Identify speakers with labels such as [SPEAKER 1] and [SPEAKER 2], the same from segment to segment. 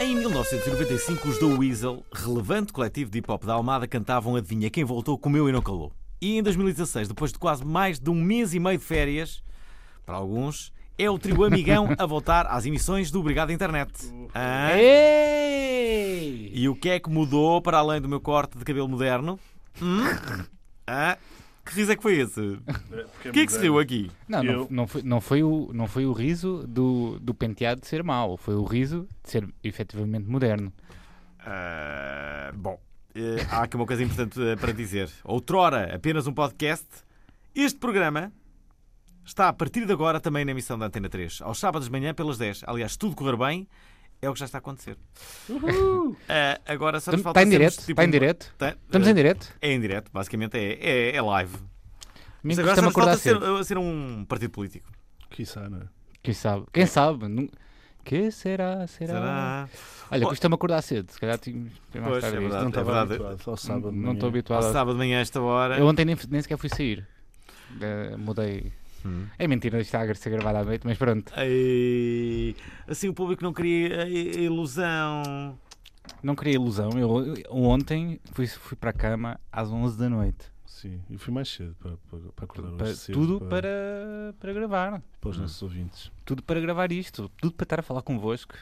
[SPEAKER 1] Em 1995, os The Weasel, relevante coletivo de hip-hop da Almada, cantavam Adivinha quem voltou, comeu e não calou. E em 2016, depois de quase mais de um mês e meio de férias, para alguns, é o trio amigão a voltar às emissões do Obrigado Internet. Hã?
[SPEAKER 2] Ei!
[SPEAKER 1] E o que é que mudou para além do meu corte de cabelo moderno? Hum? Hã? Que riso é que foi esse?
[SPEAKER 3] Porque
[SPEAKER 1] Quem é que se riu aqui?
[SPEAKER 2] Não, não,
[SPEAKER 3] Eu-
[SPEAKER 2] não, foi, não, foi o, não foi o riso do, do penteado de ser mau, foi o riso de ser efetivamente moderno.
[SPEAKER 1] Ah, bom, eh, há aqui uma coisa importante eh, para dizer. Outrora, apenas um podcast, este programa está a partir de agora também na emissão da Antena 3, aos sábados de manhã pelas 10. Aliás, se tudo correr bem, é o que já está a acontecer. Ah, agora só nos falta
[SPEAKER 2] Está tá em
[SPEAKER 1] sermos,
[SPEAKER 2] direto?
[SPEAKER 1] tipo,
[SPEAKER 2] Está em
[SPEAKER 1] um-
[SPEAKER 2] direto?
[SPEAKER 1] Tá-
[SPEAKER 2] Estamos
[SPEAKER 1] eh,
[SPEAKER 2] em direto?
[SPEAKER 1] É em direto, basicamente é, é, é live.
[SPEAKER 2] Mas
[SPEAKER 1] agora só
[SPEAKER 2] me
[SPEAKER 1] nos falta
[SPEAKER 2] acordar
[SPEAKER 1] ser,
[SPEAKER 2] cedo.
[SPEAKER 1] ser um partido político.
[SPEAKER 3] Quiçá, não é?
[SPEAKER 2] Quem sabe? Quem sabe? Nun- Que será? Será?
[SPEAKER 1] Será?
[SPEAKER 2] Olha,
[SPEAKER 1] Oh.
[SPEAKER 2] custa-me acordar cedo. Se calhar tinha tinha mais
[SPEAKER 1] Pois,
[SPEAKER 2] tarde
[SPEAKER 1] é
[SPEAKER 2] isto.
[SPEAKER 1] verdade.
[SPEAKER 3] Não
[SPEAKER 1] é
[SPEAKER 3] estava
[SPEAKER 1] verdade.
[SPEAKER 3] habituado ao
[SPEAKER 2] Não-
[SPEAKER 3] sábado de
[SPEAKER 2] Não estou
[SPEAKER 3] manhã.
[SPEAKER 1] Ao
[SPEAKER 2] habituado. a-
[SPEAKER 1] sábado de manhã, a esta hora.
[SPEAKER 2] Eu ontem nem, nem sequer fui sair. Eh, mudei.
[SPEAKER 1] Hum.
[SPEAKER 2] É mentira isto está a ser gravado à noite, mas pronto.
[SPEAKER 1] Ei, assim o público não queria a i- a ilusão.
[SPEAKER 2] Não queria ilusão. Eu, eu ontem fui, fui para a cama às 11 da noite.
[SPEAKER 3] Sim, e fui mais cedo para, para, para acordar hoje
[SPEAKER 2] Para-
[SPEAKER 3] cedo.
[SPEAKER 2] tudo
[SPEAKER 3] para,
[SPEAKER 2] para, para gravar.
[SPEAKER 3] para os nossos ouvintes.
[SPEAKER 2] Tudo para gravar isto. Tudo para estar a falar convosco.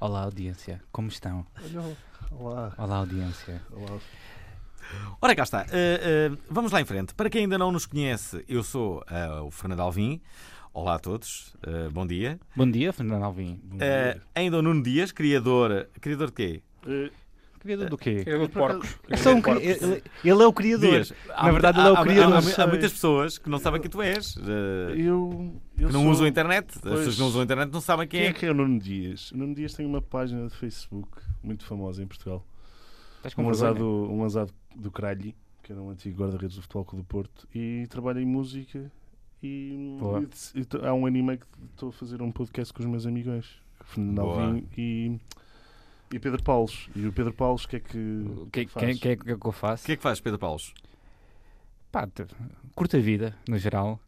[SPEAKER 2] Olá, audiência. Como estão?
[SPEAKER 3] Olá,
[SPEAKER 2] Olá, audiência.
[SPEAKER 3] olá.
[SPEAKER 1] Ora, cá está. Uh, uh, vamos lá em frente. Para quem ainda não nos conhece, eu sou uh, o Fernando Alvim. Olá a todos, uh, bom dia.
[SPEAKER 2] Bom dia, Fernando Alvim.
[SPEAKER 3] Bom
[SPEAKER 1] Uh,
[SPEAKER 3] dia.
[SPEAKER 1] ainda o Nuno Dias, criador. Criador de quê?
[SPEAKER 3] Eh,
[SPEAKER 2] Criador do quê?
[SPEAKER 4] Criador de porcos.
[SPEAKER 2] É só um cri- ele, ele é o criador.
[SPEAKER 1] Dias.
[SPEAKER 2] Na verdade, ele é o
[SPEAKER 1] há- há-
[SPEAKER 2] criador.
[SPEAKER 1] há-
[SPEAKER 3] Não
[SPEAKER 1] Há,
[SPEAKER 3] sei.
[SPEAKER 1] muitas pessoas que não sabem quem tu és. uh,
[SPEAKER 3] eu, eu
[SPEAKER 1] que não
[SPEAKER 3] sou...
[SPEAKER 1] usam a internet. As
[SPEAKER 3] Pois.
[SPEAKER 1] pessoas que não usam a internet não sabem quem
[SPEAKER 3] Quem é
[SPEAKER 1] é.
[SPEAKER 3] que é o Nuno Dias? O Nuno Dias tem uma página de Facebook muito famosa em Portugal.
[SPEAKER 2] Estás com
[SPEAKER 3] Um
[SPEAKER 2] vergonha?
[SPEAKER 3] azado, um azado do Cralhi, que era um antigo guarda-redes do Futebol Clube do Porto, e trabalha em música. E,
[SPEAKER 2] Boa.
[SPEAKER 3] e de- e to- há um anime que estou a fazer um podcast com os meus amigões, Fernando
[SPEAKER 1] Boa.
[SPEAKER 3] Alvim e, e Pedro Paulos. E o Pedro Paulos, o que é que.
[SPEAKER 2] O que,
[SPEAKER 3] faz?
[SPEAKER 2] que, que é que eu faço?
[SPEAKER 1] O que é que faz, Pedro Paulos?
[SPEAKER 2] Pá, te- curto a vida, no geral.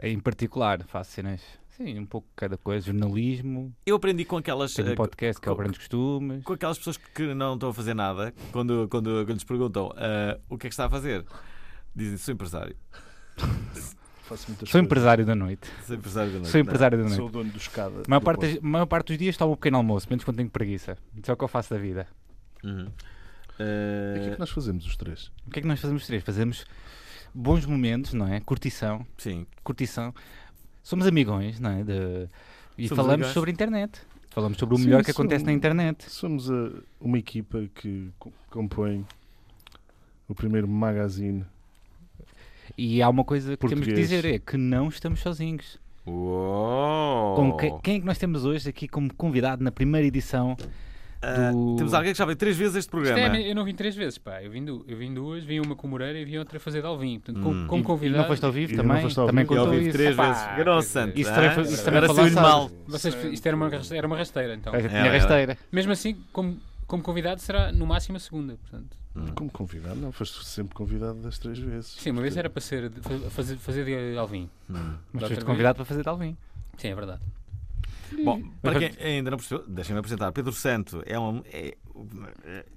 [SPEAKER 2] Em particular, faço cenas, sim, um pouco cada coisa. Jornalismo,
[SPEAKER 1] Eu aprendi com aquelas.
[SPEAKER 2] tenho um
[SPEAKER 1] uh,
[SPEAKER 2] podcast que é o
[SPEAKER 1] co-
[SPEAKER 2] Brandos Costumes.
[SPEAKER 1] com aquelas pessoas que não estão a fazer nada, quando, quando, quando lhes perguntam ah, o que é que está a fazer, dizem sou empresário.
[SPEAKER 3] Faço muitas
[SPEAKER 2] Sou
[SPEAKER 3] coisas.
[SPEAKER 2] empresário da noite.
[SPEAKER 1] Sou empresário da noite. é?
[SPEAKER 2] Sou empresário da noite.
[SPEAKER 3] Sou o dono do escada.
[SPEAKER 2] A maior
[SPEAKER 3] do
[SPEAKER 2] parte,
[SPEAKER 3] Porto.
[SPEAKER 2] das- maior parte dos dias tomo um pequeno almoço, menos quando tenho preguiça. Isso é o que eu faço da vida.
[SPEAKER 1] Não. Uhum.
[SPEAKER 3] E O que é
[SPEAKER 1] Ah,
[SPEAKER 3] que nós fazemos os três?
[SPEAKER 2] O que é que nós fazemos os três? Fazemos bons momentos, não é? Curtição,
[SPEAKER 1] Sim,
[SPEAKER 2] curtição. Somos amigões, não é? De- E
[SPEAKER 1] Somos
[SPEAKER 2] falamos
[SPEAKER 1] amigões.
[SPEAKER 2] sobre a internet. Falamos sobre o
[SPEAKER 3] Sim,
[SPEAKER 2] melhor que
[SPEAKER 3] isso-
[SPEAKER 2] acontece na internet.
[SPEAKER 3] Somos a- uma equipa que co- compõe o primeiro magazine.
[SPEAKER 2] E há uma coisa que temos que
[SPEAKER 3] Português.
[SPEAKER 2] dizer: é que não estamos sozinhos.
[SPEAKER 1] Uou!
[SPEAKER 3] Oh.
[SPEAKER 2] Com que- quem é que nós temos hoje aqui como convidado na primeira edição?
[SPEAKER 1] Ah,
[SPEAKER 2] do-
[SPEAKER 1] Temos alguém que já veio três vezes a este
[SPEAKER 4] Isto
[SPEAKER 1] programa.
[SPEAKER 4] é, eu não vim três vezes, pá. Eu vim, du- eu vim duas, vim uma com o Moreira e vim outra fazer de Alvim. Portanto,
[SPEAKER 1] Hum.
[SPEAKER 4] como,
[SPEAKER 2] E-
[SPEAKER 4] como
[SPEAKER 2] e
[SPEAKER 4] convidado.
[SPEAKER 2] não foste ao vivo
[SPEAKER 3] E não
[SPEAKER 2] também?
[SPEAKER 3] foste ao
[SPEAKER 2] também
[SPEAKER 3] vivo.
[SPEAKER 1] Eu
[SPEAKER 2] contou
[SPEAKER 1] ouvi
[SPEAKER 2] isso.
[SPEAKER 1] três
[SPEAKER 4] Epá,
[SPEAKER 1] vezes. Grosso
[SPEAKER 4] quer
[SPEAKER 1] santo.
[SPEAKER 4] dizer,
[SPEAKER 2] isso
[SPEAKER 1] é
[SPEAKER 2] também foi- isso também
[SPEAKER 1] Agora
[SPEAKER 2] foi
[SPEAKER 1] saiu-lhe
[SPEAKER 2] lançado.
[SPEAKER 1] mal.
[SPEAKER 4] Vocês, isto era uma, raste- era uma rasteira, então.
[SPEAKER 2] Mas eu
[SPEAKER 1] É,
[SPEAKER 2] tinha
[SPEAKER 1] é.
[SPEAKER 2] rasteira.
[SPEAKER 4] Mesmo assim, como, como convidado, será no máximo a segunda. Portanto.
[SPEAKER 2] Hum.
[SPEAKER 3] Como convidado? Não, foste sempre convidado das três vezes.
[SPEAKER 4] Sim, uma vez era para ser de- fa- fazer, fazer de Alvim.
[SPEAKER 1] Hum.
[SPEAKER 2] Mas
[SPEAKER 4] Outra
[SPEAKER 2] foste
[SPEAKER 4] vez.
[SPEAKER 2] convidado para fazer de Alvim.
[SPEAKER 4] Sim, é verdade.
[SPEAKER 1] Bom, para quem ainda não percebeu, deixem-me apresentar. Pedro Santo é um, é,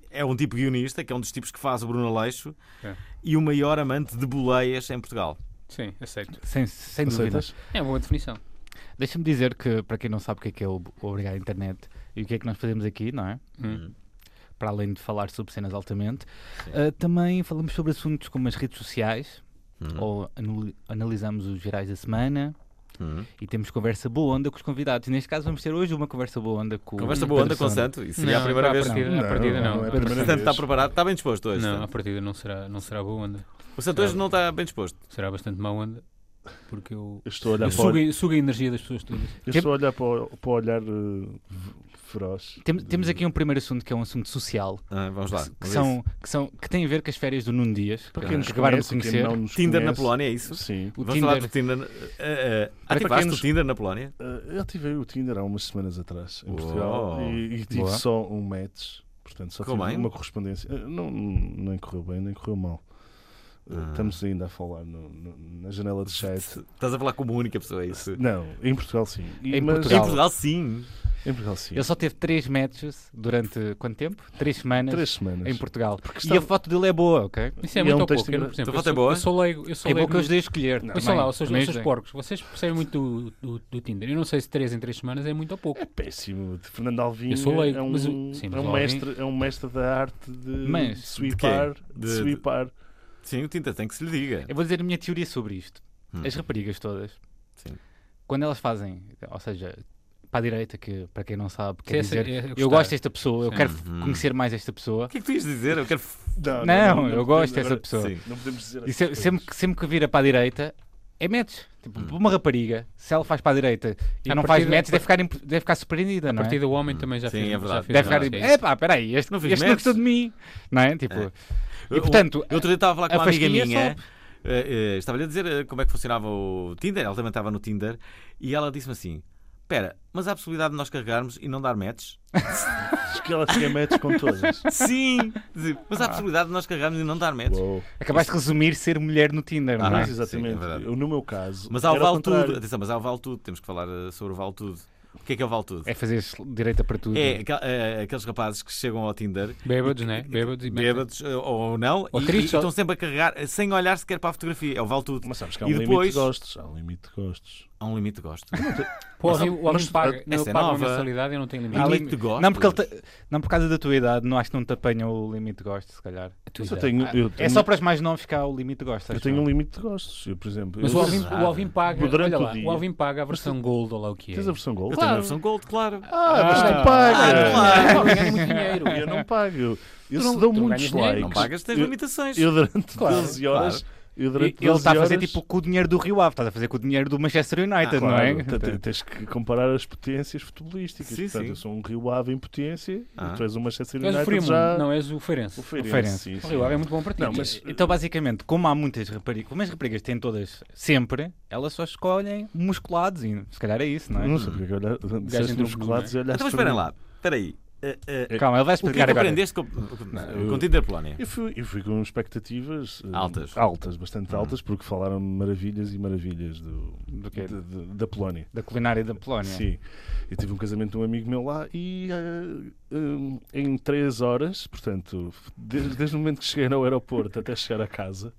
[SPEAKER 1] é um tipo guionista, que é um dos tipos que faz o Bruno Aleixo
[SPEAKER 4] É.
[SPEAKER 1] e o maior amante de boleias em Portugal.
[SPEAKER 4] Sim, aceito.
[SPEAKER 2] Sem, sem dúvida.
[SPEAKER 3] Aceitas?
[SPEAKER 4] É uma boa definição.
[SPEAKER 2] Deixa-me dizer que, para quem não sabe o que é que é o o Obrigado Internet e o que é que nós fazemos aqui, não é?
[SPEAKER 4] Hum.
[SPEAKER 2] Para além de falar sobre cenas altamente, ah, também falamos
[SPEAKER 1] Hum.
[SPEAKER 4] Hum.
[SPEAKER 2] sobre assuntos como as redes sociais, ou anali- analisamos os gerais da semana,
[SPEAKER 1] Hum.
[SPEAKER 2] e temos conversa boa onda com os convidados. Neste caso, vamos ter hoje uma conversa boa onda com
[SPEAKER 1] Conversa
[SPEAKER 2] o
[SPEAKER 1] boa
[SPEAKER 2] Pedro
[SPEAKER 1] anda com o
[SPEAKER 2] Sona.
[SPEAKER 1] Santo. Isso seria a primeira
[SPEAKER 4] pá,
[SPEAKER 1] vez.
[SPEAKER 4] À partida não. À partida, não.
[SPEAKER 3] é a
[SPEAKER 2] Pedro
[SPEAKER 1] O
[SPEAKER 3] primeira
[SPEAKER 1] Santo está
[SPEAKER 3] vez.
[SPEAKER 1] preparado? Está bem disposto hoje?
[SPEAKER 4] Não, à
[SPEAKER 1] Santo?
[SPEAKER 4] partida não será, não será boa onda.
[SPEAKER 1] O Santo hoje não está bem disposto.
[SPEAKER 4] Será bastante má onda. Porque eu,
[SPEAKER 3] Eu estou a olhar,
[SPEAKER 4] eu
[SPEAKER 3] para, o-
[SPEAKER 4] sugo, a- sugo a energia das pessoas todas.
[SPEAKER 3] eu estou a olhar para, o- para o olhar eh, v- feroz.
[SPEAKER 2] Tem-
[SPEAKER 3] de-
[SPEAKER 2] temos aqui um primeiro assunto que é um assunto social,
[SPEAKER 1] Ah, vamos lá.
[SPEAKER 2] que,
[SPEAKER 1] Vamos a
[SPEAKER 2] são, que, são, que tem a ver com as férias do Nuno Dias,
[SPEAKER 3] Para
[SPEAKER 2] que
[SPEAKER 3] quem nos
[SPEAKER 2] acabaram de
[SPEAKER 3] conhece, e
[SPEAKER 2] conhecer.
[SPEAKER 3] Quem não nos
[SPEAKER 1] isso. Tinder na
[SPEAKER 3] conhece-
[SPEAKER 1] Polónia, é isso?
[SPEAKER 3] Sim.
[SPEAKER 2] O
[SPEAKER 1] Vamos falar do
[SPEAKER 2] Tinder,
[SPEAKER 1] Tinder. na- eh, eh,
[SPEAKER 3] Para quem
[SPEAKER 1] ativaste
[SPEAKER 3] nos-
[SPEAKER 1] o Tinder na Polónia?
[SPEAKER 3] Eh, eu ativei o Tinder há umas semanas atrás em
[SPEAKER 1] Uou.
[SPEAKER 3] Portugal e, e tive
[SPEAKER 2] Boa.
[SPEAKER 3] só um match. Portanto, só
[SPEAKER 1] Correu
[SPEAKER 3] tive
[SPEAKER 1] bem?
[SPEAKER 3] uma correspondência. Eh, Não, nem correu bem, nem correu mal. Eh,
[SPEAKER 1] Ah.
[SPEAKER 3] Estamos ainda a falar no- no- na janela de chat.
[SPEAKER 1] Estás a falar com uma única pessoa, é isso?
[SPEAKER 3] Não, em Portugal sim. E-
[SPEAKER 2] Em
[SPEAKER 1] Em
[SPEAKER 3] mas-
[SPEAKER 2] Portugal.
[SPEAKER 1] Portugal, sim.
[SPEAKER 3] Em Portugal sim.
[SPEAKER 2] ele só teve três matches durante quanto tempo? Três semanas
[SPEAKER 3] Três semanas.
[SPEAKER 2] em Portugal.
[SPEAKER 3] Porque
[SPEAKER 2] E a
[SPEAKER 3] estava-
[SPEAKER 2] foto dele é boa, ok?
[SPEAKER 4] Isso
[SPEAKER 3] E
[SPEAKER 4] é
[SPEAKER 3] é
[SPEAKER 4] muito
[SPEAKER 3] um
[SPEAKER 4] ao
[SPEAKER 3] texto
[SPEAKER 4] pouco. Eu, não-
[SPEAKER 3] engra-
[SPEAKER 4] por exemplo,
[SPEAKER 1] Tua
[SPEAKER 4] eu
[SPEAKER 1] foto é
[SPEAKER 4] sou,
[SPEAKER 1] boa?
[SPEAKER 4] eu sou leigo. Eu sou
[SPEAKER 2] É bom
[SPEAKER 4] leigo
[SPEAKER 2] que eu
[SPEAKER 4] no-
[SPEAKER 2] os dei a escolher.
[SPEAKER 3] Não,
[SPEAKER 2] também.
[SPEAKER 4] Ouçam lá, vocês,
[SPEAKER 2] Também os
[SPEAKER 4] vocês
[SPEAKER 2] dei.
[SPEAKER 4] porcos, vocês percebem muito do, do, do Tinder. Eu não sei se 3 em 3 semanas é muito ou pouco.
[SPEAKER 3] É péssimo. De Fernando Alvim
[SPEAKER 4] Eu sou leigo,
[SPEAKER 3] é um,
[SPEAKER 4] mas o- sim,
[SPEAKER 3] é
[SPEAKER 4] mas
[SPEAKER 3] um
[SPEAKER 4] o Alvim-
[SPEAKER 3] mestre, é um mestre da arte de
[SPEAKER 2] Mas,
[SPEAKER 3] de sweepar,
[SPEAKER 1] de quê?
[SPEAKER 3] de,
[SPEAKER 1] De-
[SPEAKER 3] sweepar.
[SPEAKER 1] Sim, o Tinder tem que se lhe diga.
[SPEAKER 2] Eu vou dizer a minha teoria sobre isto.
[SPEAKER 1] Hum.
[SPEAKER 2] É, As raparigas todas,
[SPEAKER 1] Sim.
[SPEAKER 2] quando elas fazem, ou seja, para a direita, que para quem não sabe, quer
[SPEAKER 4] Essa-
[SPEAKER 2] dizer,
[SPEAKER 4] é- é
[SPEAKER 2] eu
[SPEAKER 4] gostar.
[SPEAKER 2] gosto desta pessoa, eu
[SPEAKER 4] Sim.
[SPEAKER 2] quero
[SPEAKER 1] Uhum.
[SPEAKER 2] conhecer mais esta pessoa.
[SPEAKER 1] O que é que tu ias dizer? Eu quero.
[SPEAKER 2] Não,
[SPEAKER 3] Não, não, não
[SPEAKER 2] eu
[SPEAKER 3] podemos
[SPEAKER 2] gosto
[SPEAKER 3] agora-
[SPEAKER 2] dessa pessoa.
[SPEAKER 1] Sim.
[SPEAKER 3] Não podemos dizer
[SPEAKER 2] E
[SPEAKER 3] essas
[SPEAKER 2] se-
[SPEAKER 3] coisas.
[SPEAKER 2] sempre, que- sempre que vira para a direita, é match. Tipo, uma rapariga, se ela faz para a direita e
[SPEAKER 4] À
[SPEAKER 2] não faz
[SPEAKER 4] partida-
[SPEAKER 2] match, deve ficar, imp- deve ficar surpreendida,
[SPEAKER 4] A
[SPEAKER 2] não é?
[SPEAKER 4] partir do homem também já
[SPEAKER 1] Sim,
[SPEAKER 4] fez.
[SPEAKER 1] é verdade.
[SPEAKER 4] Já fez
[SPEAKER 2] Deve
[SPEAKER 4] mal,
[SPEAKER 2] ficar tipo,
[SPEAKER 4] é isso.
[SPEAKER 2] epá, peraí, este
[SPEAKER 1] Não
[SPEAKER 2] não,
[SPEAKER 1] fiz
[SPEAKER 2] este não
[SPEAKER 1] match.
[SPEAKER 2] gostou de mim, não é? Tipo, E,
[SPEAKER 1] Eu-
[SPEAKER 2] portanto,
[SPEAKER 1] eu outro dia estava a falar com
[SPEAKER 2] a
[SPEAKER 1] uma amiga
[SPEAKER 2] fasquia
[SPEAKER 1] minha. eh, eh, Estava-lhe a dizer eh, como é que funcionava o Tinder. Ela também estava no Tinder. E ela disse-me assim: Espera, mas há a possibilidade de nós carregarmos e não dar match?
[SPEAKER 3] Acho que ela tinha match com todas.
[SPEAKER 1] Sim! Dizia, Mas há a possibilidade de nós carregarmos e não dar match?
[SPEAKER 3] Uou.
[SPEAKER 2] acabaste de resumir ser mulher no Tinder, não
[SPEAKER 1] Ah,
[SPEAKER 2] é?
[SPEAKER 3] Mas exatamente.
[SPEAKER 1] sim, é verdade.
[SPEAKER 3] eu, no meu caso.
[SPEAKER 1] Mas há o
[SPEAKER 3] era ao
[SPEAKER 1] vale tudo.
[SPEAKER 3] contrário.
[SPEAKER 1] Atenção, mas há o vale tudo. Temos que falar eh, sobre o vale tudo. O que é que é o vale tudo?
[SPEAKER 2] É fazer direita para
[SPEAKER 3] Uhum.
[SPEAKER 2] tudo.
[SPEAKER 1] É, aquel- eh, aqueles rapazes que chegam ao Tinder
[SPEAKER 4] Bêbados, né? Bêbados e
[SPEAKER 1] bêbados eh, ou não
[SPEAKER 4] Ou
[SPEAKER 1] e, e
[SPEAKER 4] tristes, ou-
[SPEAKER 1] estão sempre a carregar eh, sem olhar sequer para a fotografia. É o vale tudo.
[SPEAKER 3] Mas sabes que há um
[SPEAKER 1] E depois-
[SPEAKER 3] limite de gostos. Há um limite de gostos.
[SPEAKER 1] Há um limite de gosto.
[SPEAKER 4] Pô, É, o homem- o homem
[SPEAKER 3] mas-
[SPEAKER 4] paga, não
[SPEAKER 1] essa é
[SPEAKER 4] paga uma
[SPEAKER 1] nova.
[SPEAKER 4] mensalidade e não tem limite.
[SPEAKER 3] Ah,
[SPEAKER 1] Há
[SPEAKER 2] Há
[SPEAKER 1] um limite de
[SPEAKER 2] lim-
[SPEAKER 1] gosto.
[SPEAKER 2] Não, porque ele te- não por causa da tua idade, não acho que não te apanha o limite de gosto, se calhar.
[SPEAKER 4] Tu
[SPEAKER 3] Mas
[SPEAKER 4] já-
[SPEAKER 3] eu tenho, eu
[SPEAKER 2] É
[SPEAKER 3] tenho- um,
[SPEAKER 2] só para os mais novos que há o limite de gosto.
[SPEAKER 3] eu
[SPEAKER 2] acho
[SPEAKER 3] tenho
[SPEAKER 2] eu.
[SPEAKER 3] um limite de gostos. Eu, por exemplo.
[SPEAKER 4] Mas
[SPEAKER 3] eu-
[SPEAKER 4] o Alvin,
[SPEAKER 1] Exato.
[SPEAKER 4] o Alvin paga,
[SPEAKER 3] Durante
[SPEAKER 4] olha
[SPEAKER 3] o
[SPEAKER 4] lá,
[SPEAKER 3] dia.
[SPEAKER 4] o Alvin paga a versão Gold, ou lá o que é.
[SPEAKER 3] Tens a versão Gold?
[SPEAKER 1] Eu tenho a versão Ah, Gold, claro.
[SPEAKER 3] Ah, mas
[SPEAKER 4] Ah,
[SPEAKER 3] tu pagas.
[SPEAKER 1] claro.
[SPEAKER 4] O Alvin ganha muito dinheiro.
[SPEAKER 3] Eu não pago. Eu se
[SPEAKER 4] Tu não-
[SPEAKER 3] dou
[SPEAKER 4] tu não
[SPEAKER 3] muitos
[SPEAKER 4] ganhas
[SPEAKER 3] likes.
[SPEAKER 4] dinheiro,
[SPEAKER 1] Não pagas, tens um
[SPEAKER 3] eu-
[SPEAKER 1] limitações.
[SPEAKER 3] Eu durante
[SPEAKER 4] Claro,
[SPEAKER 3] 12 horas. Eu durante
[SPEAKER 2] Ele
[SPEAKER 3] 12
[SPEAKER 2] está a fazer
[SPEAKER 3] horas- Ah,
[SPEAKER 2] tipo com o dinheiro do Rio Ave, estás a fazer com o dinheiro do Manchester United, não
[SPEAKER 3] Claro, tá
[SPEAKER 2] é?
[SPEAKER 3] te- te- Tens que comparar as potências futebolísticas.
[SPEAKER 1] Sim,
[SPEAKER 3] Portanto,
[SPEAKER 1] sim.
[SPEAKER 3] eu sou um Rio Ave em potência
[SPEAKER 1] Ah.
[SPEAKER 3] e tu és um Manchester
[SPEAKER 4] Tu és o
[SPEAKER 3] United
[SPEAKER 4] Frimundo,
[SPEAKER 3] já.
[SPEAKER 4] não é? és o Feirense.
[SPEAKER 3] O Feirense,
[SPEAKER 2] Feirense.
[SPEAKER 3] sim,
[SPEAKER 4] O
[SPEAKER 3] sim.
[SPEAKER 4] Rio Ave é muito bom para ti.
[SPEAKER 3] Não, mas-
[SPEAKER 2] Então, basicamente, como há muitas raparigas, como as raparigas têm todas sempre, elas só escolhem musculados e se calhar é isso, não é?
[SPEAKER 3] Não sei porque é que olhar- disseste
[SPEAKER 4] entre
[SPEAKER 3] nos
[SPEAKER 4] o Google,
[SPEAKER 3] chocolates e olhaste
[SPEAKER 1] Então mas
[SPEAKER 3] para
[SPEAKER 1] esperem
[SPEAKER 3] mim.
[SPEAKER 1] lá. Espera aí. Eh, eh,
[SPEAKER 2] Calma, ele vai
[SPEAKER 1] o que é
[SPEAKER 2] explicar
[SPEAKER 1] que
[SPEAKER 2] agora.
[SPEAKER 1] aprendeste com,
[SPEAKER 3] Não,
[SPEAKER 1] com
[SPEAKER 3] eu-
[SPEAKER 1] Tinder Polónia?
[SPEAKER 3] Eu fui, eu fui com expectativas eh,
[SPEAKER 1] Altas.
[SPEAKER 3] altas, bastante altas, porque falaram maravilhas e maravilhas do,
[SPEAKER 2] Do quê?
[SPEAKER 3] de- de- da Polónia.
[SPEAKER 2] Da culinária da Polónia.
[SPEAKER 3] Sim, eu tive um casamento de um amigo meu lá e eh, eh, em 3 horas, portanto, desde, desde o momento que cheguei no aeroporto até chegar a casa,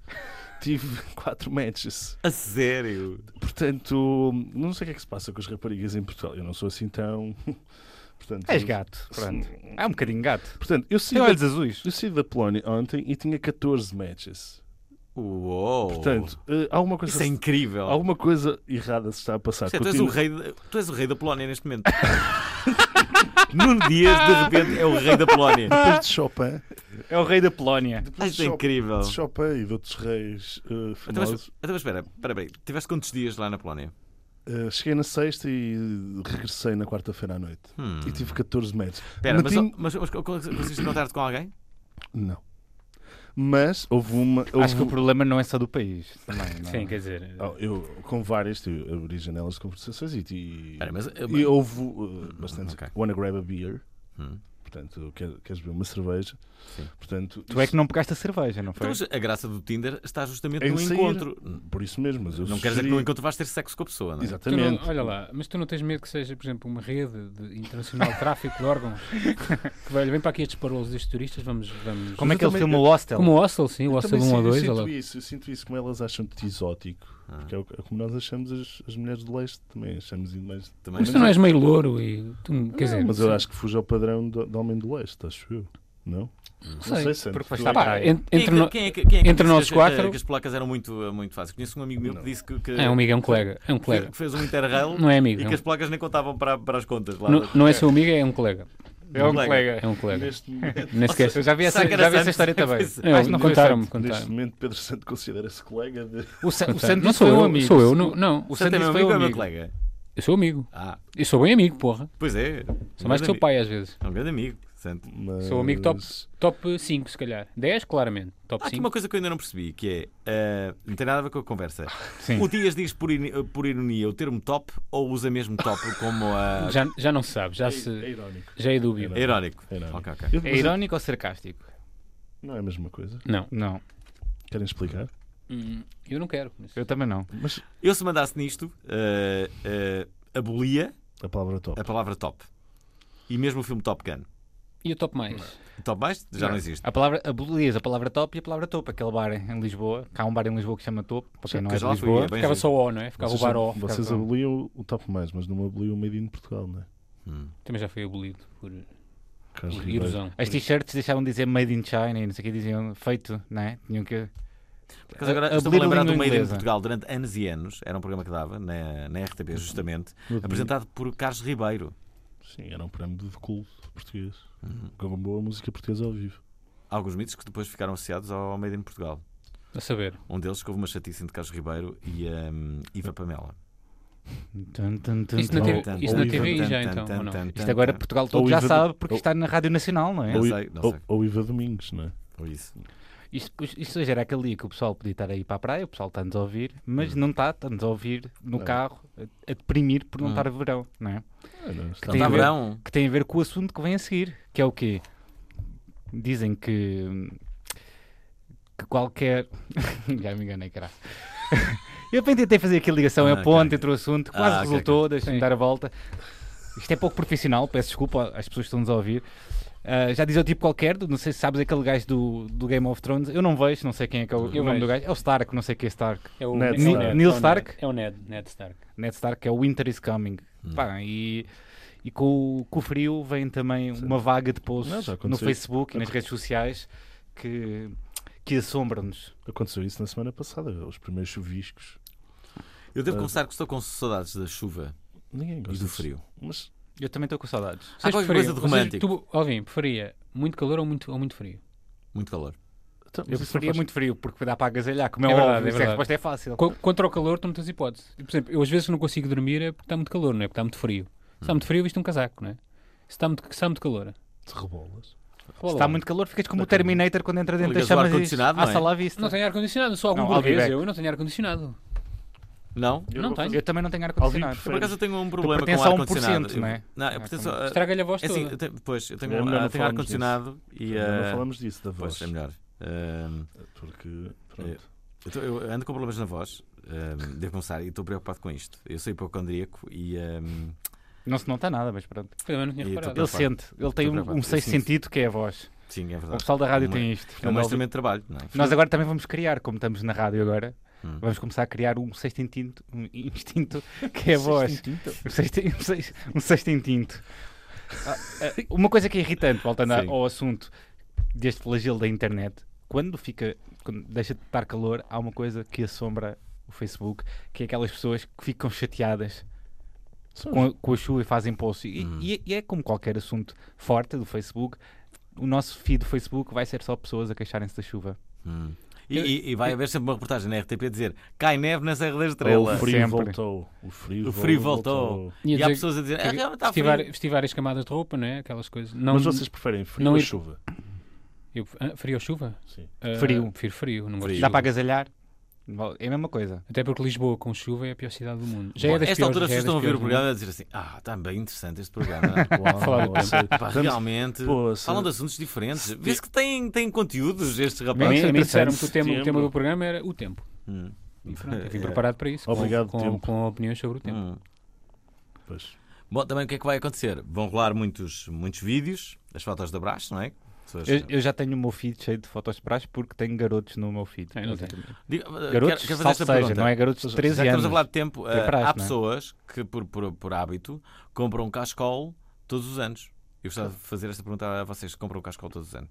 [SPEAKER 3] tive 4 matches.
[SPEAKER 1] A sério.
[SPEAKER 3] Portanto, não sei o que é que se passa com as raparigas em Portugal. Eu não sou assim tão. Portanto,
[SPEAKER 2] És gato, pronto. É um bocadinho gato.
[SPEAKER 3] Portanto, eu saí,
[SPEAKER 2] Tem
[SPEAKER 3] da,
[SPEAKER 2] olhos azuis.
[SPEAKER 3] eu saí da Polónia ontem e tinha 14 matches.
[SPEAKER 1] Uou.
[SPEAKER 3] Portanto, eh, há uma coisa.
[SPEAKER 1] isso é incrível.
[SPEAKER 3] Alguma coisa errada se está a passar.
[SPEAKER 1] Isto é, tu, és o
[SPEAKER 3] Continuo-
[SPEAKER 1] rei, de- tu és o rei da Polónia neste momento. Nuno Dias, de repente, é o rei da Polónia.
[SPEAKER 3] Depois de Chopin,
[SPEAKER 2] É o rei da Polónia.
[SPEAKER 1] Ah,
[SPEAKER 3] depois
[SPEAKER 1] Isto
[SPEAKER 3] de
[SPEAKER 1] é
[SPEAKER 3] Chopin,
[SPEAKER 1] incrível.
[SPEAKER 3] de Chopin e de outros reis eh,
[SPEAKER 1] Então, mas,
[SPEAKER 3] famosos,
[SPEAKER 1] então, mas espera, espera bem. Tiveste quantos dias lá na Polónia?
[SPEAKER 3] eh, cheguei na sexta e regressei na quarta-feira à noite.
[SPEAKER 1] Hum.
[SPEAKER 3] E tive 14 metros.
[SPEAKER 1] Espera, mas, oh,
[SPEAKER 3] Meti-
[SPEAKER 1] mas, mas conseguiste encontrar-te com alguém?
[SPEAKER 3] Não. Mas houve uma.
[SPEAKER 2] Acho que o
[SPEAKER 3] houve- um-
[SPEAKER 2] problema não é só do país. Também, não é?
[SPEAKER 4] Sim, quer dizer,
[SPEAKER 3] Oh, eu, com várias, eu abri janelas de conversações e, e,
[SPEAKER 1] Espera, mas- Hum,
[SPEAKER 3] e houve eh, bastante.
[SPEAKER 1] Ok.
[SPEAKER 3] Wanna grab a beer,
[SPEAKER 1] Hum.
[SPEAKER 3] portanto, quer- queres beber uma cerveja?
[SPEAKER 1] Sim.
[SPEAKER 3] Portanto,
[SPEAKER 2] Tu é que não pegaste a cerveja, não
[SPEAKER 1] Então,
[SPEAKER 2] foi?
[SPEAKER 1] mas a graça do Tinder está justamente
[SPEAKER 3] Em
[SPEAKER 1] no
[SPEAKER 3] sair.
[SPEAKER 1] encontro.
[SPEAKER 3] Por isso mesmo, mas eu
[SPEAKER 1] Não quer dizer que
[SPEAKER 3] sugeri-
[SPEAKER 1] no encontro vais ter sexo com a pessoa, não é?
[SPEAKER 4] tu não-
[SPEAKER 3] Exatamente.
[SPEAKER 4] olha lá, mas tu não tens medo que seja, por exemplo, uma rede de internacional de tráfico de órgãos? que velho, vem para aqui estes parolos destes turistas, vamos. vamos
[SPEAKER 2] Como é
[SPEAKER 3] eu
[SPEAKER 2] que ele
[SPEAKER 3] também-
[SPEAKER 2] filma o hostel?
[SPEAKER 4] Como o Hostel, sim, o
[SPEAKER 3] Eu
[SPEAKER 4] Hostel
[SPEAKER 3] também
[SPEAKER 4] 1
[SPEAKER 3] sinto-
[SPEAKER 4] ou 2.
[SPEAKER 3] Eu
[SPEAKER 4] olha lá.
[SPEAKER 3] sinto isso, eu sinto isso como elas acham-te exótico.
[SPEAKER 1] Ah.
[SPEAKER 3] Porque é, o- é como nós achamos as, as mulheres do leste, também achamos mais.
[SPEAKER 1] Também é.
[SPEAKER 4] Mas tu não és meio louro e. Tu, quer dizer,
[SPEAKER 3] mas eu
[SPEAKER 4] sim.
[SPEAKER 3] acho que fujo ao padrão do, do homem do leste, acho eu. Não?
[SPEAKER 4] Não
[SPEAKER 3] Não sei,
[SPEAKER 4] sei.
[SPEAKER 3] Santos.
[SPEAKER 2] Porque faz
[SPEAKER 3] Tu
[SPEAKER 2] estar
[SPEAKER 3] é que-
[SPEAKER 2] para aí.
[SPEAKER 4] En-
[SPEAKER 1] Quem é
[SPEAKER 4] entre
[SPEAKER 1] que-
[SPEAKER 4] no-
[SPEAKER 1] quem é que- quem é que
[SPEAKER 4] entre
[SPEAKER 1] disse
[SPEAKER 4] nós
[SPEAKER 1] que as-
[SPEAKER 4] quatro-
[SPEAKER 1] Que as placas eram muito, muito fáceis. Conheço um amigo meu que
[SPEAKER 3] Não.
[SPEAKER 1] disse que, que-
[SPEAKER 4] É um amigo, é um colega. É um
[SPEAKER 1] que-
[SPEAKER 4] colega.
[SPEAKER 1] que fez um interrail
[SPEAKER 4] Não é amigo.
[SPEAKER 1] e
[SPEAKER 4] é um-
[SPEAKER 1] que as placas nem contavam para, para as contas. Lá
[SPEAKER 4] Não, não é seu amigo, é um colega.
[SPEAKER 2] É um
[SPEAKER 1] Colega.
[SPEAKER 2] colega.
[SPEAKER 4] É um colega.
[SPEAKER 3] Neste momento,
[SPEAKER 4] Nem sequer.
[SPEAKER 2] Eu já vi essa,
[SPEAKER 1] Sacana
[SPEAKER 2] já vi essa
[SPEAKER 1] Santos.
[SPEAKER 2] história também.
[SPEAKER 1] Pois
[SPEAKER 4] Eu-
[SPEAKER 2] Acho que não foi
[SPEAKER 4] Contaram-me,
[SPEAKER 3] neste
[SPEAKER 4] contaram-me.
[SPEAKER 3] momento, Pedro Santo considera-se colega de.
[SPEAKER 2] O, Sa o
[SPEAKER 4] Contaram.
[SPEAKER 2] Santos
[SPEAKER 4] Não
[SPEAKER 2] disse
[SPEAKER 4] sou
[SPEAKER 2] foi um
[SPEAKER 4] eu,
[SPEAKER 2] amigo.
[SPEAKER 4] sou eu, não. não.
[SPEAKER 1] O Santo
[SPEAKER 2] O Santos
[SPEAKER 1] é meu
[SPEAKER 2] disse foi
[SPEAKER 1] amigo
[SPEAKER 2] um
[SPEAKER 1] ou é meu
[SPEAKER 2] amigo.
[SPEAKER 1] colega?
[SPEAKER 4] Eu sou amigo.
[SPEAKER 1] Ah,
[SPEAKER 4] Eu sou bem amigo, porra.
[SPEAKER 1] pois é.
[SPEAKER 4] Sou mais
[SPEAKER 1] Um grande
[SPEAKER 4] que o
[SPEAKER 1] amigo.
[SPEAKER 4] pai às vezes.
[SPEAKER 1] É um grande amigo, Santo.
[SPEAKER 3] Mas...
[SPEAKER 4] Sou amigo top. Top 5, se calhar. 10, claramente.
[SPEAKER 1] Há
[SPEAKER 4] Top
[SPEAKER 1] aqui uma
[SPEAKER 4] 5.
[SPEAKER 1] coisa que eu ainda não percebi, que é... ah, não tem nada a ver com a conversa.
[SPEAKER 2] Sim.
[SPEAKER 1] O Dias diz por, in- por ironia o termo top ou usa mesmo top como a...
[SPEAKER 4] Já, já não se sabe, já,
[SPEAKER 3] É,
[SPEAKER 4] se,
[SPEAKER 3] é irónico.
[SPEAKER 4] já é dúbio.
[SPEAKER 1] É irónico.
[SPEAKER 3] É irónico.
[SPEAKER 1] Ok, ok.
[SPEAKER 3] Eu-
[SPEAKER 2] É
[SPEAKER 3] mas eu-
[SPEAKER 2] irónico ou sarcástico?
[SPEAKER 3] Não é a mesma coisa.
[SPEAKER 4] Não,
[SPEAKER 2] Não,
[SPEAKER 3] Querem explicar?
[SPEAKER 4] Hum, eu não quero. mas-
[SPEAKER 2] eu também não.
[SPEAKER 3] Mas
[SPEAKER 1] Eu se mandasse nisto, ah, ah, abolia
[SPEAKER 3] a palavra top.
[SPEAKER 1] a palavra top. E mesmo o filme Top Gun.
[SPEAKER 4] E o top mais?
[SPEAKER 1] Top mais? Já não existe.
[SPEAKER 2] A palavra abolias, a palavra top e a palavra topo. Aquele bar em Lisboa, cá há um bar em Lisboa que se chama topo, para quem não
[SPEAKER 1] Porque
[SPEAKER 2] é de
[SPEAKER 1] já lá fui,
[SPEAKER 2] Lisboa.
[SPEAKER 1] é bem
[SPEAKER 4] Ficava
[SPEAKER 1] giro.
[SPEAKER 4] só o O, não é? Ficava o
[SPEAKER 3] vocês
[SPEAKER 4] bar O.
[SPEAKER 3] vocês
[SPEAKER 2] ficava-
[SPEAKER 3] aboliam o top mais, mas não aboliam o Made in Portugal, não é?
[SPEAKER 1] Hum.
[SPEAKER 4] Também já foi abolido por,
[SPEAKER 3] Carlos
[SPEAKER 4] por
[SPEAKER 3] Ribeiro.
[SPEAKER 4] erosão.
[SPEAKER 2] As t-shirts deixavam de dizer made in China e não sei o que diziam feito, não é? Tinham que.
[SPEAKER 1] Mas agora
[SPEAKER 2] A-
[SPEAKER 1] estou-me a
[SPEAKER 2] abolir a
[SPEAKER 1] lembrar do
[SPEAKER 2] língua
[SPEAKER 1] Made in
[SPEAKER 2] inglesa.
[SPEAKER 1] Portugal durante anos e anos. Era um programa que dava na, na RTP, justamente,
[SPEAKER 3] No domingo.
[SPEAKER 1] apresentado por Carlos Ribeiro.
[SPEAKER 3] Sim, era um programa de culto português.
[SPEAKER 1] Uhum.
[SPEAKER 3] Com uma boa música portuguesa ao vivo.
[SPEAKER 1] Alguns mitos que depois ficaram associados ao Made in Portugal.
[SPEAKER 4] A saber.
[SPEAKER 1] Um deles que houve uma chatice entre Carlos Ribeiro e hum, Iva Pamela.
[SPEAKER 2] Tum, tum, tum,
[SPEAKER 4] Isso na
[SPEAKER 2] tum.
[SPEAKER 4] TV isso na
[SPEAKER 3] Ou
[SPEAKER 4] TV
[SPEAKER 1] Ivan,
[SPEAKER 4] já
[SPEAKER 1] tan,
[SPEAKER 4] então,
[SPEAKER 1] tan,
[SPEAKER 4] ou não?
[SPEAKER 1] tan, tan,
[SPEAKER 2] Isto agora
[SPEAKER 1] tan.
[SPEAKER 2] Portugal
[SPEAKER 3] Ou
[SPEAKER 2] todo já
[SPEAKER 3] Iva-
[SPEAKER 2] sabe porque
[SPEAKER 3] ou-
[SPEAKER 2] está na Rádio Nacional, não é?
[SPEAKER 1] Não
[SPEAKER 3] ou,
[SPEAKER 1] sei, não
[SPEAKER 3] ou-
[SPEAKER 1] sei.
[SPEAKER 3] ou Iva Domingos, não é?
[SPEAKER 1] Ou isso.
[SPEAKER 2] Isto, isto hoje era aquele dia que o pessoal podia estar aí para a praia, o pessoal está-nos a ouvir, mas não está, está-nos a ouvir no
[SPEAKER 3] Não.
[SPEAKER 2] carro, a, a deprimir por não
[SPEAKER 4] Ah.
[SPEAKER 2] estar verão, não é?
[SPEAKER 3] Ah, não, está
[SPEAKER 2] tem
[SPEAKER 1] Está
[SPEAKER 2] a ver-
[SPEAKER 1] verão.
[SPEAKER 2] Que tem a ver com o assunto que vem a seguir, que é o quê? Dizem que, hum, que qualquer. Já me enganei, caralho. Eu bem tentei fazer aqui a ligação,
[SPEAKER 1] Ah,
[SPEAKER 2] é a ponte
[SPEAKER 1] ok.
[SPEAKER 2] entre o assunto, quase
[SPEAKER 1] Ah, ok,
[SPEAKER 2] resultou, deixem-me
[SPEAKER 4] Sim.
[SPEAKER 2] dar a volta. Isto é pouco profissional, peço desculpa às pessoas que estão-nos a ouvir. Ah, já diz o tipo qualquer, do- não sei se sabes aquele gajo do, do Game of Thrones, eu não vejo, não sei quem é que é o,
[SPEAKER 4] Eu
[SPEAKER 2] o nome do
[SPEAKER 4] vejo.
[SPEAKER 2] gajo, é o Stark, não sei quem é Stark.
[SPEAKER 4] É o
[SPEAKER 3] Ned
[SPEAKER 4] é o
[SPEAKER 3] Stark.
[SPEAKER 4] Ned,
[SPEAKER 2] Neil
[SPEAKER 4] é o
[SPEAKER 2] Stark?
[SPEAKER 4] Ned, É o Ned, Ned Stark.
[SPEAKER 2] Ned Stark, que é o Winter is Coming.
[SPEAKER 1] Hum.
[SPEAKER 2] Pá, e, e com, o, com o frio vem também
[SPEAKER 3] Sim.
[SPEAKER 2] uma vaga de
[SPEAKER 3] Não,
[SPEAKER 2] posts
[SPEAKER 3] já
[SPEAKER 2] no
[SPEAKER 3] aconteceu.
[SPEAKER 2] Facebook e nas redes sociais que, que assombram-nos.
[SPEAKER 3] Aconteceu isso na semana passada, os primeiros chuviscos.
[SPEAKER 1] Eu devo
[SPEAKER 3] Ah.
[SPEAKER 1] confessar que estou com saudades da chuva
[SPEAKER 3] Ninguém
[SPEAKER 1] e
[SPEAKER 3] gosta
[SPEAKER 1] do
[SPEAKER 3] disso.
[SPEAKER 1] frio.
[SPEAKER 3] Mas
[SPEAKER 2] Eu também estou com saudades.
[SPEAKER 1] Há qualquer coisa de
[SPEAKER 4] vocês-
[SPEAKER 1] romântico.
[SPEAKER 4] tu, Alvin, preferia muito calor ou muito, ou muito frio?
[SPEAKER 1] Muito calor.
[SPEAKER 3] então,
[SPEAKER 2] Eu
[SPEAKER 3] mas isso não
[SPEAKER 2] preferia
[SPEAKER 3] faz-
[SPEAKER 2] muito frio, porque dá para agasalhar, como é,
[SPEAKER 4] É verdade,
[SPEAKER 2] óbvio, isso
[SPEAKER 4] é
[SPEAKER 2] a
[SPEAKER 4] verdade.
[SPEAKER 2] resposta é fácil.
[SPEAKER 4] Co- Contra o calor, tu não tens hipótese. Por exemplo, eu às vezes não consigo dormir é porque está muito calor, não é? Porque está muito frio. Se está muito frio, visto um casaco, não é? Se está muito, se está muito calor.
[SPEAKER 3] Te rebolas.
[SPEAKER 2] Se está muito calor, ficas como o Terminator quando entra dentro
[SPEAKER 1] Ligas
[SPEAKER 2] das
[SPEAKER 1] o
[SPEAKER 2] chamas e diz,
[SPEAKER 1] ar-condicionado,
[SPEAKER 2] à
[SPEAKER 1] não é?
[SPEAKER 2] sala à vista.
[SPEAKER 4] Não tenho ar-condicionado, sou algum
[SPEAKER 2] Não,
[SPEAKER 4] burguês.
[SPEAKER 2] Alvibeck.
[SPEAKER 4] Eu não tenho ar-condicionado.
[SPEAKER 1] assim, Não?
[SPEAKER 3] Eu
[SPEAKER 4] Não
[SPEAKER 3] vou
[SPEAKER 4] tenho.
[SPEAKER 3] fazer-
[SPEAKER 2] Eu também não tenho ar-condicionado.
[SPEAKER 1] Eu, por acaso eu tenho um problema com
[SPEAKER 2] pertenço
[SPEAKER 1] o
[SPEAKER 2] a 1%,
[SPEAKER 1] ar-condicionado. Eu-
[SPEAKER 2] não é?
[SPEAKER 1] Não, eu
[SPEAKER 2] Ah,
[SPEAKER 1] pertenço
[SPEAKER 2] também.
[SPEAKER 1] a-
[SPEAKER 4] Estraga-lhe a voz
[SPEAKER 1] É assim,
[SPEAKER 4] toda.
[SPEAKER 1] eu tenho- pois, eu tenho,
[SPEAKER 3] É melhor
[SPEAKER 1] ah,
[SPEAKER 3] não
[SPEAKER 1] tenho
[SPEAKER 3] falarmos
[SPEAKER 1] ar-condicionado e.
[SPEAKER 3] Ainda
[SPEAKER 1] ah,
[SPEAKER 3] É Não falamos disso da voz.
[SPEAKER 1] Pois, é melhor. É. Ahm,
[SPEAKER 3] Porque, pronto.
[SPEAKER 1] eu, tô- eu ando com problemas na voz, ahm, devo começar, e estou preocupado com isto. Eu sou hipocondríaco e. ehm, ahm,
[SPEAKER 2] Não se nota nada, mas pronto.
[SPEAKER 4] Eu também não tinha
[SPEAKER 1] E tu-
[SPEAKER 4] reparado.
[SPEAKER 2] Ele
[SPEAKER 1] Preocupado.
[SPEAKER 2] sente, ele tem um,
[SPEAKER 1] Preocupado.
[SPEAKER 2] um
[SPEAKER 1] Eu
[SPEAKER 2] sexto
[SPEAKER 1] sinto.
[SPEAKER 2] sentido que é a voz.
[SPEAKER 1] sim, é
[SPEAKER 2] O
[SPEAKER 1] verdade.
[SPEAKER 2] pessoal da rádio
[SPEAKER 1] Uma-
[SPEAKER 2] tem isto.
[SPEAKER 1] É um
[SPEAKER 2] Portanto,
[SPEAKER 1] instrumento de trabalho, não é?
[SPEAKER 2] Nós agora também vamos criar, como estamos na rádio agora,
[SPEAKER 1] Hum.
[SPEAKER 2] vamos começar a criar um sexto instinto, um instinto que é a voz. Um sexto, um sexto- um sexto instinto. Ah, ah, Uma coisa que é irritante, voltando a-
[SPEAKER 1] Sim.
[SPEAKER 2] ao assunto deste flagelo da internet, quando fica, quando deixa de estar calor, há uma coisa que assombra o Facebook, que é aquelas pessoas que ficam chateadas
[SPEAKER 3] São
[SPEAKER 2] com a, com a chuva e fazem posts. E,
[SPEAKER 1] Hum.
[SPEAKER 2] e é- e é como qualquer assunto forte do Facebook, o nosso feed do Facebook vai ser só pessoas a queixarem-se da chuva.
[SPEAKER 1] Hum. E, e- e vai haver sempre uma reportagem na RTP a dizer cai neve na Serra da Estrela.
[SPEAKER 3] O frio
[SPEAKER 2] Sempre.
[SPEAKER 3] voltou. O frio,
[SPEAKER 1] O frio voltou.
[SPEAKER 4] Ia
[SPEAKER 1] E há
[SPEAKER 4] dizer-
[SPEAKER 1] pessoas a dizer, ah, realmente está
[SPEAKER 4] vestir, vari-
[SPEAKER 1] frio.
[SPEAKER 4] vestir várias camadas de roupa, não é? Aquelas coisas. Não,
[SPEAKER 3] Mas vocês preferem frio
[SPEAKER 4] não
[SPEAKER 3] ou
[SPEAKER 4] ir-
[SPEAKER 3] chuva?
[SPEAKER 4] eu- ah, frio ou chuva?
[SPEAKER 3] Sim.
[SPEAKER 4] Ah,
[SPEAKER 2] Frio.
[SPEAKER 4] Prefiro frio. Não gosto
[SPEAKER 1] Frio.
[SPEAKER 4] de
[SPEAKER 2] Dá
[SPEAKER 4] chuva.
[SPEAKER 2] para agasalhar? Vol- É a mesma coisa.
[SPEAKER 4] Até porque Lisboa com chuva é a pior cidade do mundo. Já é das
[SPEAKER 1] Esta
[SPEAKER 4] piores-
[SPEAKER 1] altura
[SPEAKER 4] já é
[SPEAKER 1] vocês
[SPEAKER 4] das
[SPEAKER 1] estão a ver
[SPEAKER 4] piores
[SPEAKER 1] o
[SPEAKER 4] do
[SPEAKER 1] programa a dizer assim, ah, está bem interessante este programa.
[SPEAKER 3] Uau,
[SPEAKER 4] do tempo.
[SPEAKER 3] sei.
[SPEAKER 1] Pá,
[SPEAKER 3] Vamos-
[SPEAKER 1] realmente,
[SPEAKER 3] Poça.
[SPEAKER 1] falam de assuntos diferentes. Vê-se que têm, têm conteúdos estes
[SPEAKER 4] mundo. A mim-
[SPEAKER 1] rapazes.
[SPEAKER 4] a mim disseram que o
[SPEAKER 3] Interessante.
[SPEAKER 4] tema, o tema
[SPEAKER 3] Setembro.
[SPEAKER 4] do programa era o tempo.
[SPEAKER 1] Hum.
[SPEAKER 4] E pronto, eu vim
[SPEAKER 1] É.
[SPEAKER 4] preparado para isso. com-
[SPEAKER 3] Obrigado,
[SPEAKER 4] com,
[SPEAKER 3] tempo.
[SPEAKER 4] com opiniões sobre o tempo.
[SPEAKER 1] Hum.
[SPEAKER 3] Pois.
[SPEAKER 1] Bom, também o que é que vai acontecer? Vão rolar muitos, muitos vídeos, as fotos de abraço, não é? Pessoas-
[SPEAKER 2] Eu, eu já tenho o meu feed cheio de fotos de praxe porque tenho garotos no meu feed.
[SPEAKER 4] É, não tem.
[SPEAKER 1] Diga- eh, quero-
[SPEAKER 2] Garotos,
[SPEAKER 1] quero fazer
[SPEAKER 2] salvo
[SPEAKER 1] esta
[SPEAKER 2] seja,
[SPEAKER 1] pergunta.
[SPEAKER 2] não é garotos de
[SPEAKER 1] Já
[SPEAKER 2] 13
[SPEAKER 1] que
[SPEAKER 2] anos.
[SPEAKER 1] estamos a falar de tempo. eh,
[SPEAKER 2] praxe,
[SPEAKER 1] há
[SPEAKER 2] não é?
[SPEAKER 1] pessoas que, por, por, por hábito, compram um cascol todos os anos. Eu gostava de fazer esta pergunta a vocês: compram o cascol todos os anos?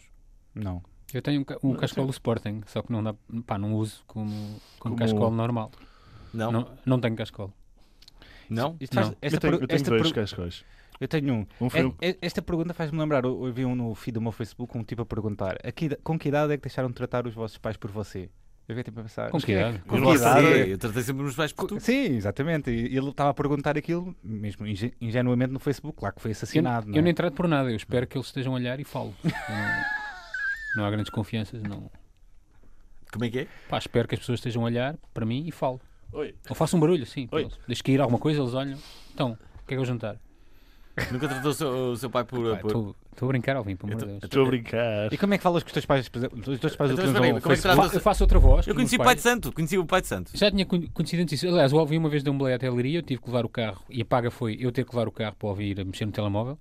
[SPEAKER 2] Não.
[SPEAKER 4] Eu tenho um, ca- um cascolo do Sporting, só que não dá, pá, não uso como, como,
[SPEAKER 3] Como-
[SPEAKER 4] cascolo normal.
[SPEAKER 1] Não?
[SPEAKER 4] Não.
[SPEAKER 1] Não?
[SPEAKER 4] Não, tenho cascolo.
[SPEAKER 2] Isto faz-
[SPEAKER 4] Não.
[SPEAKER 2] esta
[SPEAKER 3] eu tenho,
[SPEAKER 2] per-
[SPEAKER 3] eu tenho
[SPEAKER 2] esta
[SPEAKER 3] dois
[SPEAKER 2] per-
[SPEAKER 3] cascóis.
[SPEAKER 2] eu tenho um.
[SPEAKER 3] Um foi um-
[SPEAKER 2] É- é- Esta pergunta faz-me lembrar, eu eu vi um no feed do meu Facebook um tipo a perguntar "A que ida- com que idade é que deixaram de tratar os vossos pais por você? Eu fiquei tipo a pensar.
[SPEAKER 4] Com
[SPEAKER 2] "Mas
[SPEAKER 4] que
[SPEAKER 2] quem é
[SPEAKER 4] idade?
[SPEAKER 2] Com
[SPEAKER 1] eu
[SPEAKER 2] que
[SPEAKER 1] não
[SPEAKER 2] idade?
[SPEAKER 1] sei. Eu tratei sempre nos pais por tu.
[SPEAKER 2] Sim, exatamente. E ele estava a perguntar aquilo, mesmo inge- ingenuamente no Facebook, claro que foi
[SPEAKER 4] Eu,
[SPEAKER 2] assassinado. não
[SPEAKER 4] eu
[SPEAKER 2] é?
[SPEAKER 4] nem trato por nada, eu espero que eles estejam a olhar e falo. Eu não, não há grandes confianças, não.
[SPEAKER 1] Como é que é?
[SPEAKER 4] Pá, espero que as pessoas estejam a olhar para mim e falo.
[SPEAKER 3] Oi,
[SPEAKER 4] Ou faço um barulho, sim.
[SPEAKER 3] Oi.
[SPEAKER 4] Deixo cair alguma coisa, eles olham. Então, o que é que eu jantar?
[SPEAKER 1] Nunca tratou o seu, o seu pai por. por...
[SPEAKER 4] Estou a brincar, Alvim, pelo amor de Deus.
[SPEAKER 3] estou a brincar.
[SPEAKER 2] E como é que falas com os teus pais? por exemplo, Os teus pais
[SPEAKER 1] Então,
[SPEAKER 2] utilizam
[SPEAKER 1] espera aí,
[SPEAKER 2] o
[SPEAKER 1] como é que
[SPEAKER 2] Facebook?
[SPEAKER 1] tratas-
[SPEAKER 4] Eu faço outra voz.
[SPEAKER 1] Eu
[SPEAKER 4] que
[SPEAKER 1] conheci
[SPEAKER 4] meus
[SPEAKER 1] o
[SPEAKER 4] pais-
[SPEAKER 1] Pai de Santo, conheci o Pai de Santo.
[SPEAKER 4] Já tinha con- conhecido antes isso. Aliás, o Alvin uma vez deu um boleia até a Leiria, eu tive que levar o carro, e a paga foi eu ter que levar o carro para ouvir a mexer no telemóvel.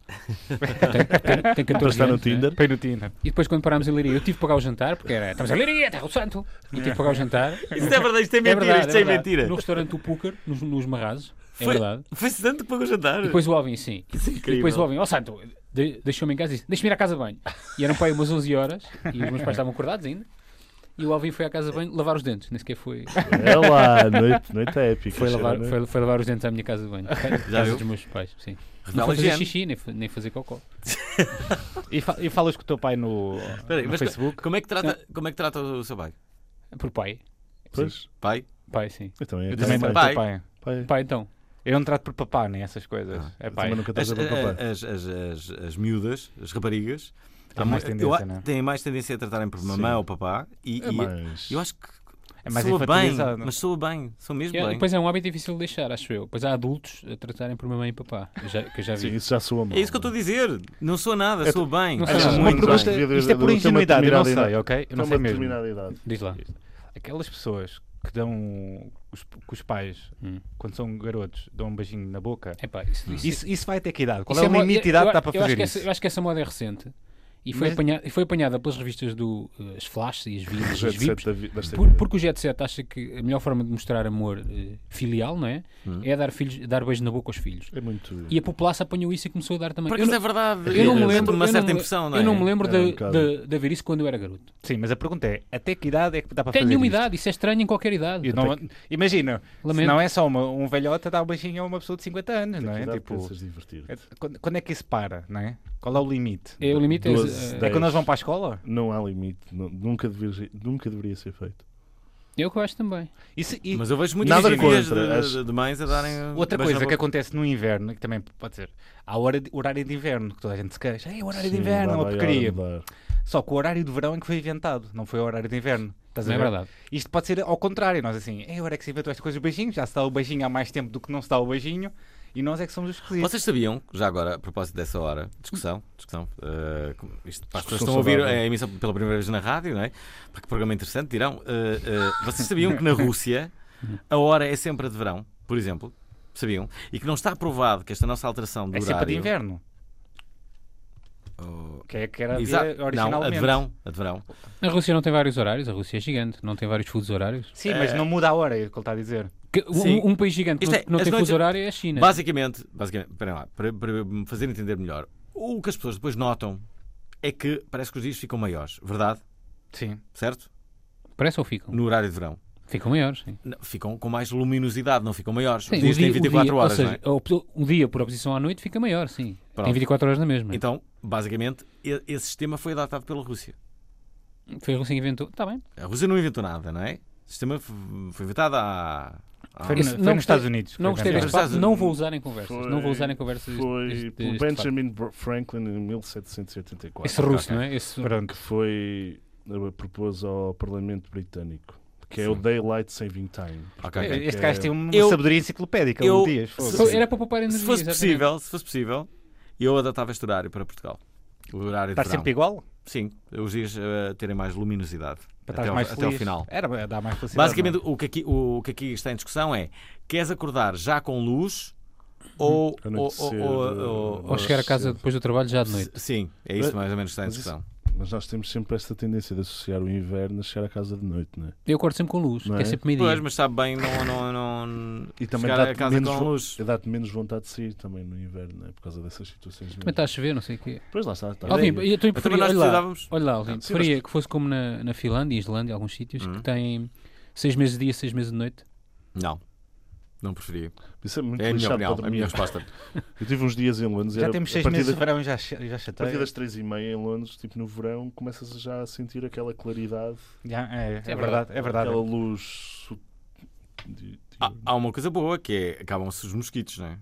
[SPEAKER 4] tem, tem, tem 14
[SPEAKER 3] Para estar no
[SPEAKER 4] anos, né?
[SPEAKER 3] Tinder.
[SPEAKER 2] Põe no Tinder.
[SPEAKER 4] E depois quando parámos em Leiria, eu tive que pagar o jantar, porque era, estamos em Leiria, Terra do Santo, e tive que pagar o jantar.
[SPEAKER 1] Isto é verdade, isto é mentira,
[SPEAKER 4] verdade,
[SPEAKER 1] isto é,
[SPEAKER 4] verdade.
[SPEAKER 1] mentira.
[SPEAKER 4] No restaurante do Pucar, nos, nos Marrazes, é
[SPEAKER 1] Foi-
[SPEAKER 4] verdade.
[SPEAKER 1] Foi Santo que pagou o jantar.
[SPEAKER 4] E depois o Alvin, sim.
[SPEAKER 1] Isso é
[SPEAKER 4] E depois o
[SPEAKER 1] incrível.
[SPEAKER 4] Alvin, ó Santo, de- deixou-me em casa e disse, deixa-me ir à casa de banho. E eram para aí umas 11 horas, e os meus pais estavam acordados ainda. E o Alvin foi à casa de banho lavar os dentes, nem sequer foi.
[SPEAKER 3] É lá, noite, noite é épica.
[SPEAKER 4] Foi lavar,
[SPEAKER 3] cheira,
[SPEAKER 4] foi, foi lavar os dentes à minha casa de banho. casa
[SPEAKER 1] viu?
[SPEAKER 4] dos meus pais, sim.
[SPEAKER 1] Revela
[SPEAKER 4] Não foi fazer
[SPEAKER 1] higiene.
[SPEAKER 4] xixi, nem, fa- nem fazer cocó.
[SPEAKER 2] E, fa- e falas com o teu pai no,
[SPEAKER 1] Espera aí,
[SPEAKER 2] no
[SPEAKER 1] mas
[SPEAKER 2] Facebook?
[SPEAKER 1] Como é, que trata, como é que trata o seu pai?
[SPEAKER 4] Por pai.
[SPEAKER 3] Pois,
[SPEAKER 1] Pai?
[SPEAKER 4] Pai, sim.
[SPEAKER 3] eu também.
[SPEAKER 1] Eu
[SPEAKER 2] Também
[SPEAKER 1] Sim.
[SPEAKER 2] trato
[SPEAKER 1] Pai.
[SPEAKER 2] é o pai.
[SPEAKER 3] Pai,
[SPEAKER 4] Pai, então.
[SPEAKER 2] Eu não trato por papá, nem essas coisas. é
[SPEAKER 3] Ah, eu
[SPEAKER 2] pai.
[SPEAKER 3] também nunca
[SPEAKER 1] As,
[SPEAKER 3] estás a preocupar.
[SPEAKER 1] as, as, as, as miúdas, as raparigas,
[SPEAKER 2] Tem
[SPEAKER 1] há
[SPEAKER 2] mais
[SPEAKER 1] mu- eu
[SPEAKER 2] tendência,
[SPEAKER 1] a-
[SPEAKER 2] não é?
[SPEAKER 1] têm mais tendência a tratarem por mamã
[SPEAKER 3] Sim.
[SPEAKER 1] né? ou papá. E,
[SPEAKER 3] É
[SPEAKER 1] e-
[SPEAKER 3] mais-
[SPEAKER 1] eu acho que
[SPEAKER 2] É mais
[SPEAKER 1] soa bem,
[SPEAKER 2] infantilizado.
[SPEAKER 1] mas soa bem, sou mesmo
[SPEAKER 4] E,
[SPEAKER 1] bem.
[SPEAKER 4] depois é um hábito difícil de deixar, acho eu. Pois há adultos a tratarem por mamãe e papá, eu já- que eu já vi.
[SPEAKER 3] Sim, isso já soa mal.
[SPEAKER 1] É isso que eu estou a dizer, não sou nada,
[SPEAKER 3] Eu
[SPEAKER 1] sou bem. Não
[SPEAKER 4] não sei.
[SPEAKER 1] sei.
[SPEAKER 4] Acho
[SPEAKER 2] uma
[SPEAKER 4] muito
[SPEAKER 2] pergunta,
[SPEAKER 3] bem.
[SPEAKER 2] isto é por
[SPEAKER 3] Tem uma
[SPEAKER 2] ingenuidade, eu não
[SPEAKER 3] determinada
[SPEAKER 2] sei, ok? Eu não
[SPEAKER 3] Tem
[SPEAKER 2] sei
[SPEAKER 3] uma
[SPEAKER 2] mesmo.
[SPEAKER 3] determinada idade.
[SPEAKER 4] Diz lá.
[SPEAKER 2] Aquelas pessoas que dão os, que os pais,
[SPEAKER 4] Hum.
[SPEAKER 2] quando são garotos, dão um beijinho na boca.
[SPEAKER 4] Epá, isso, é isso,
[SPEAKER 2] Isso, isso vai até que idade? Qual
[SPEAKER 4] isso
[SPEAKER 2] é o
[SPEAKER 4] mo-
[SPEAKER 2] limite de
[SPEAKER 4] eu-
[SPEAKER 2] idade
[SPEAKER 4] eu-
[SPEAKER 2] que dá para
[SPEAKER 4] eu acho
[SPEAKER 2] fazer
[SPEAKER 4] que
[SPEAKER 2] isso?
[SPEAKER 4] Essa, eu acho que essa moda é recente e foi,
[SPEAKER 2] Mas-
[SPEAKER 4] apanhada, e foi apanhada pelas revistas do eh, as Flash e as Vidas e as
[SPEAKER 3] Jet
[SPEAKER 4] Vips.
[SPEAKER 3] set da vi- desta
[SPEAKER 4] Por-
[SPEAKER 3] vida.
[SPEAKER 4] porque o Jet Set acha que a melhor forma de mostrar amor eh, filial, não é?
[SPEAKER 2] Hum.
[SPEAKER 4] É dar, filhos, dar beijo na boca aos filhos.
[SPEAKER 3] É muito.
[SPEAKER 4] E a população apanhou isso e começou a dar também.
[SPEAKER 1] Porque
[SPEAKER 4] Eu
[SPEAKER 1] isso
[SPEAKER 4] não-
[SPEAKER 1] é verdade.
[SPEAKER 4] Eu não me
[SPEAKER 1] Dá-te
[SPEAKER 4] lembro.
[SPEAKER 1] uma
[SPEAKER 4] eu
[SPEAKER 1] certa
[SPEAKER 4] não me-
[SPEAKER 1] impressão, não é?
[SPEAKER 4] Eu não me lembro
[SPEAKER 3] Era um
[SPEAKER 4] de,
[SPEAKER 3] bocado.
[SPEAKER 4] de, de haver isso quando eu era garoto.
[SPEAKER 2] Sim, mas a pergunta é: até que idade é que dá para
[SPEAKER 4] Tenho
[SPEAKER 2] fazer
[SPEAKER 4] uma
[SPEAKER 2] isto?
[SPEAKER 4] idade, isso é estranho em qualquer idade.
[SPEAKER 2] Eu não- é, imagina,
[SPEAKER 4] Lamento.
[SPEAKER 2] se não é só uma, um velhote a dar um beijinho a uma pessoa de 50 anos, não
[SPEAKER 3] Tem
[SPEAKER 2] é?
[SPEAKER 3] que dar
[SPEAKER 2] Tipo,
[SPEAKER 3] pensas divertir-te.
[SPEAKER 2] é- quando, quando é que isso para, não é? Qual é o limite?
[SPEAKER 4] É, o limite é,
[SPEAKER 3] Doze,
[SPEAKER 4] eh,
[SPEAKER 2] É
[SPEAKER 3] dez.
[SPEAKER 2] quando eles vão para a escola?
[SPEAKER 3] Não há limite. nu- Nunca deveria, nunca deveria ser feito.
[SPEAKER 4] eu que eu acho também.
[SPEAKER 2] Isso, e
[SPEAKER 1] Mas eu vejo muitas
[SPEAKER 3] Nada
[SPEAKER 1] vídeos de,
[SPEAKER 3] contra,
[SPEAKER 1] de,
[SPEAKER 3] acho-
[SPEAKER 1] de mães a darem.
[SPEAKER 2] outra
[SPEAKER 1] beijo na
[SPEAKER 2] coisa que
[SPEAKER 1] boca.
[SPEAKER 2] acontece no inverno, que também pode ser, há hora de- horário de inverno, que toda a gente se queixa, é horário de
[SPEAKER 3] Sim,
[SPEAKER 2] inverno, é
[SPEAKER 3] dá
[SPEAKER 2] uma
[SPEAKER 3] maior,
[SPEAKER 2] porcaria.
[SPEAKER 3] dá.
[SPEAKER 2] Só que o horário de verão é que foi inventado, não foi o horário de inverno. Estás
[SPEAKER 4] Não
[SPEAKER 2] a
[SPEAKER 4] é
[SPEAKER 2] ver?
[SPEAKER 4] verdade.
[SPEAKER 2] Isto pode ser ao contrário, nós assim, é hora é que se inventou esta coisa do beijinho, já se dá o beijinho há mais tempo do que não se dá o beijinho, e nós é que somos os esquisitos.
[SPEAKER 1] Vocês sabiam, já agora, a propósito dessa hora, discussão, discussão, eh, como- isto, para as pessoas que estão a
[SPEAKER 3] Discussão
[SPEAKER 1] ouvir
[SPEAKER 3] saudável.
[SPEAKER 1] a emissão pela primeira vez na rádio, não é? Porque programa interessante, dirão. eh, eh, vocês sabiam que na Rússia a hora é sempre a de verão, por exemplo? Sabiam? E que não está aprovado que esta nossa alteração do
[SPEAKER 2] É sempre de
[SPEAKER 1] horário.
[SPEAKER 2] inverno,
[SPEAKER 1] Oh,
[SPEAKER 2] que é que era
[SPEAKER 1] exa-
[SPEAKER 2] havia
[SPEAKER 1] Não, a
[SPEAKER 2] originalmente.
[SPEAKER 1] de verão, a de verão.
[SPEAKER 4] A Rússia não tem vários horários, a Rússia é gigante, não tem vários fusos horários.
[SPEAKER 2] Sim, mas não muda a hora, é o que ele está a dizer.
[SPEAKER 4] Que- um-
[SPEAKER 1] Sim.
[SPEAKER 4] um, país gigante que
[SPEAKER 1] Isto
[SPEAKER 4] não,
[SPEAKER 1] é,
[SPEAKER 4] que não
[SPEAKER 1] as
[SPEAKER 4] tem
[SPEAKER 1] noites-
[SPEAKER 4] fuso horário é a China.
[SPEAKER 1] Basicamente, basicamente espera lá, para, para me fazer entender melhor, o que as pessoas depois notam é que parece que os dias ficam maiores, verdade?
[SPEAKER 2] Sim.
[SPEAKER 1] Certo?
[SPEAKER 4] Parece ou ficam?
[SPEAKER 1] No horário de verão.
[SPEAKER 4] Ficam maiores. Sim.
[SPEAKER 1] Não, ficam com mais luminosidade, não ficam maiores.
[SPEAKER 4] Sim,
[SPEAKER 1] os dias
[SPEAKER 4] o dia-
[SPEAKER 1] têm
[SPEAKER 4] o
[SPEAKER 1] 24
[SPEAKER 4] dia-
[SPEAKER 1] horas,
[SPEAKER 4] ou seja,
[SPEAKER 1] não é?
[SPEAKER 4] a op- O um dia, por oposição à noite, fica maior, sim.
[SPEAKER 1] Pronto.
[SPEAKER 4] Tem 24 horas na mesma.
[SPEAKER 1] Então, basicamente, e- esse sistema foi adaptado pela Rússia. Então-
[SPEAKER 4] Foi a Rússia que inventou. Está bem.
[SPEAKER 1] A Rússia não inventou nada, não é? O sistema f- foi inventado há. há-
[SPEAKER 2] Foi, no-
[SPEAKER 4] Isso
[SPEAKER 2] foi
[SPEAKER 4] não
[SPEAKER 2] nos
[SPEAKER 4] gostei-
[SPEAKER 2] Estados Unidos. que
[SPEAKER 4] Não
[SPEAKER 2] foi
[SPEAKER 4] gostei
[SPEAKER 1] Mas
[SPEAKER 2] inventado.
[SPEAKER 4] deste
[SPEAKER 1] os Estados
[SPEAKER 4] facto. Não
[SPEAKER 1] Unidos-
[SPEAKER 4] vou usar em conversas. não vou usar em conversas. este-
[SPEAKER 3] Foi
[SPEAKER 4] este-
[SPEAKER 3] por
[SPEAKER 4] este
[SPEAKER 3] Benjamin Br- Franklin em 1784.
[SPEAKER 4] facto. Esse russo,
[SPEAKER 1] Ok.
[SPEAKER 4] não é? Esse...
[SPEAKER 3] Que foi. eh, propôs ao Parlamento Britânico. Que é o Daylight Saving Time.
[SPEAKER 1] Ok.
[SPEAKER 3] Portanto,
[SPEAKER 2] Este
[SPEAKER 3] é-
[SPEAKER 2] gajo tem uma
[SPEAKER 1] Eu-
[SPEAKER 2] sabedoria enciclopédica,
[SPEAKER 1] eu-
[SPEAKER 2] o Dias.
[SPEAKER 1] se-
[SPEAKER 2] fogo.
[SPEAKER 4] Era para poupar é energia.
[SPEAKER 1] Se fosse
[SPEAKER 4] exatamente.
[SPEAKER 1] possível, se fosse possível, eu adaptava este horário para Portugal. O horário
[SPEAKER 2] Está
[SPEAKER 4] Tá
[SPEAKER 1] de verão.
[SPEAKER 2] sempre igual?
[SPEAKER 1] Sim, os dias eh, terem mais luminosidade.
[SPEAKER 2] Para
[SPEAKER 1] até
[SPEAKER 2] estar
[SPEAKER 1] ao-
[SPEAKER 2] mais
[SPEAKER 1] até ao
[SPEAKER 2] feliz.
[SPEAKER 1] final.
[SPEAKER 4] É,
[SPEAKER 2] Era, dá mais felicidade.
[SPEAKER 1] Basicamente, o que, aqui, o que aqui está em discussão é: queres acordar já com luz
[SPEAKER 4] Uhum.
[SPEAKER 1] ou. ou, ou,
[SPEAKER 3] Anoitecer,
[SPEAKER 1] ou-
[SPEAKER 3] eh,
[SPEAKER 1] ou-
[SPEAKER 4] Ou chegar a casa depois do trabalho já de noite.
[SPEAKER 1] Sim, é isso mais ou menos que está em
[SPEAKER 3] Mas isso-
[SPEAKER 1] discussão.
[SPEAKER 3] Mas nós temos sempre esta tendência de associar o inverno a chegar à casa de noite, não é?
[SPEAKER 4] Eu acordo sempre com luz,
[SPEAKER 3] Não
[SPEAKER 4] que é
[SPEAKER 3] é?
[SPEAKER 4] sempre meio
[SPEAKER 1] Pois, mas sabe bem, não. não, não...
[SPEAKER 3] E também
[SPEAKER 1] chegar a
[SPEAKER 3] dá-te
[SPEAKER 1] casa
[SPEAKER 3] menos,
[SPEAKER 1] com
[SPEAKER 3] vo-
[SPEAKER 1] luz.
[SPEAKER 3] dá-te menos vontade de sair também no inverno, não é? Por causa dessas situações.
[SPEAKER 4] Também está a chover, não sei o quê.
[SPEAKER 3] Pois lá está. está
[SPEAKER 1] Olha
[SPEAKER 4] Alvin,
[SPEAKER 1] aí.
[SPEAKER 4] eu estou em
[SPEAKER 1] Mas também
[SPEAKER 4] preferia,
[SPEAKER 1] nós
[SPEAKER 4] olha lá,
[SPEAKER 1] precisávamos.
[SPEAKER 4] olha lá, Alvin,
[SPEAKER 3] Sim,
[SPEAKER 4] preferia que fosse como na, na Finlândia, Islândia, alguns sítios,
[SPEAKER 1] Hum.
[SPEAKER 4] que têm seis meses de dia, seis meses de noite.
[SPEAKER 1] Não. Não preferia.
[SPEAKER 3] Isso é muito
[SPEAKER 1] É a minha
[SPEAKER 3] lixado para
[SPEAKER 1] opinião, a
[SPEAKER 3] dormir.
[SPEAKER 1] minha resposta.
[SPEAKER 3] Eu tive uns dias em Londres.
[SPEAKER 2] Já
[SPEAKER 3] era
[SPEAKER 2] temos
[SPEAKER 3] a
[SPEAKER 2] seis
[SPEAKER 3] partir
[SPEAKER 2] meses de
[SPEAKER 3] das-
[SPEAKER 2] verão e já, che- já
[SPEAKER 3] A partir
[SPEAKER 2] chatei.
[SPEAKER 3] das três e meia em Londres, tipo no verão, começas já a sentir aquela claridade,
[SPEAKER 2] Já, é, é
[SPEAKER 4] É
[SPEAKER 2] verdade, é verdade.
[SPEAKER 3] aquela luz. su- de- de-
[SPEAKER 1] Há, há uma coisa boa que é acabam-se os mosquitos, não é?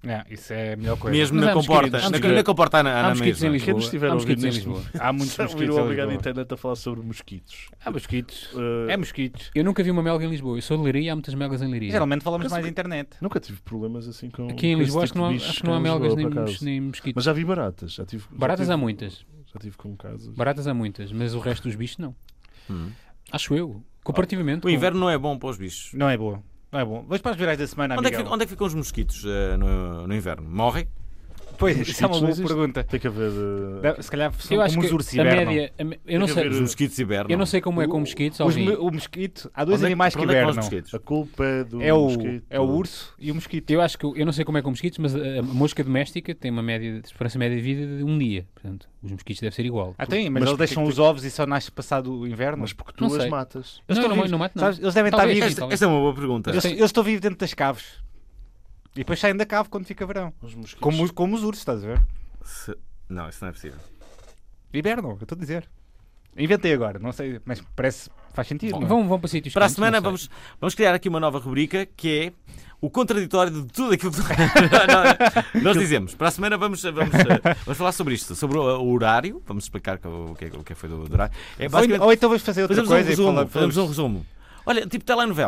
[SPEAKER 5] É, isso é a melhor coisa.
[SPEAKER 1] Mesmo
[SPEAKER 4] Mas
[SPEAKER 1] na
[SPEAKER 4] há mosquitos,
[SPEAKER 1] comporta.
[SPEAKER 4] há
[SPEAKER 1] Na,
[SPEAKER 4] mosquitos.
[SPEAKER 1] na comporta há na,
[SPEAKER 4] Há
[SPEAKER 1] há na
[SPEAKER 4] mosquitos em
[SPEAKER 1] mesma.
[SPEAKER 4] Lisboa.
[SPEAKER 3] estiver
[SPEAKER 4] há
[SPEAKER 3] a
[SPEAKER 4] mosquitos em
[SPEAKER 3] ouvir
[SPEAKER 4] Lisboa.
[SPEAKER 5] Há muitos
[SPEAKER 3] Sabe,
[SPEAKER 1] um
[SPEAKER 5] mosquitos.
[SPEAKER 3] o
[SPEAKER 5] em
[SPEAKER 1] é
[SPEAKER 3] obrigado à
[SPEAKER 5] Lisboa.
[SPEAKER 3] internet a falar sobre mosquitos.
[SPEAKER 5] Há mosquitos.
[SPEAKER 3] Uh,
[SPEAKER 5] É mosquitos.
[SPEAKER 4] Ah, Eu nunca vi uma melga em Lisboa. Eu sou de Leiria, há muitas melgas em Leiria.
[SPEAKER 2] Geralmente falamos
[SPEAKER 3] Mas-
[SPEAKER 2] mais de internet.
[SPEAKER 3] Nunca tive problemas assim com.
[SPEAKER 4] Aqui em
[SPEAKER 3] com esse
[SPEAKER 4] Lisboa acho
[SPEAKER 3] tipo
[SPEAKER 4] que não há,
[SPEAKER 3] de bichos
[SPEAKER 4] acho que não há
[SPEAKER 3] cá em
[SPEAKER 4] melgas
[SPEAKER 3] Lisboa,
[SPEAKER 4] nem,
[SPEAKER 3] por acaso. tipo-
[SPEAKER 4] mos- nem mosquitos.
[SPEAKER 3] Mas já vi baratas. Já tive, já
[SPEAKER 4] Baratas
[SPEAKER 3] tive-
[SPEAKER 4] há muitas.
[SPEAKER 3] Já tive com casas.
[SPEAKER 4] Baratas há muitas, mas o resto dos bichos não.
[SPEAKER 1] Hum.
[SPEAKER 4] Acho eu. Comparativamente.
[SPEAKER 1] O inverno não é bom para os bichos.
[SPEAKER 2] Não é boa. Não é bom. Vamos para as virais da semana,
[SPEAKER 1] Onde é, que,
[SPEAKER 2] amigão.
[SPEAKER 1] ficam- onde é que ficam os mosquitos eh, no, no inverno? Morrem?
[SPEAKER 2] Pois,
[SPEAKER 3] Mosquitos
[SPEAKER 2] isso é uma
[SPEAKER 3] não
[SPEAKER 2] boa
[SPEAKER 3] existe.
[SPEAKER 2] pergunta.
[SPEAKER 3] Tem que haver. uh,
[SPEAKER 2] Da- Se calhar
[SPEAKER 4] com-
[SPEAKER 2] são
[SPEAKER 4] eu acho
[SPEAKER 2] como os ursos
[SPEAKER 4] que a
[SPEAKER 2] hibernam.
[SPEAKER 4] média. a me- eu, não
[SPEAKER 3] Tem que
[SPEAKER 4] sei,
[SPEAKER 1] Os mosquitos hibernam.
[SPEAKER 4] eu não sei como é com mosquitos.
[SPEAKER 2] Os
[SPEAKER 4] Alvin.
[SPEAKER 2] mo- o mosquito, há
[SPEAKER 1] Onde
[SPEAKER 2] dois
[SPEAKER 1] é que-
[SPEAKER 2] animais que
[SPEAKER 1] onde é que vão os
[SPEAKER 2] hibernam.
[SPEAKER 1] mosquitos?
[SPEAKER 3] A culpa é do
[SPEAKER 2] É o,
[SPEAKER 3] mosquito.
[SPEAKER 2] é o urso e o mosquito.
[SPEAKER 4] Eu acho que eu não sei como é com mosquitos, mas a, a mosca doméstica tem uma média de esperança média de vida de um dia. Portanto, os mosquitos devem ser igual.
[SPEAKER 2] Ah, tem, mas,
[SPEAKER 3] Mas
[SPEAKER 2] eles
[SPEAKER 3] porquê
[SPEAKER 2] deixam
[SPEAKER 3] que
[SPEAKER 2] os ovos e só nasce passado o inverno.
[SPEAKER 3] Mas
[SPEAKER 2] Eles
[SPEAKER 3] porque tu
[SPEAKER 4] Não
[SPEAKER 3] as
[SPEAKER 4] sei.
[SPEAKER 3] matas.
[SPEAKER 4] não,
[SPEAKER 2] estão
[SPEAKER 4] não,
[SPEAKER 2] vivos,
[SPEAKER 4] não mato, não.
[SPEAKER 2] sabes? Eles devem
[SPEAKER 4] Talvez.
[SPEAKER 2] estar vivos.
[SPEAKER 4] Sim,
[SPEAKER 1] Esta, esta é uma boa pergunta.
[SPEAKER 2] Eles,
[SPEAKER 4] Sim.
[SPEAKER 2] eles estão vivos dentro das caves. E depois saem da cave quando fica verão.
[SPEAKER 3] Os mosquitos.
[SPEAKER 2] Como, os- como os ursos, estás a ver?
[SPEAKER 1] Se- Não, isso não é possível.
[SPEAKER 2] Hibernam, eu estou a dizer. Inventei agora, não sei, mas parece. faz sentido. não é?
[SPEAKER 4] Vão, vão para sítios
[SPEAKER 1] Para a
[SPEAKER 4] quentes,
[SPEAKER 1] semana
[SPEAKER 4] não sei.
[SPEAKER 1] vamos, vamos criar aqui uma nova rubrica que é o contraditório de tudo aquilo que Não, não, nós dizemos. Para a semana vamos, vamos, eh, vamos falar sobre isto, sobre o, o horário. Vamos explicar o que é, o que é foi do horário. É basicamente-
[SPEAKER 2] ou, ou então vamos fazer outra
[SPEAKER 1] fazemos um
[SPEAKER 2] coisa e
[SPEAKER 1] resumo.
[SPEAKER 2] falar-
[SPEAKER 1] fazemos um resumo. Olha, tipo telenovela.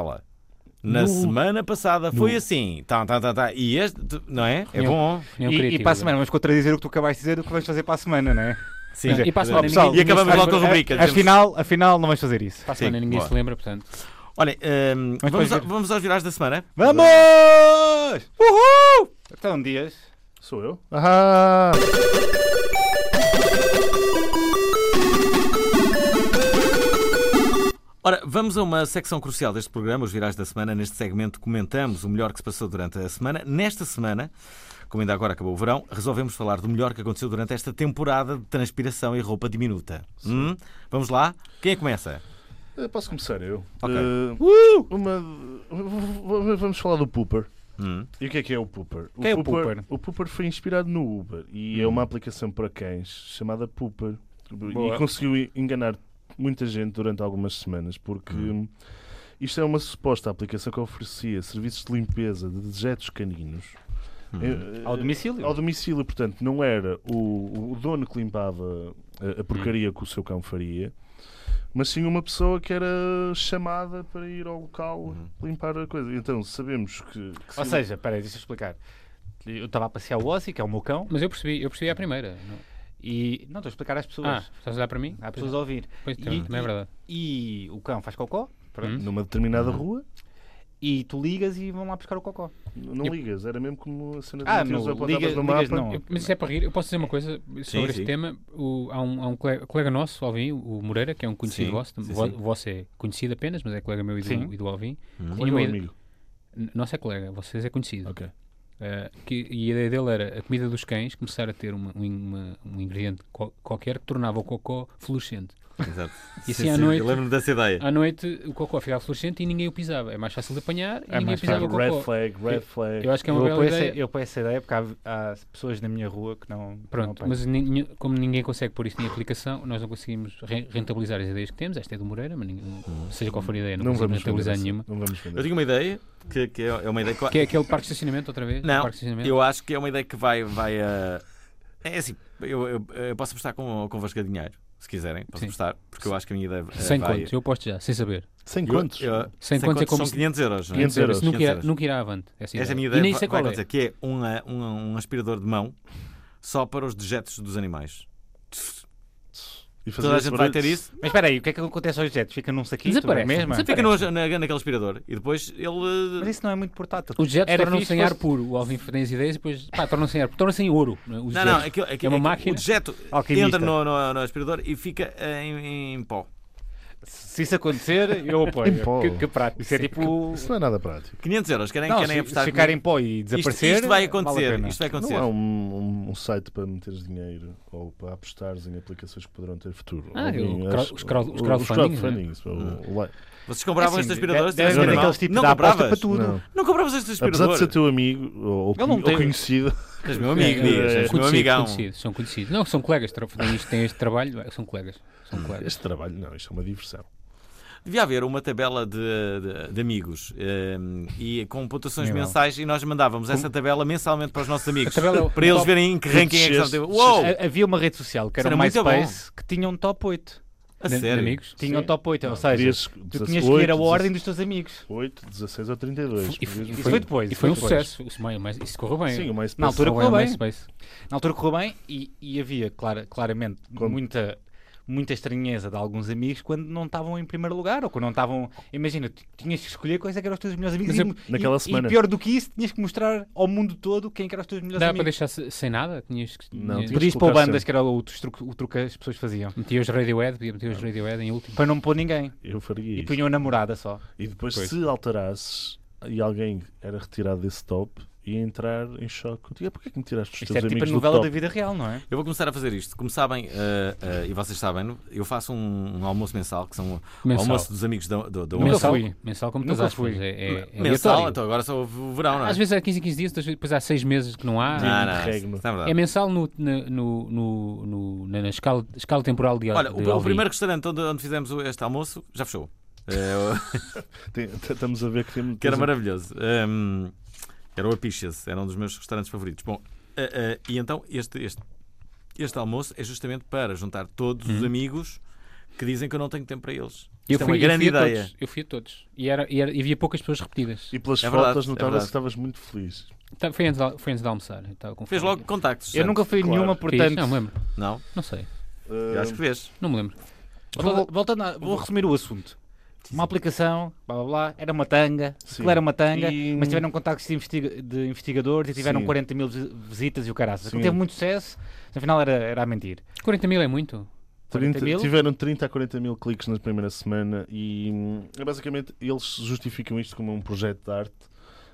[SPEAKER 1] Na
[SPEAKER 3] No-
[SPEAKER 1] semana passada foi assim. Tá, tá, tá, tá. E este, não é? É
[SPEAKER 4] Não.
[SPEAKER 1] bom.
[SPEAKER 4] União
[SPEAKER 2] E, e
[SPEAKER 4] Criativa.
[SPEAKER 2] para a semana vamos contradizer o que tu acabaste de dizer, o que vamos fazer para a semana, não é?
[SPEAKER 1] Sim.
[SPEAKER 4] E para a
[SPEAKER 2] Ó,
[SPEAKER 4] semana
[SPEAKER 2] pessoal,
[SPEAKER 1] E acabamos
[SPEAKER 4] ninguém-
[SPEAKER 1] logo com a rubrica. dizemos-
[SPEAKER 2] Afinal, afinal, não vamos fazer isso.
[SPEAKER 4] Para a semana
[SPEAKER 1] Sim,
[SPEAKER 4] ninguém
[SPEAKER 1] bora.
[SPEAKER 4] se lembra, portanto.
[SPEAKER 1] Olha, ehm,
[SPEAKER 2] Mas
[SPEAKER 1] vamos,
[SPEAKER 2] depois
[SPEAKER 1] a-
[SPEAKER 2] ver.
[SPEAKER 1] vamos aos virais da semana.
[SPEAKER 2] Vamos! Uhul! Então, Dias.
[SPEAKER 3] Sou eu? Ah!
[SPEAKER 1] Ora, vamos a uma secção crucial deste programa, os virais da semana. Neste segmento comentamos o melhor que se passou durante a semana. Nesta semana, como ainda agora acabou o verão, resolvemos falar do melhor que aconteceu durante esta temporada de transpiração e roupa diminuta. Hum? Vamos lá? Quem é que começa?
[SPEAKER 3] Eh, Posso começar eu?
[SPEAKER 1] Ok.
[SPEAKER 3] Eh, uma... v- v- Vamos falar do Pooper.
[SPEAKER 1] Hum.
[SPEAKER 3] E o que é que é o Pooper?
[SPEAKER 2] Que é o Pooper? Hum.
[SPEAKER 3] O Pooper foi inspirado no Uber e é uma aplicação para cães chamada Pooper.
[SPEAKER 2] Boa.
[SPEAKER 3] E conseguiu en- enganar muita gente durante algumas semanas porque
[SPEAKER 1] Hum.
[SPEAKER 3] isto é uma suposta aplicação que oferecia serviços de limpeza de dejetos caninos
[SPEAKER 1] Hum.
[SPEAKER 3] Eh,
[SPEAKER 2] Ao
[SPEAKER 3] eh,
[SPEAKER 2] domicílio.
[SPEAKER 3] Ao domicílio, portanto, não era o, o dono que limpava eh, a, a
[SPEAKER 2] Hum.
[SPEAKER 3] porcaria que o seu cão faria, mas sim uma pessoa que era chamada para ir ao local limpar a coisa. Então sabemos que. que
[SPEAKER 2] Hum. Ou
[SPEAKER 3] se-
[SPEAKER 2] seja, peraí, deixa eu explicar. Eu estava a passear o Ozzy, que é o meu cão,
[SPEAKER 4] Mas eu percebi, eu percebi à primeira. Não-
[SPEAKER 2] e. Não, estou a explicar às
[SPEAKER 4] Ah,
[SPEAKER 2] pessoas.
[SPEAKER 4] estás a olhar para mim?
[SPEAKER 2] Há pessoas a ouvir.
[SPEAKER 4] Pois,
[SPEAKER 2] E-
[SPEAKER 4] também, também é verdade.
[SPEAKER 2] E o cão faz cocó, pronto.
[SPEAKER 4] Hum.
[SPEAKER 3] numa determinada rua,
[SPEAKER 2] E tu ligas e vão lá buscar o cocó.
[SPEAKER 3] n- não
[SPEAKER 4] E-
[SPEAKER 3] ligas, era mesmo como a cena de
[SPEAKER 2] Ah,
[SPEAKER 3] ah,
[SPEAKER 2] não,
[SPEAKER 3] apontavas
[SPEAKER 2] liga-
[SPEAKER 3] no
[SPEAKER 2] ligas
[SPEAKER 3] mapa.
[SPEAKER 2] não.
[SPEAKER 4] Eu- mas isso é para rir. Eu posso dizer uma coisa sobre
[SPEAKER 1] Sim,
[SPEAKER 4] este
[SPEAKER 1] sim.
[SPEAKER 4] tema. O- há um, há um cole- colega, nosso, o Alvin, o Moreira, que é um conhecido
[SPEAKER 1] Sim,
[SPEAKER 4] vosso.
[SPEAKER 1] sim,
[SPEAKER 4] Vo-
[SPEAKER 1] sim.
[SPEAKER 4] vosso é conhecido apenas, mas é colega meu e
[SPEAKER 2] Sim.
[SPEAKER 4] do, e do Alvin.
[SPEAKER 1] Hum.
[SPEAKER 4] Tinha
[SPEAKER 3] Olha o
[SPEAKER 4] uma ide-
[SPEAKER 3] amigo.
[SPEAKER 4] N- Nosso é colega, vocês é conhecido.
[SPEAKER 3] Ok.
[SPEAKER 4] Eh, que, e a ideia dele era a comida dos cães começar a ter uma- um- uma- um ingrediente qual- qualquer que tornava o cocó fluorescente.
[SPEAKER 1] Exato.
[SPEAKER 4] E assim à noite-
[SPEAKER 1] Eu lembro-me dessa ideia.
[SPEAKER 4] À noite o cocó ficava fluorescente e ninguém o pisava. É mais fácil de apanhar e
[SPEAKER 2] É
[SPEAKER 4] ninguém
[SPEAKER 2] mais
[SPEAKER 4] pisava o
[SPEAKER 2] fácil.
[SPEAKER 3] Red
[SPEAKER 4] cocó.
[SPEAKER 3] flag, red flag.
[SPEAKER 4] Eu acho que é
[SPEAKER 2] Eu
[SPEAKER 4] uma bela
[SPEAKER 2] apoio, essa,
[SPEAKER 4] ideia.
[SPEAKER 2] eu apoio essa ideia porque há, há pessoas na minha rua que não. que não
[SPEAKER 4] Pronto,
[SPEAKER 2] apoiam.
[SPEAKER 4] mas nin- como ninguém consegue pôr isso em aplicação, nós não conseguimos re- rentabilizar as ideias que temos. Esta é do Moreira, mas ninguém-
[SPEAKER 1] Hum.
[SPEAKER 4] seja qual for a ideia, não, conseguimos
[SPEAKER 3] vender
[SPEAKER 4] rentabilizar
[SPEAKER 3] essa,
[SPEAKER 4] nenhuma.
[SPEAKER 2] assim.
[SPEAKER 3] Não vamos
[SPEAKER 1] Eu
[SPEAKER 3] vender.
[SPEAKER 1] tinha uma ideia que, que é uma ideia que,
[SPEAKER 4] Que é aquele parque de estacionamento, outra vez?
[SPEAKER 1] Não,
[SPEAKER 4] parque de estacionamento.
[SPEAKER 1] eu acho que é uma ideia que vai. vai eh, É assim, eu, eu- eu posso apostar com, com Vasca Dinheiro, se quiserem. Posso
[SPEAKER 4] Sim.
[SPEAKER 1] apostar, porque eu acho que a minha ideia.
[SPEAKER 2] É,
[SPEAKER 1] eh,
[SPEAKER 4] Sem
[SPEAKER 1] vai...
[SPEAKER 4] contos, eu aposto já, sem saber.
[SPEAKER 3] Sem
[SPEAKER 1] Eu-
[SPEAKER 3] contos.
[SPEAKER 1] eu-
[SPEAKER 4] Sem
[SPEAKER 1] sem
[SPEAKER 4] contos é como
[SPEAKER 1] são
[SPEAKER 4] se-
[SPEAKER 1] 500 euros. não é?
[SPEAKER 3] 500 euros.
[SPEAKER 4] Nunca
[SPEAKER 1] 500
[SPEAKER 4] irá,
[SPEAKER 1] euros.
[SPEAKER 4] nunca irá avante. Essa
[SPEAKER 1] Esta é a minha
[SPEAKER 4] ideia.
[SPEAKER 1] ideia.
[SPEAKER 4] e nem
[SPEAKER 1] vai-
[SPEAKER 4] sei
[SPEAKER 1] vai
[SPEAKER 4] qual
[SPEAKER 1] acontecer,
[SPEAKER 4] é.
[SPEAKER 1] Que é um, eh, um, um aspirador de mão só para os dejetos dos animais.
[SPEAKER 3] E fazer
[SPEAKER 1] Toda a
[SPEAKER 3] esse
[SPEAKER 1] gente vai ter
[SPEAKER 3] barulho.
[SPEAKER 1] isso.
[SPEAKER 2] Mas espera aí, o que é que acontece aos objetos? Fica num saquinho?
[SPEAKER 4] Desaparece.
[SPEAKER 2] Mesmo?
[SPEAKER 4] Desaparece.
[SPEAKER 1] Fica no, na, naquele aspirador e depois ele.
[SPEAKER 2] Mas isso não é muito portátil.
[SPEAKER 4] Os jetos
[SPEAKER 2] Era
[SPEAKER 4] tornam-se
[SPEAKER 2] fixe
[SPEAKER 4] em ar
[SPEAKER 2] fosse-
[SPEAKER 4] puro. O Alvin tem as ideias e depois pá, tornam-se em ar puro. Tornam-se em ouro. né,
[SPEAKER 1] Não,
[SPEAKER 4] os jetos.
[SPEAKER 1] não, aquilo, aquilo-
[SPEAKER 4] É uma
[SPEAKER 1] aquilo-
[SPEAKER 4] máquina?
[SPEAKER 1] O dejeto
[SPEAKER 2] Alquimista.
[SPEAKER 1] entra no, no- no aspirador e fica eh, em, em pó.
[SPEAKER 2] Se isso acontecer, eu apoio.
[SPEAKER 3] Em pó.
[SPEAKER 2] Que, que prático. Isso é
[SPEAKER 3] Sim,
[SPEAKER 2] tipo.
[SPEAKER 3] Isso não é nada prático.
[SPEAKER 1] 500 euros, querem,
[SPEAKER 2] Não,
[SPEAKER 1] querem
[SPEAKER 2] se,
[SPEAKER 1] apostar
[SPEAKER 2] se ficar
[SPEAKER 1] comigo?
[SPEAKER 2] em pó e
[SPEAKER 1] isto,
[SPEAKER 2] desaparecer.
[SPEAKER 1] isto vai
[SPEAKER 2] vale a
[SPEAKER 1] acontecer.
[SPEAKER 2] pena.
[SPEAKER 1] isto vai
[SPEAKER 3] Não
[SPEAKER 1] acontecer.
[SPEAKER 3] há um, um- um site para meteres dinheiro ou para apostares em aplicações que poderão ter futuro.
[SPEAKER 4] Ah,
[SPEAKER 3] Alguém
[SPEAKER 4] o
[SPEAKER 3] acha-
[SPEAKER 4] crowd- os crowd- os
[SPEAKER 3] o-
[SPEAKER 4] crowdfundings,
[SPEAKER 3] crowdfundings, o- o-
[SPEAKER 1] Vocês compravam
[SPEAKER 2] Assim,
[SPEAKER 1] estes aspiradores?
[SPEAKER 2] deve- deve
[SPEAKER 1] Não,
[SPEAKER 2] haver
[SPEAKER 1] não.
[SPEAKER 2] aqueles tipos
[SPEAKER 1] não
[SPEAKER 2] tipo de aposta
[SPEAKER 1] compravas?
[SPEAKER 2] para tudo.
[SPEAKER 3] Não.
[SPEAKER 1] Não compravas este aspirador?
[SPEAKER 3] Apesar de ser teu amigo ou,
[SPEAKER 2] Ele não
[SPEAKER 3] ou
[SPEAKER 2] tem-
[SPEAKER 3] conhecido,
[SPEAKER 1] És meu amigo,
[SPEAKER 4] É, é,
[SPEAKER 1] Dias.
[SPEAKER 4] são
[SPEAKER 1] És meu
[SPEAKER 4] conhecidos,
[SPEAKER 1] amigão.
[SPEAKER 4] conhecidos, são conhecidos. Não, são colegas. Trofadinhos têm este trabalho. é, São colegas. São colegas.
[SPEAKER 3] este trabalho não, isto é uma diversão.
[SPEAKER 1] Devia haver uma tabela de, de- de amigos ehm, e com pontuações
[SPEAKER 2] Nível.
[SPEAKER 1] mensais e nós mandávamos essa tabela mensalmente para os nossos amigos.
[SPEAKER 4] tabela é o-
[SPEAKER 1] para eles
[SPEAKER 4] top.
[SPEAKER 1] verem em que ranking é que
[SPEAKER 3] Desceste.
[SPEAKER 1] estão. Uou!
[SPEAKER 2] Ha- eh, Havia uma rede social que era,
[SPEAKER 1] Isso
[SPEAKER 2] o
[SPEAKER 1] era muito
[SPEAKER 2] MySpace que tinha um top 8.
[SPEAKER 1] A
[SPEAKER 4] De- de
[SPEAKER 1] sério?
[SPEAKER 4] amigos.
[SPEAKER 2] Tinha um top 8, ou seja,
[SPEAKER 3] Querias
[SPEAKER 2] tu tinhas que ir a
[SPEAKER 3] 18,
[SPEAKER 2] ordem dos teus amigos.
[SPEAKER 3] 8, 16 ou 32.
[SPEAKER 4] E foi-
[SPEAKER 3] Podias-
[SPEAKER 2] Isso foi depois.
[SPEAKER 4] E foi um
[SPEAKER 2] depois.
[SPEAKER 4] sucesso. Isso, mas isso correu bem.
[SPEAKER 3] Sim, o MySpace.
[SPEAKER 2] Na altura
[SPEAKER 4] Correu
[SPEAKER 2] correu
[SPEAKER 4] bem o
[SPEAKER 2] bem.
[SPEAKER 4] MySpace.
[SPEAKER 2] Na altura correu bem e, e havia clara- claramente
[SPEAKER 3] Como?
[SPEAKER 2] muita, muita estranheza de alguns amigos quando não estavam em primeiro lugar ou quando não estavam. Imagina, tu tinhas que escolher quais é que eram os teus melhores amigos
[SPEAKER 4] Mas
[SPEAKER 2] e,
[SPEAKER 4] eu-
[SPEAKER 2] e-
[SPEAKER 3] naquela
[SPEAKER 2] e
[SPEAKER 3] semana.
[SPEAKER 2] pior do que isso, tinhas que mostrar ao mundo todo quem é que eram os teus melhores
[SPEAKER 4] Dava para
[SPEAKER 2] amigos.
[SPEAKER 4] deixar se- sem nada? Tinhas que.
[SPEAKER 3] Não,
[SPEAKER 4] tinhas-
[SPEAKER 3] tinha-
[SPEAKER 2] Podias pôr
[SPEAKER 3] colocar
[SPEAKER 2] bandas que era o truque, o truque que as pessoas faziam.
[SPEAKER 4] Metia os Radiohead, podia meter os Radiohead em último.
[SPEAKER 2] Para não pôr ninguém.
[SPEAKER 3] Eu faria
[SPEAKER 2] E
[SPEAKER 3] isso.
[SPEAKER 2] punham a namorada só.
[SPEAKER 3] E depois,
[SPEAKER 4] Pois.
[SPEAKER 3] se alterasses e alguém era retirado desse top, ia entrar em choque contigo. "Ah, Porquê que me tiraste os
[SPEAKER 2] Isto
[SPEAKER 3] teus
[SPEAKER 2] era tipo a
[SPEAKER 3] amigos do
[SPEAKER 2] novela da
[SPEAKER 3] top?
[SPEAKER 2] vida real, não é?
[SPEAKER 1] Eu vou começar a fazer isto. Como sabem, eh, eh, e vocês sabem, eu faço um, um almoço mensal, que são o
[SPEAKER 4] Mensal.
[SPEAKER 1] almoço dos amigos da, do, do
[SPEAKER 2] Nunca
[SPEAKER 4] mensal,
[SPEAKER 2] fui.
[SPEAKER 4] mensal como
[SPEAKER 2] Nunca
[SPEAKER 4] todas as
[SPEAKER 2] fui.
[SPEAKER 4] É, é, é
[SPEAKER 1] Mensal,
[SPEAKER 4] aleatório.
[SPEAKER 1] então agora só houve o verão, não é?
[SPEAKER 4] Às vezes há 15 em 15 dias, outras vezes depois há 6 meses que não há.
[SPEAKER 1] não, não, isso
[SPEAKER 3] Regno.
[SPEAKER 1] não é
[SPEAKER 4] É
[SPEAKER 1] verdade.
[SPEAKER 4] mensal no, na- no, no, no- na, na escala, escala temporal de
[SPEAKER 1] Olha,
[SPEAKER 4] de
[SPEAKER 1] o, o
[SPEAKER 4] Alvin.
[SPEAKER 1] primeiro restaurante onde, onde fizemos o- este almoço já fechou. Eh, o-
[SPEAKER 3] Tem- Estamos a ver que temos.
[SPEAKER 1] que era maravilhoso. Hum, era o Apichas, era um dos meus restaurantes favoritos. Bom, ah, ah, e então este, este, este almoço é justamente para juntar todos os amigos que dizem que eu não tenho tempo para eles.
[SPEAKER 4] Eu
[SPEAKER 1] Isto é uma
[SPEAKER 4] fui- eu
[SPEAKER 1] grande
[SPEAKER 4] fui a
[SPEAKER 1] ideia.
[SPEAKER 4] todos, eu fui a todos. E, era, e, era- e havia poucas pessoas repetidas.
[SPEAKER 3] E pelas
[SPEAKER 1] É verdade,
[SPEAKER 3] fotos
[SPEAKER 1] é
[SPEAKER 3] notava-se
[SPEAKER 1] verdade.
[SPEAKER 3] que estavas muito feliz.
[SPEAKER 4] Tá, Foi antes, de al- foi antes de almoçar. eu estava com
[SPEAKER 1] Fez
[SPEAKER 4] fome.
[SPEAKER 1] logo contactos.
[SPEAKER 2] Eu
[SPEAKER 1] certo?
[SPEAKER 2] nunca fui a
[SPEAKER 3] Claro.
[SPEAKER 2] nenhuma,
[SPEAKER 4] Fiz?
[SPEAKER 2] portanto.
[SPEAKER 4] Não me lembro.
[SPEAKER 1] Não,
[SPEAKER 4] Não sei.
[SPEAKER 1] eu acho que fez.
[SPEAKER 4] Não me lembro.
[SPEAKER 2] Vou- Voltando a, vou resumir o assunto. Uma aplicação, blá blá blá, era uma tanga,
[SPEAKER 3] Sim.
[SPEAKER 2] aquilo era uma tanga,
[SPEAKER 3] E-
[SPEAKER 2] mas tiveram contactos de, investiga- de investigadores e tiveram
[SPEAKER 3] Sim.
[SPEAKER 2] 40 mil visi- visitas e o caraças. Aquilo
[SPEAKER 3] Sim.
[SPEAKER 2] teve muito sucesso, mas afinal era, era a mentir.
[SPEAKER 4] 40 mil é muito.
[SPEAKER 2] 40
[SPEAKER 3] 30
[SPEAKER 2] mil?
[SPEAKER 3] Tiveram 30 a 40 mil cliques na primeira semana e hum, basicamente eles justificam isto como um projeto de arte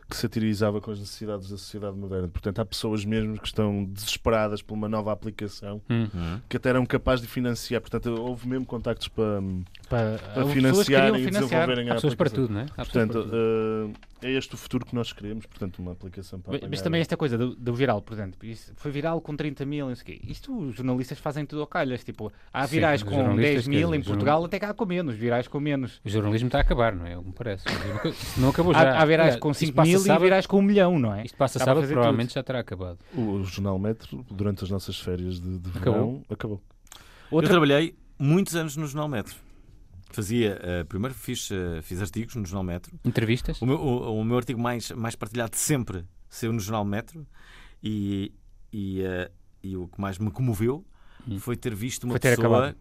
[SPEAKER 3] que satirizava com as necessidades da sociedade moderna. Portanto, há pessoas mesmo que estão desesperadas por uma nova aplicação
[SPEAKER 4] Hum.
[SPEAKER 3] que até eram capazes de financiar. Portanto, houve mesmo contactos para, hum,
[SPEAKER 2] Para,
[SPEAKER 3] para
[SPEAKER 2] as pessoas
[SPEAKER 3] financiar
[SPEAKER 2] queriam
[SPEAKER 3] e desenvolverem
[SPEAKER 4] Há
[SPEAKER 3] a
[SPEAKER 4] pessoas para
[SPEAKER 3] aplicação.
[SPEAKER 4] tudo, não é? Há pessoas para
[SPEAKER 3] Portanto,
[SPEAKER 4] tudo.
[SPEAKER 3] eh, é este o futuro que nós queremos. Portanto, uma aplicação para
[SPEAKER 2] Mas- Mas
[SPEAKER 3] apanhar-
[SPEAKER 2] também esta coisa do, do viral, por exemplo, isso foi viral com 30 mil, não sei o quê. Isto os jornalistas fazem tudo ao calhas. Tipo, há
[SPEAKER 4] Sim,
[SPEAKER 2] virais
[SPEAKER 4] os
[SPEAKER 2] com
[SPEAKER 4] jornalistas,
[SPEAKER 2] 10 mil
[SPEAKER 4] quer
[SPEAKER 2] em
[SPEAKER 4] dizer,
[SPEAKER 2] Portugal, até cá há com menos, virais com menos.
[SPEAKER 4] O jornalismo está a acabar, não é? Eu me parece. Não acabou já.
[SPEAKER 2] Há, há virais
[SPEAKER 4] Aliás,
[SPEAKER 2] com
[SPEAKER 4] é. isto
[SPEAKER 2] 5
[SPEAKER 4] passa
[SPEAKER 2] mil
[SPEAKER 4] sábado-
[SPEAKER 2] e virais com 1 milhão, não é?
[SPEAKER 4] Isto passa
[SPEAKER 2] Dá para
[SPEAKER 4] sábado,
[SPEAKER 2] fazer
[SPEAKER 4] provavelmente já terá acabado.
[SPEAKER 3] O Jornal Metro, durante as nossas férias de, de
[SPEAKER 4] Acabou.
[SPEAKER 3] verão, acabou.
[SPEAKER 1] Eu trabalhei muitos anos no Jornal Metro. Fazia, ah, primeiro fiz, ah, fiz artigos no Jornal Metro.
[SPEAKER 4] Entrevistas?
[SPEAKER 1] O meu, o, o meu artigo mais, mais partilhado de sempre saiu no Jornal Metro e, e, eh, e o que mais me comoveu foi ter visto uma
[SPEAKER 2] Foi ter
[SPEAKER 1] pessoa
[SPEAKER 2] acabado.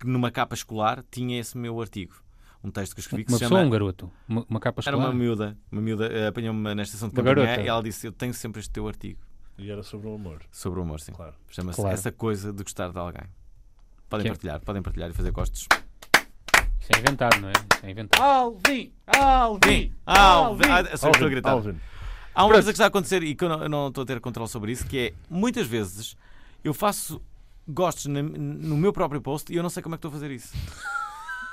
[SPEAKER 1] que numa capa escolar tinha esse meu artigo. Um texto que eu escrevi que
[SPEAKER 4] Uma
[SPEAKER 1] se
[SPEAKER 4] pessoa ou um
[SPEAKER 1] chama...
[SPEAKER 4] garoto? Uma, uma capa escolar?
[SPEAKER 1] Era uma miúda, uma miúda eh, apanhou-me na estação de
[SPEAKER 2] Uma
[SPEAKER 1] campanha
[SPEAKER 2] garota.
[SPEAKER 1] e ela disse eu tenho sempre este teu artigo
[SPEAKER 3] E era sobre o amor,
[SPEAKER 1] sobre o amor, sim.
[SPEAKER 3] claro.
[SPEAKER 1] Chama-se
[SPEAKER 2] Claro.
[SPEAKER 1] Essa Coisa de Gostar de Alguém. Podem
[SPEAKER 4] Que é-
[SPEAKER 1] partilhar, podem partilhar e fazer costos.
[SPEAKER 4] Isso é inventado, não é? Isso é inventado.
[SPEAKER 2] Alvin! Alvin!
[SPEAKER 1] Sim! Alvin! Ah, eu estou a
[SPEAKER 3] Alvin,
[SPEAKER 1] gritar.
[SPEAKER 3] Alvin.
[SPEAKER 1] Há uma coisa que está a acontecer e que eu não, eu não estou a ter controle sobre isso, que é muitas vezes eu faço gostos na- no meu próprio post e eu não sei como é que estou a fazer isso.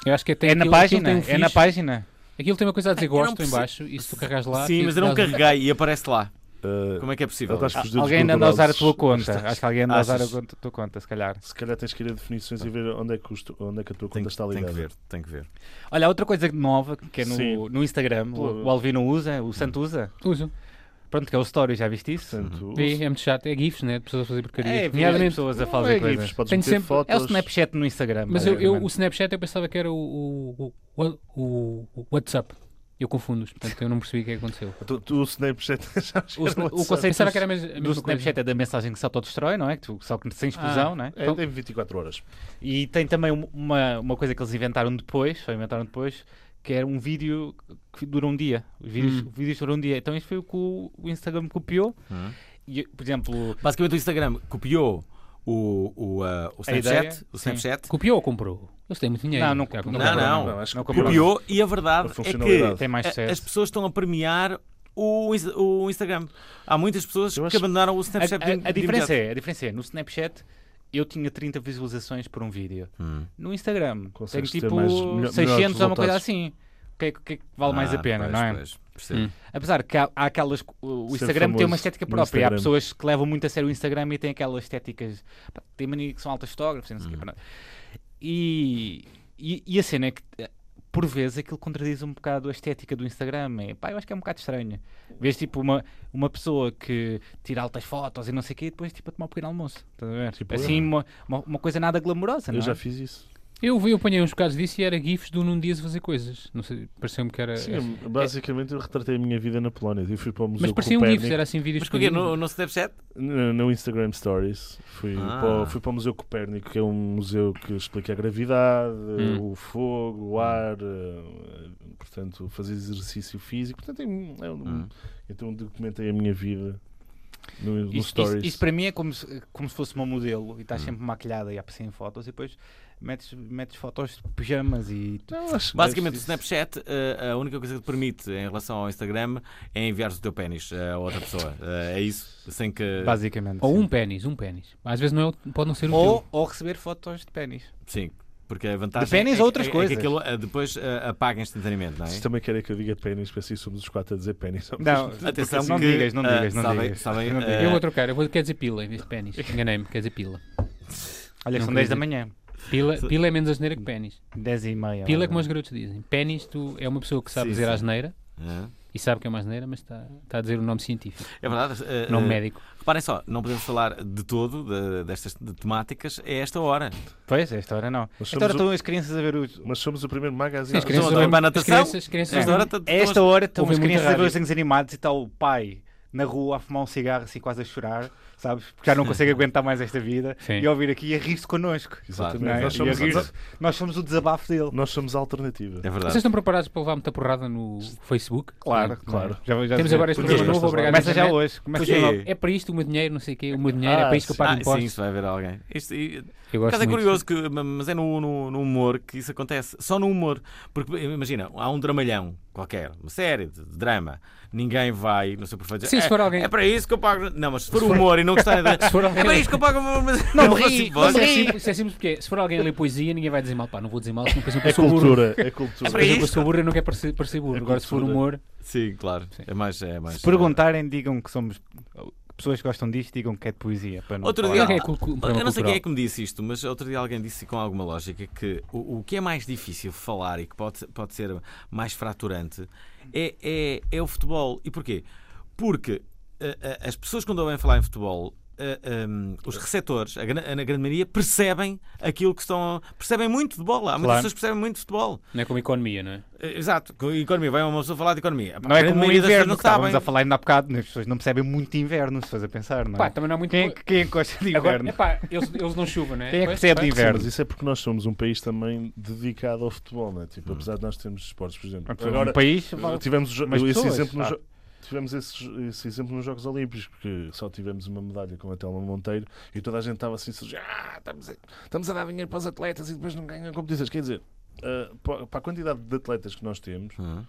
[SPEAKER 4] Eu acho que até
[SPEAKER 2] É na
[SPEAKER 4] aquilo- aquilo
[SPEAKER 2] página,
[SPEAKER 4] tem um
[SPEAKER 2] é na
[SPEAKER 4] fixe.
[SPEAKER 2] página.
[SPEAKER 4] Aquilo tem uma coisa a dizer
[SPEAKER 1] Eu não
[SPEAKER 4] gosto em
[SPEAKER 1] perce-
[SPEAKER 4] baixo e se tu um carregas lá...
[SPEAKER 1] Sim,
[SPEAKER 4] aquilo
[SPEAKER 1] mas eu não
[SPEAKER 4] dá-
[SPEAKER 1] carreguei e aparece lá.
[SPEAKER 3] Eh,
[SPEAKER 1] Como é que é possível?
[SPEAKER 3] estás com os dedos
[SPEAKER 2] Ah, Alguém anda a usar a tua
[SPEAKER 3] gordurosos.
[SPEAKER 2] conta. Acho que alguém anda a usar a
[SPEAKER 1] Achas?
[SPEAKER 2] conta- tua conta, se calhar.
[SPEAKER 3] Se calhar tens que ir a definições e ver onde é que, os tu- onde é que a tua
[SPEAKER 1] Ah, tem,
[SPEAKER 3] conta está
[SPEAKER 1] tem
[SPEAKER 3] ligada.
[SPEAKER 1] que ver, tem que ver.
[SPEAKER 2] Olha, outra coisa nova que é
[SPEAKER 3] Sim.
[SPEAKER 2] no, no Instagram,
[SPEAKER 3] Pô.
[SPEAKER 2] o, o Alvino usa, o Santo
[SPEAKER 4] Hum.
[SPEAKER 2] usa.
[SPEAKER 4] Uso.
[SPEAKER 2] Pronto, que é o Story, já viste
[SPEAKER 1] Uhum.
[SPEAKER 2] isso?
[SPEAKER 3] Portanto,
[SPEAKER 4] E é muito chato. É GIFs, né? De pessoas a fazer porcarias.
[SPEAKER 2] É,
[SPEAKER 4] Nomeadamente-
[SPEAKER 2] vi pessoas a
[SPEAKER 3] não é
[SPEAKER 2] fazer coisas.
[SPEAKER 3] GIFs, podes
[SPEAKER 4] Tenho
[SPEAKER 3] meter
[SPEAKER 4] sempre-
[SPEAKER 3] fotos.
[SPEAKER 2] É o Snapchat no Instagram.
[SPEAKER 4] Mas eu, eu- o
[SPEAKER 2] basicamente.
[SPEAKER 4] Snapchat eu pensava que era o, o, o, o- o WhatsApp. Eu confundo-os, portanto eu não percebi o que é que aconteceu.
[SPEAKER 3] Tu, tu o Snapchat já
[SPEAKER 4] O,
[SPEAKER 3] era
[SPEAKER 4] sna- o
[SPEAKER 3] WhatsApp.
[SPEAKER 4] conceito será que era a mes- a mesma
[SPEAKER 2] Do
[SPEAKER 4] coisa?
[SPEAKER 2] Snapchat é da mensagem que se autodestrói, não é? Que tu, só que sem explosão,
[SPEAKER 4] Ah.
[SPEAKER 2] não é?
[SPEAKER 3] É, tem 24 horas.
[SPEAKER 2] E tem também um- uma, uma coisa que eles inventaram depois, só inventaram depois, que era um vídeo que dura um dia. Os vídeos,
[SPEAKER 4] Hum.
[SPEAKER 2] os vídeos duram um dia. Então isto foi o que o o Instagram copiou.
[SPEAKER 1] Hum.
[SPEAKER 2] E, por exemplo,
[SPEAKER 1] Basicamente o Instagram copiou o, o, ah, o
[SPEAKER 2] ideia,
[SPEAKER 1] Snapchat, o
[SPEAKER 2] sim.
[SPEAKER 1] Snapchat
[SPEAKER 4] Copiou ou comprou? Eles têm muito dinheiro.
[SPEAKER 2] Não, não-
[SPEAKER 4] Já
[SPEAKER 2] não
[SPEAKER 1] Não,
[SPEAKER 4] compraram.
[SPEAKER 1] não, não,
[SPEAKER 3] não, acho que
[SPEAKER 2] comprou.
[SPEAKER 1] copiou e a verdade
[SPEAKER 3] A
[SPEAKER 1] é
[SPEAKER 3] funcionalidade.
[SPEAKER 1] que
[SPEAKER 2] tem mais
[SPEAKER 1] a- as
[SPEAKER 2] sucesso.
[SPEAKER 1] pessoas estão a premiar o, Ins- o Instagram. Há muitas pessoas
[SPEAKER 3] Eu acho-
[SPEAKER 1] que abandonaram o
[SPEAKER 2] A,
[SPEAKER 1] Snapchat
[SPEAKER 2] a-
[SPEAKER 1] de- de
[SPEAKER 2] a diferença
[SPEAKER 1] imediato.
[SPEAKER 2] é, a diferença é, no Snapchat eu tinha 30 visualizações por um vídeo.
[SPEAKER 1] Hum.
[SPEAKER 2] No Instagram
[SPEAKER 3] Consegues ter
[SPEAKER 2] tenho tipo
[SPEAKER 3] mais- melho-
[SPEAKER 2] 600
[SPEAKER 3] melhores
[SPEAKER 2] ou uma coisa
[SPEAKER 3] resultados.
[SPEAKER 2] assim. O que, é- o que é que vale mais
[SPEAKER 1] Ah,
[SPEAKER 2] a pena,
[SPEAKER 1] pois,
[SPEAKER 2] não é?
[SPEAKER 1] pois, percebo.
[SPEAKER 4] Hum.
[SPEAKER 2] Apesar que há, há aquelas. O o
[SPEAKER 3] Ser
[SPEAKER 2] Instagram tem uma
[SPEAKER 3] famoso
[SPEAKER 2] estética
[SPEAKER 3] no
[SPEAKER 2] própria. Há
[SPEAKER 3] Instagram.
[SPEAKER 2] pessoas que levam muito a sério o Instagram e têm aquelas estéticas. pá, Tem mania que são altas fotógrafos e não sei o
[SPEAKER 3] Uhum.
[SPEAKER 2] quê, pronto. E, e, e a cena é que, eh, por vezes, aquilo contradiz um bocado a estética do Instagram. É, pá, eu acho que é um bocado estranho. Vês tipo uma, uma pessoa que tira altas fotos e não sei o quê e depois tipo a tomar um pequeno almoço. Estás a ver?
[SPEAKER 3] Tipo
[SPEAKER 2] assim,
[SPEAKER 3] eu.
[SPEAKER 2] uma, uma, uma coisa nada glamourosa, não
[SPEAKER 3] Eu
[SPEAKER 2] é?
[SPEAKER 3] já fiz isso.
[SPEAKER 4] Eu vi, eu apanhei uns bocados disso e era GIFs do Num Dias a fazer coisas. Não sei, pareceu-me que
[SPEAKER 2] É,
[SPEAKER 4] era.
[SPEAKER 3] Sim,
[SPEAKER 4] era-
[SPEAKER 3] eu- basicamente eu retratei a minha vida na Polónia. Eu fui para o Museu
[SPEAKER 4] Mas pareciam
[SPEAKER 2] um
[SPEAKER 3] Copérnico.
[SPEAKER 4] GIFs, era assim vídeos
[SPEAKER 1] Mas porquê?
[SPEAKER 4] pequeninos.
[SPEAKER 1] No, no Snapchat?
[SPEAKER 3] No, no Instagram Stories. Fui,
[SPEAKER 1] Ah.
[SPEAKER 3] para, o- fui para o Museu Copérnico, que é um museu que explica a gravidade,
[SPEAKER 4] Hum.
[SPEAKER 3] o fogo, o ar, eh, portanto, fazer exercício físico. Portanto, é um- é um-
[SPEAKER 1] Hum.
[SPEAKER 3] Então documentei a minha vida no, no
[SPEAKER 2] Isso,
[SPEAKER 3] Stories.
[SPEAKER 2] isso- isso para mim é como se, como se fosse uma modelo e estás
[SPEAKER 4] Hum.
[SPEAKER 2] sempre maquilhada e aparecem fotos e depois metes, metes fotos de pijamas e
[SPEAKER 3] Não, acho que é
[SPEAKER 1] Basicamente, o
[SPEAKER 3] deve-
[SPEAKER 1] Snapchat, eh, a única coisa que te permite em relação ao Instagram é enviares o teu pênis eh, a outra pessoa. Eh, é isso? Sem que.
[SPEAKER 2] basicamente.
[SPEAKER 4] Ou um pênis, um pênis. Às vezes não é, o- pode não ser o
[SPEAKER 2] ou,
[SPEAKER 4] teu.
[SPEAKER 2] ou receber fotos de pênis.
[SPEAKER 1] Sim, porque a vantagem.
[SPEAKER 2] De pênis
[SPEAKER 1] é,
[SPEAKER 2] ou outras
[SPEAKER 1] é- é
[SPEAKER 2] coisas.
[SPEAKER 1] que aquilo eh, depois eh, apaga instantaneamente, não é?
[SPEAKER 3] Vocês também querem que eu diga pênis, para assim somos os quatro a dizer pênis.
[SPEAKER 2] Não,
[SPEAKER 1] Atenção,
[SPEAKER 2] não
[SPEAKER 1] que,
[SPEAKER 2] digas, não
[SPEAKER 1] eh,
[SPEAKER 2] digas, não
[SPEAKER 1] sabem-
[SPEAKER 2] digas.
[SPEAKER 1] sabem,
[SPEAKER 2] Não
[SPEAKER 1] eh,
[SPEAKER 2] digas.
[SPEAKER 4] Eu vou trocar, eu vou, quer dizer pila em vez de pênis. Enganei-me, quer dizer pila.
[SPEAKER 2] Olha,
[SPEAKER 4] não
[SPEAKER 2] são 10 da
[SPEAKER 4] queria
[SPEAKER 2] manhã,
[SPEAKER 4] Pila, pila é menos asneira que pênis.
[SPEAKER 2] 10 e meia.
[SPEAKER 4] Pila é como os garotos dizem. Pênis, tu é uma pessoa que sabe
[SPEAKER 1] Sim,
[SPEAKER 4] dizer
[SPEAKER 1] sim.
[SPEAKER 4] asneira
[SPEAKER 1] eh,
[SPEAKER 4] e sabe que é uma asneira, mas está, está a dizer o nome científico,
[SPEAKER 1] É verdade. eh,
[SPEAKER 4] o nome
[SPEAKER 1] eh,
[SPEAKER 4] médico.
[SPEAKER 1] Reparem só, não podemos falar de todo de- destas de- temáticas a esta hora.
[SPEAKER 2] Pois, a esta hora não.
[SPEAKER 3] Nós
[SPEAKER 2] Esta hora
[SPEAKER 3] somos
[SPEAKER 2] estão as crianças a ver os...
[SPEAKER 3] Mas somos o primeiro
[SPEAKER 4] Sim,
[SPEAKER 3] magazine.
[SPEAKER 4] as
[SPEAKER 1] Não,
[SPEAKER 4] crianças
[SPEAKER 1] estão a
[SPEAKER 4] ouvem-
[SPEAKER 1] para a
[SPEAKER 4] as
[SPEAKER 1] natação?
[SPEAKER 4] crianças- crianças
[SPEAKER 1] A esta
[SPEAKER 4] ouvem-
[SPEAKER 1] hora estão
[SPEAKER 2] A esta hora estão
[SPEAKER 4] Ouvem
[SPEAKER 2] as
[SPEAKER 4] muita
[SPEAKER 2] crianças a ver
[SPEAKER 4] rádio.
[SPEAKER 2] os desenhos animados e está o pai na rua a fumar um cigarro assim quase a chorar, sabes? Porque já não consegue aguentar mais esta vida.
[SPEAKER 4] Sim.
[SPEAKER 2] E a ouvir aqui e a rir-se connosco.
[SPEAKER 3] Exatamente.
[SPEAKER 2] Não é?
[SPEAKER 3] Nós,
[SPEAKER 2] E a
[SPEAKER 3] somos,
[SPEAKER 2] rir-se. Nós somos o desabafo dele.
[SPEAKER 3] nós somos a alternativa.
[SPEAKER 1] É verdade.
[SPEAKER 4] Vocês estão preparados para levar muita porrada no Facebook?
[SPEAKER 2] Claro,
[SPEAKER 4] Não é?
[SPEAKER 2] claro. Já, já
[SPEAKER 4] Temos
[SPEAKER 2] sei.
[SPEAKER 4] agora este programa
[SPEAKER 3] Porque
[SPEAKER 4] novo,
[SPEAKER 3] estas
[SPEAKER 4] obrigado.
[SPEAKER 2] Começa já
[SPEAKER 4] internet.
[SPEAKER 2] hoje. Começa
[SPEAKER 1] Porque-
[SPEAKER 2] já logo.
[SPEAKER 1] hoje.
[SPEAKER 4] É para isto o meu dinheiro, não sei o quê, o meu dinheiro, é
[SPEAKER 3] Ah,
[SPEAKER 4] para isto que eu pago
[SPEAKER 1] Ah, sim,
[SPEAKER 4] impostos.
[SPEAKER 1] isso vai haver alguém. Isto, e-
[SPEAKER 4] Eu
[SPEAKER 1] Por
[SPEAKER 4] gosto
[SPEAKER 1] acaso é
[SPEAKER 4] muito.
[SPEAKER 1] curioso, que, mas é no, no- no humor que isso acontece. Só no humor. Porque imagina, há um dramalhão qualquer, uma série de de drama. Ninguém vai no seu perfeito dizer,
[SPEAKER 4] Sim, se
[SPEAKER 1] "É-
[SPEAKER 4] for alguém-
[SPEAKER 1] É para isso que eu pago. Não, mas se for humor e não gostarem de.
[SPEAKER 4] Se for
[SPEAKER 1] É
[SPEAKER 4] alguém-
[SPEAKER 1] para isso que eu pago. Mas...
[SPEAKER 2] Não me
[SPEAKER 1] vou
[SPEAKER 2] ri,
[SPEAKER 1] embora."
[SPEAKER 2] não
[SPEAKER 4] Isso
[SPEAKER 2] me
[SPEAKER 4] é,
[SPEAKER 2] ri.
[SPEAKER 4] simples, isso é simples porque se for alguém a ler poesia, ninguém vai dizer mal, pá, não vou dizer mal, senão pensam que
[SPEAKER 3] É
[SPEAKER 4] eu sou burro.
[SPEAKER 3] cultura, é cultura.
[SPEAKER 1] É
[SPEAKER 4] Por exemplo,
[SPEAKER 1] Isto.
[SPEAKER 4] eu sou burro e não quero parecer, parecer burro.
[SPEAKER 3] É
[SPEAKER 4] Agora, se for
[SPEAKER 3] cultura.
[SPEAKER 4] humor,
[SPEAKER 1] Sim, claro. É mais. É mais
[SPEAKER 2] Se perguntarem, digam que somos pessoas que gostam disto, digam que é de poesia. Para não
[SPEAKER 1] Outro
[SPEAKER 2] falar
[SPEAKER 1] dia,
[SPEAKER 2] mal.
[SPEAKER 4] é cul- cul- um programa
[SPEAKER 1] eu não sei
[SPEAKER 4] cultural.
[SPEAKER 1] quem é que me disse isto, mas outro dia alguém disse com alguma lógica que o, o que é mais difícil falar e que pode, pode ser mais fraturante é, é, é o futebol. E porquê? Porque eh, eh, as pessoas quando ouvem falar em futebol. eh, ehm, os receptores, a, gran- a grande maioria, percebem aquilo que estão. percebem muito de bola. Há muitas
[SPEAKER 2] Claro.
[SPEAKER 1] pessoas que percebem muito de futebol.
[SPEAKER 4] não é como economia, não é?
[SPEAKER 1] Eh, Exato, com economia. Vai uma pessoa falar de economia.
[SPEAKER 2] Não
[SPEAKER 1] A
[SPEAKER 2] é
[SPEAKER 1] grande
[SPEAKER 2] como o
[SPEAKER 1] maioria das pessoas
[SPEAKER 2] inverno
[SPEAKER 1] não
[SPEAKER 2] que estávamos
[SPEAKER 1] sabem.
[SPEAKER 2] a falar ainda há bocado. né? As pessoas não percebem muito de inverno, se fores a pensar, não
[SPEAKER 4] Pá,
[SPEAKER 2] é?
[SPEAKER 4] também não há muito.
[SPEAKER 2] Quem é que, quem é que gosta de
[SPEAKER 4] Agora,
[SPEAKER 2] inverno?
[SPEAKER 4] epá, eles, eles não chuvam, não é?
[SPEAKER 2] Quem é que
[SPEAKER 4] Pois,
[SPEAKER 2] percebe de
[SPEAKER 4] pá.
[SPEAKER 2] inverno?
[SPEAKER 3] Mas isso é porque nós somos um país também dedicado ao futebol, não é? Tipo, apesar de nós termos esportes, por exemplo.
[SPEAKER 2] Hum. um país,
[SPEAKER 3] Uh, tivemos os jo-
[SPEAKER 2] Mas
[SPEAKER 3] esse
[SPEAKER 2] pessoas,
[SPEAKER 3] exemplo nos
[SPEAKER 2] pá.
[SPEAKER 3] jo- tivemos esse, esse exemplo nos Jogos Olímpicos porque só tivemos uma medalha com a Telma Monteiro e toda a gente estava assim surgindo, ah, estamos, a, estamos a dar dinheiro para os atletas e depois não ganham competições quer dizer uh, para, para a quantidade de atletas que nós temos
[SPEAKER 1] Hum.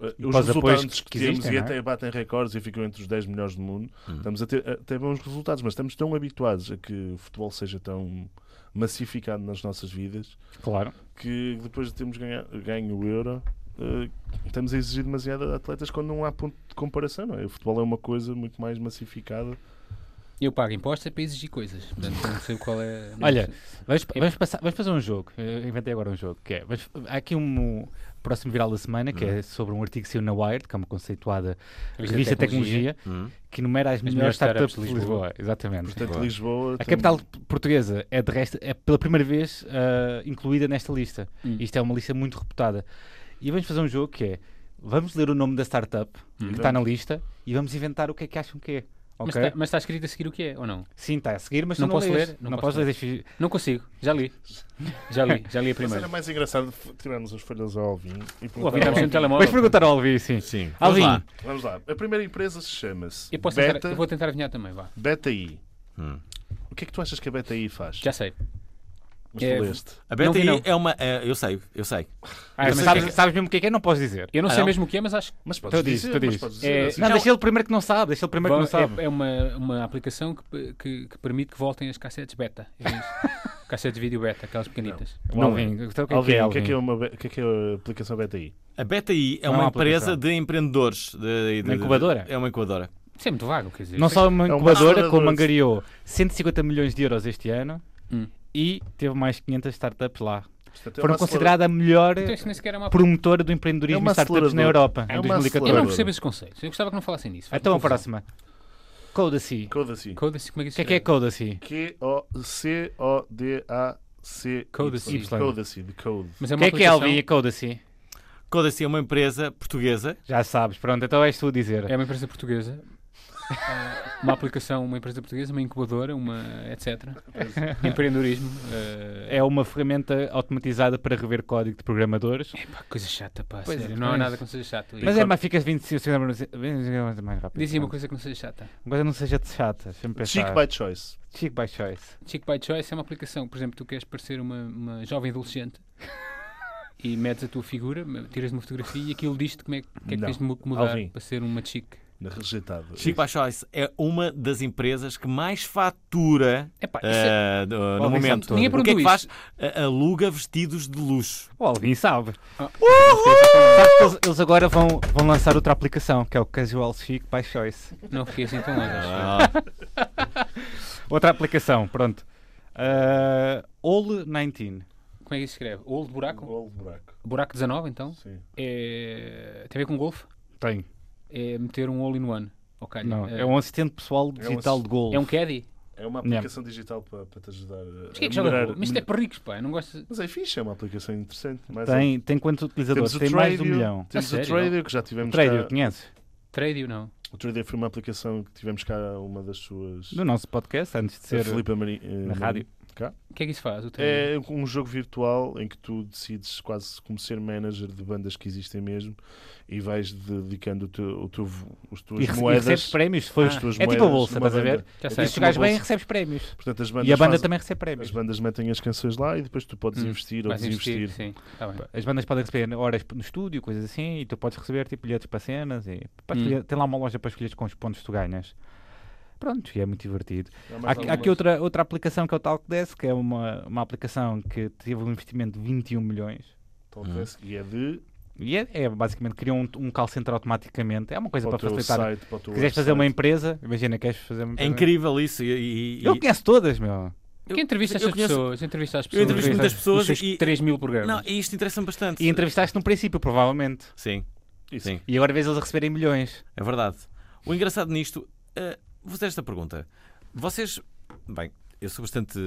[SPEAKER 3] uh,
[SPEAKER 2] E
[SPEAKER 3] os
[SPEAKER 2] para os apoios
[SPEAKER 3] resultados
[SPEAKER 2] que
[SPEAKER 3] que temos
[SPEAKER 2] existem, não é?
[SPEAKER 3] e
[SPEAKER 2] Uhum.
[SPEAKER 3] até batem recordes e ficam entre os 10 melhores do mundo
[SPEAKER 1] Hum.
[SPEAKER 3] estamos a ter eh, até bons resultados mas estamos tão habituados a que o futebol seja tão massificado nas nossas vidas
[SPEAKER 2] Claro.
[SPEAKER 3] que depois de termos ganha- ganho o Euro, eh, estamos a exigir demasiado a atletas quando não há ponto de comparação. Não é? O futebol é uma coisa muito mais massificada.
[SPEAKER 4] Eu pago impostos é para exigir coisas. Portanto, não sei qual é.
[SPEAKER 2] Olha, Vamos, vamos passar- vamos fazer um jogo. Eu inventei agora um jogo. Que é, vamos- há aqui um próximo viral da semana que é sobre um artigo que saiu na Wired, que é uma conceituada revista, de tecnologia,
[SPEAKER 1] Hum.
[SPEAKER 2] que enumera as, melhores startups de Lisboa. Exatamente.
[SPEAKER 3] Portanto,
[SPEAKER 1] Claro.
[SPEAKER 3] Lisboa.
[SPEAKER 2] A
[SPEAKER 3] tem-
[SPEAKER 2] capital portuguesa é, de resto, é pela primeira vez ah, incluída nesta lista.
[SPEAKER 4] Hum.
[SPEAKER 2] Isto é uma lista muito reputada. E vamos fazer um jogo que é vamos ler o nome da startup
[SPEAKER 4] Hum.
[SPEAKER 2] que está na lista e vamos inventar o que é que acham que é.
[SPEAKER 4] Mas
[SPEAKER 2] Ok?
[SPEAKER 4] está mas está escrito a seguir o que é, ou não?
[SPEAKER 2] Sim, está a seguir, mas
[SPEAKER 4] Não
[SPEAKER 2] tu não
[SPEAKER 4] posso
[SPEAKER 2] lês.
[SPEAKER 4] ler?
[SPEAKER 2] Não, posso ler. deixa-
[SPEAKER 4] Não consigo, já li. Já li, já li a
[SPEAKER 3] Mas
[SPEAKER 4] primeira.
[SPEAKER 3] era mais engraçado f- tirarmos as folhas ao Alvin e
[SPEAKER 4] O Alvin está
[SPEAKER 3] perguntar.
[SPEAKER 4] mexendo no telemóvel.
[SPEAKER 2] Vais perguntar ao Alvi, sim.
[SPEAKER 1] Sim. Vamos
[SPEAKER 2] Alvin,
[SPEAKER 1] lá.
[SPEAKER 3] Vamos lá. A primeira empresa se chama-se
[SPEAKER 4] Eu, posso tentar-
[SPEAKER 3] Beta,
[SPEAKER 4] eu vou tentar adivinhar também, vá.
[SPEAKER 3] Beta I.
[SPEAKER 1] Hum.
[SPEAKER 3] O que é que tu achas que a Beta I faz?
[SPEAKER 4] Já sei.
[SPEAKER 3] Mas tu
[SPEAKER 4] é-
[SPEAKER 3] leste.
[SPEAKER 1] A
[SPEAKER 4] Não
[SPEAKER 1] Beta
[SPEAKER 4] vi, não.
[SPEAKER 1] I é uma. é, eu sei, eu sei.
[SPEAKER 4] Ah, mas
[SPEAKER 2] sabes,
[SPEAKER 4] é que-
[SPEAKER 2] sabes mesmo o que é que é? Não posso dizer.
[SPEAKER 4] eu não
[SPEAKER 1] Ah,
[SPEAKER 4] sei
[SPEAKER 1] não?
[SPEAKER 4] mesmo o que é, mas acho que
[SPEAKER 3] Mas podes
[SPEAKER 2] Tu dizes,
[SPEAKER 3] dizer,
[SPEAKER 2] tu
[SPEAKER 3] mas
[SPEAKER 2] dizes.
[SPEAKER 3] podes
[SPEAKER 4] É,
[SPEAKER 3] dizer. assim.
[SPEAKER 2] então Não,
[SPEAKER 4] Não.
[SPEAKER 2] deixa ele primeiro que não sabe, deixa ele primeiro que
[SPEAKER 4] vão-
[SPEAKER 2] não sabe.
[SPEAKER 4] é, é uma, uma aplicação que, que- que permite que voltem as cassetes beta. É isso. cassetes de vídeo beta, aquelas pequenitas.
[SPEAKER 2] O Alvin, então o que é que
[SPEAKER 3] Alvin,
[SPEAKER 2] é,
[SPEAKER 3] o que é que é
[SPEAKER 2] Alvin?
[SPEAKER 3] uma be- o que é que é a aplicação Beta I?
[SPEAKER 1] A Beta I é
[SPEAKER 2] Não
[SPEAKER 1] uma
[SPEAKER 2] há
[SPEAKER 1] empresa
[SPEAKER 2] aplicação.
[SPEAKER 1] de empreendedores. De, de-
[SPEAKER 2] Uma
[SPEAKER 1] de-
[SPEAKER 2] incubadora?
[SPEAKER 1] É uma incubadora.
[SPEAKER 4] Isso é muito vago, quer dizer.
[SPEAKER 2] Não só uma
[SPEAKER 3] É uma
[SPEAKER 2] incubadora,
[SPEAKER 3] aceleradora
[SPEAKER 2] como
[SPEAKER 3] de-
[SPEAKER 2] angariou 150 milhões de euros este ano
[SPEAKER 4] Hum.
[SPEAKER 2] e teve mais 500 startups lá.
[SPEAKER 3] Portanto, é
[SPEAKER 2] Foram
[SPEAKER 3] uma
[SPEAKER 2] consideradas a melhor
[SPEAKER 4] Então isso nem sequer é uma.
[SPEAKER 2] promotora do
[SPEAKER 3] É
[SPEAKER 2] empreendedorismo
[SPEAKER 3] uma
[SPEAKER 2] e startups na
[SPEAKER 3] aceleradora.
[SPEAKER 2] Europa
[SPEAKER 3] É
[SPEAKER 2] em
[SPEAKER 3] uma
[SPEAKER 2] 2014.
[SPEAKER 4] Eu não
[SPEAKER 3] aceleradora.
[SPEAKER 4] percebo esses conceitos. Eu gostava que não falassem disso.
[SPEAKER 2] Então a
[SPEAKER 4] Faz-me confusão.
[SPEAKER 2] próxima. Codacy.
[SPEAKER 3] Codacy.
[SPEAKER 4] Codacy, como é
[SPEAKER 2] O
[SPEAKER 4] que isso
[SPEAKER 2] que é que é Codacy?
[SPEAKER 3] Q-O-C-O-D-A-C.
[SPEAKER 4] Codacy.
[SPEAKER 3] Codacy, de code.
[SPEAKER 4] Mas é
[SPEAKER 2] O
[SPEAKER 4] uma
[SPEAKER 2] que é que é
[SPEAKER 4] aplicação-
[SPEAKER 2] Alvin e Codacy?
[SPEAKER 1] Codacy é uma empresa portuguesa.
[SPEAKER 2] Já sabes, pronto, então és tu a dizer.
[SPEAKER 4] É uma empresa portuguesa. uma aplicação, uma empresa portuguesa, uma incubadora, uma etc. Empreendedorismo. eh,
[SPEAKER 2] É uma ferramenta automatizada para rever código de programadores.
[SPEAKER 4] pá, coisa chata, pá.
[SPEAKER 2] Pois é,
[SPEAKER 4] sério. não há
[SPEAKER 2] pois.
[SPEAKER 4] nada que não seja chato.
[SPEAKER 2] Mas é mais, ficas 25 segundos mais rápido. é?
[SPEAKER 4] Dizia uma coisa que não seja chata.
[SPEAKER 2] Uma coisa não seja chata, deixa-me pensar.
[SPEAKER 3] Chic by choice.
[SPEAKER 2] Chic by choice.
[SPEAKER 4] Chick by Choice é uma aplicação. Por exemplo, tu queres parecer uma, uma jovem adolescente e medes a tua figura, me- tiras uma fotografia e aquilo diz-te como é que, o que é que
[SPEAKER 3] Não.
[SPEAKER 4] tens de mu- mudar
[SPEAKER 3] Alvin.
[SPEAKER 4] para ser uma chick.
[SPEAKER 3] Rejeitado.
[SPEAKER 1] Chico by Choice é uma das empresas que mais fatura
[SPEAKER 4] Epá, isso é-
[SPEAKER 1] eh, do- no
[SPEAKER 2] Alvin
[SPEAKER 1] momento.
[SPEAKER 2] Santoro.
[SPEAKER 4] Ninguém
[SPEAKER 1] o que é que
[SPEAKER 4] perguntou
[SPEAKER 1] faz? A- Aluga vestidos de luxo.
[SPEAKER 2] O Alvin
[SPEAKER 3] Hum.
[SPEAKER 2] sabe.
[SPEAKER 4] Ah.
[SPEAKER 2] Sabes que eles, eles agora vão, vão lançar outra aplicação, que é o Casual Chic by Choice.
[SPEAKER 4] não fiquei assim tão longe. acho.
[SPEAKER 2] Outra aplicação, pronto. Uh, All 19.
[SPEAKER 4] Como é que isso se escreve? Old buraco?
[SPEAKER 3] Gol de buraco.
[SPEAKER 4] Buraco 19, então?
[SPEAKER 3] Sim.
[SPEAKER 4] É... Tem a ver com golfe?
[SPEAKER 2] Tem.
[SPEAKER 4] É meter um all-in-one. Ok.
[SPEAKER 2] Não,
[SPEAKER 4] Eh,
[SPEAKER 2] é um assistente pessoal digital de gol.
[SPEAKER 4] é um caddy?
[SPEAKER 3] É uma aplicação digital para, para te ajudar a
[SPEAKER 4] Mas que é que
[SPEAKER 3] a
[SPEAKER 4] joga
[SPEAKER 3] melhorar-
[SPEAKER 4] golfe? Mas isto é para ricos, pá. Eu não gosto...
[SPEAKER 3] Mas é fixe, é uma aplicação interessante. Mas é-
[SPEAKER 2] Tem, tem quantos utilizadores?
[SPEAKER 3] Temos o
[SPEAKER 2] Tem mais de um
[SPEAKER 3] Tradio,
[SPEAKER 2] milhão.
[SPEAKER 3] Temos
[SPEAKER 4] A
[SPEAKER 3] o
[SPEAKER 4] sério?
[SPEAKER 3] Trader, que já tivemos
[SPEAKER 2] Trader,
[SPEAKER 3] cá.
[SPEAKER 2] conheces?
[SPEAKER 4] Trade, não.
[SPEAKER 3] O Trader foi uma aplicação que tivemos cá, uma das suas.
[SPEAKER 2] Do nosso podcast, antes de
[SPEAKER 3] a
[SPEAKER 2] ser
[SPEAKER 3] Filipa Mari- eh,
[SPEAKER 2] na
[SPEAKER 3] Marim.
[SPEAKER 2] rádio.
[SPEAKER 4] O que é que isso faz? O trade?
[SPEAKER 3] É um jogo virtual em que tu decides quase como ser manager de bandas que existem mesmo e vais dedicando o teu, o teu, os tuas
[SPEAKER 2] E, rece- e
[SPEAKER 3] moedas. Ah,
[SPEAKER 2] recebes prémios. se fores-
[SPEAKER 3] as tuas
[SPEAKER 2] é tipo a
[SPEAKER 3] moedas
[SPEAKER 2] bolsa,
[SPEAKER 3] numa
[SPEAKER 2] estás a ver?
[SPEAKER 3] banda.
[SPEAKER 4] Já
[SPEAKER 3] é
[SPEAKER 4] sei.
[SPEAKER 2] Se
[SPEAKER 3] tipo
[SPEAKER 2] jogares
[SPEAKER 3] uma
[SPEAKER 2] bem,
[SPEAKER 3] bolsa.
[SPEAKER 2] recebes prémios.
[SPEAKER 3] Portanto, as bandas
[SPEAKER 2] E a banda
[SPEAKER 3] fazem-
[SPEAKER 2] também recebe
[SPEAKER 3] As
[SPEAKER 2] prémios.
[SPEAKER 3] bandas metem as canções lá e depois tu podes
[SPEAKER 4] Hum.
[SPEAKER 3] investir ou
[SPEAKER 4] Vais
[SPEAKER 3] desinvestir.
[SPEAKER 4] investir, sim. Tá bem.
[SPEAKER 2] As bandas podem receber horas no estúdio, coisas assim, e tu podes receber tipo bilhetes para cenas. E, pá,
[SPEAKER 4] Hum.
[SPEAKER 2] escolher- Tem lá uma loja para escolher com os pontos que tu ganhas. Pronto, e é muito divertido.
[SPEAKER 3] Há mais
[SPEAKER 2] Há aqui, há
[SPEAKER 3] alguma
[SPEAKER 2] aqui outra, outra aplicação que é o Talkdesk, que é uma, uma aplicação que teve um investimento de 21 milhões.
[SPEAKER 3] Então, parece que é de
[SPEAKER 2] E é, é basicamente criou um, um call center automaticamente. É uma coisa
[SPEAKER 3] para o
[SPEAKER 2] para
[SPEAKER 3] teu
[SPEAKER 2] facilitar.
[SPEAKER 3] site, para o teu
[SPEAKER 2] Quiseres fazer uma
[SPEAKER 3] website.
[SPEAKER 2] empresa, imagina, queres fazer uma
[SPEAKER 1] É
[SPEAKER 2] empresa.
[SPEAKER 1] incrível isso. E, e-
[SPEAKER 2] Eu
[SPEAKER 1] e-
[SPEAKER 2] conheço todas, meu.
[SPEAKER 1] Eu-
[SPEAKER 4] Quem entrevista
[SPEAKER 1] eu
[SPEAKER 4] essas
[SPEAKER 1] conheço-
[SPEAKER 4] pessoas? Entrevista as pessoas.
[SPEAKER 1] Eu entrevisto muitas pessoas
[SPEAKER 4] Os seus
[SPEAKER 1] e-
[SPEAKER 4] 3 mil programas.
[SPEAKER 1] Não, e isto interessa-me bastante.
[SPEAKER 2] E entrevistaste no princípio, provavelmente.
[SPEAKER 1] Sim,
[SPEAKER 3] Isso.
[SPEAKER 1] sim,
[SPEAKER 2] E agora vês eles a receberem milhões.
[SPEAKER 1] é verdade. O engraçado nisto, eh, vou fazer esta pergunta. Vocês, bem, eu sou bastante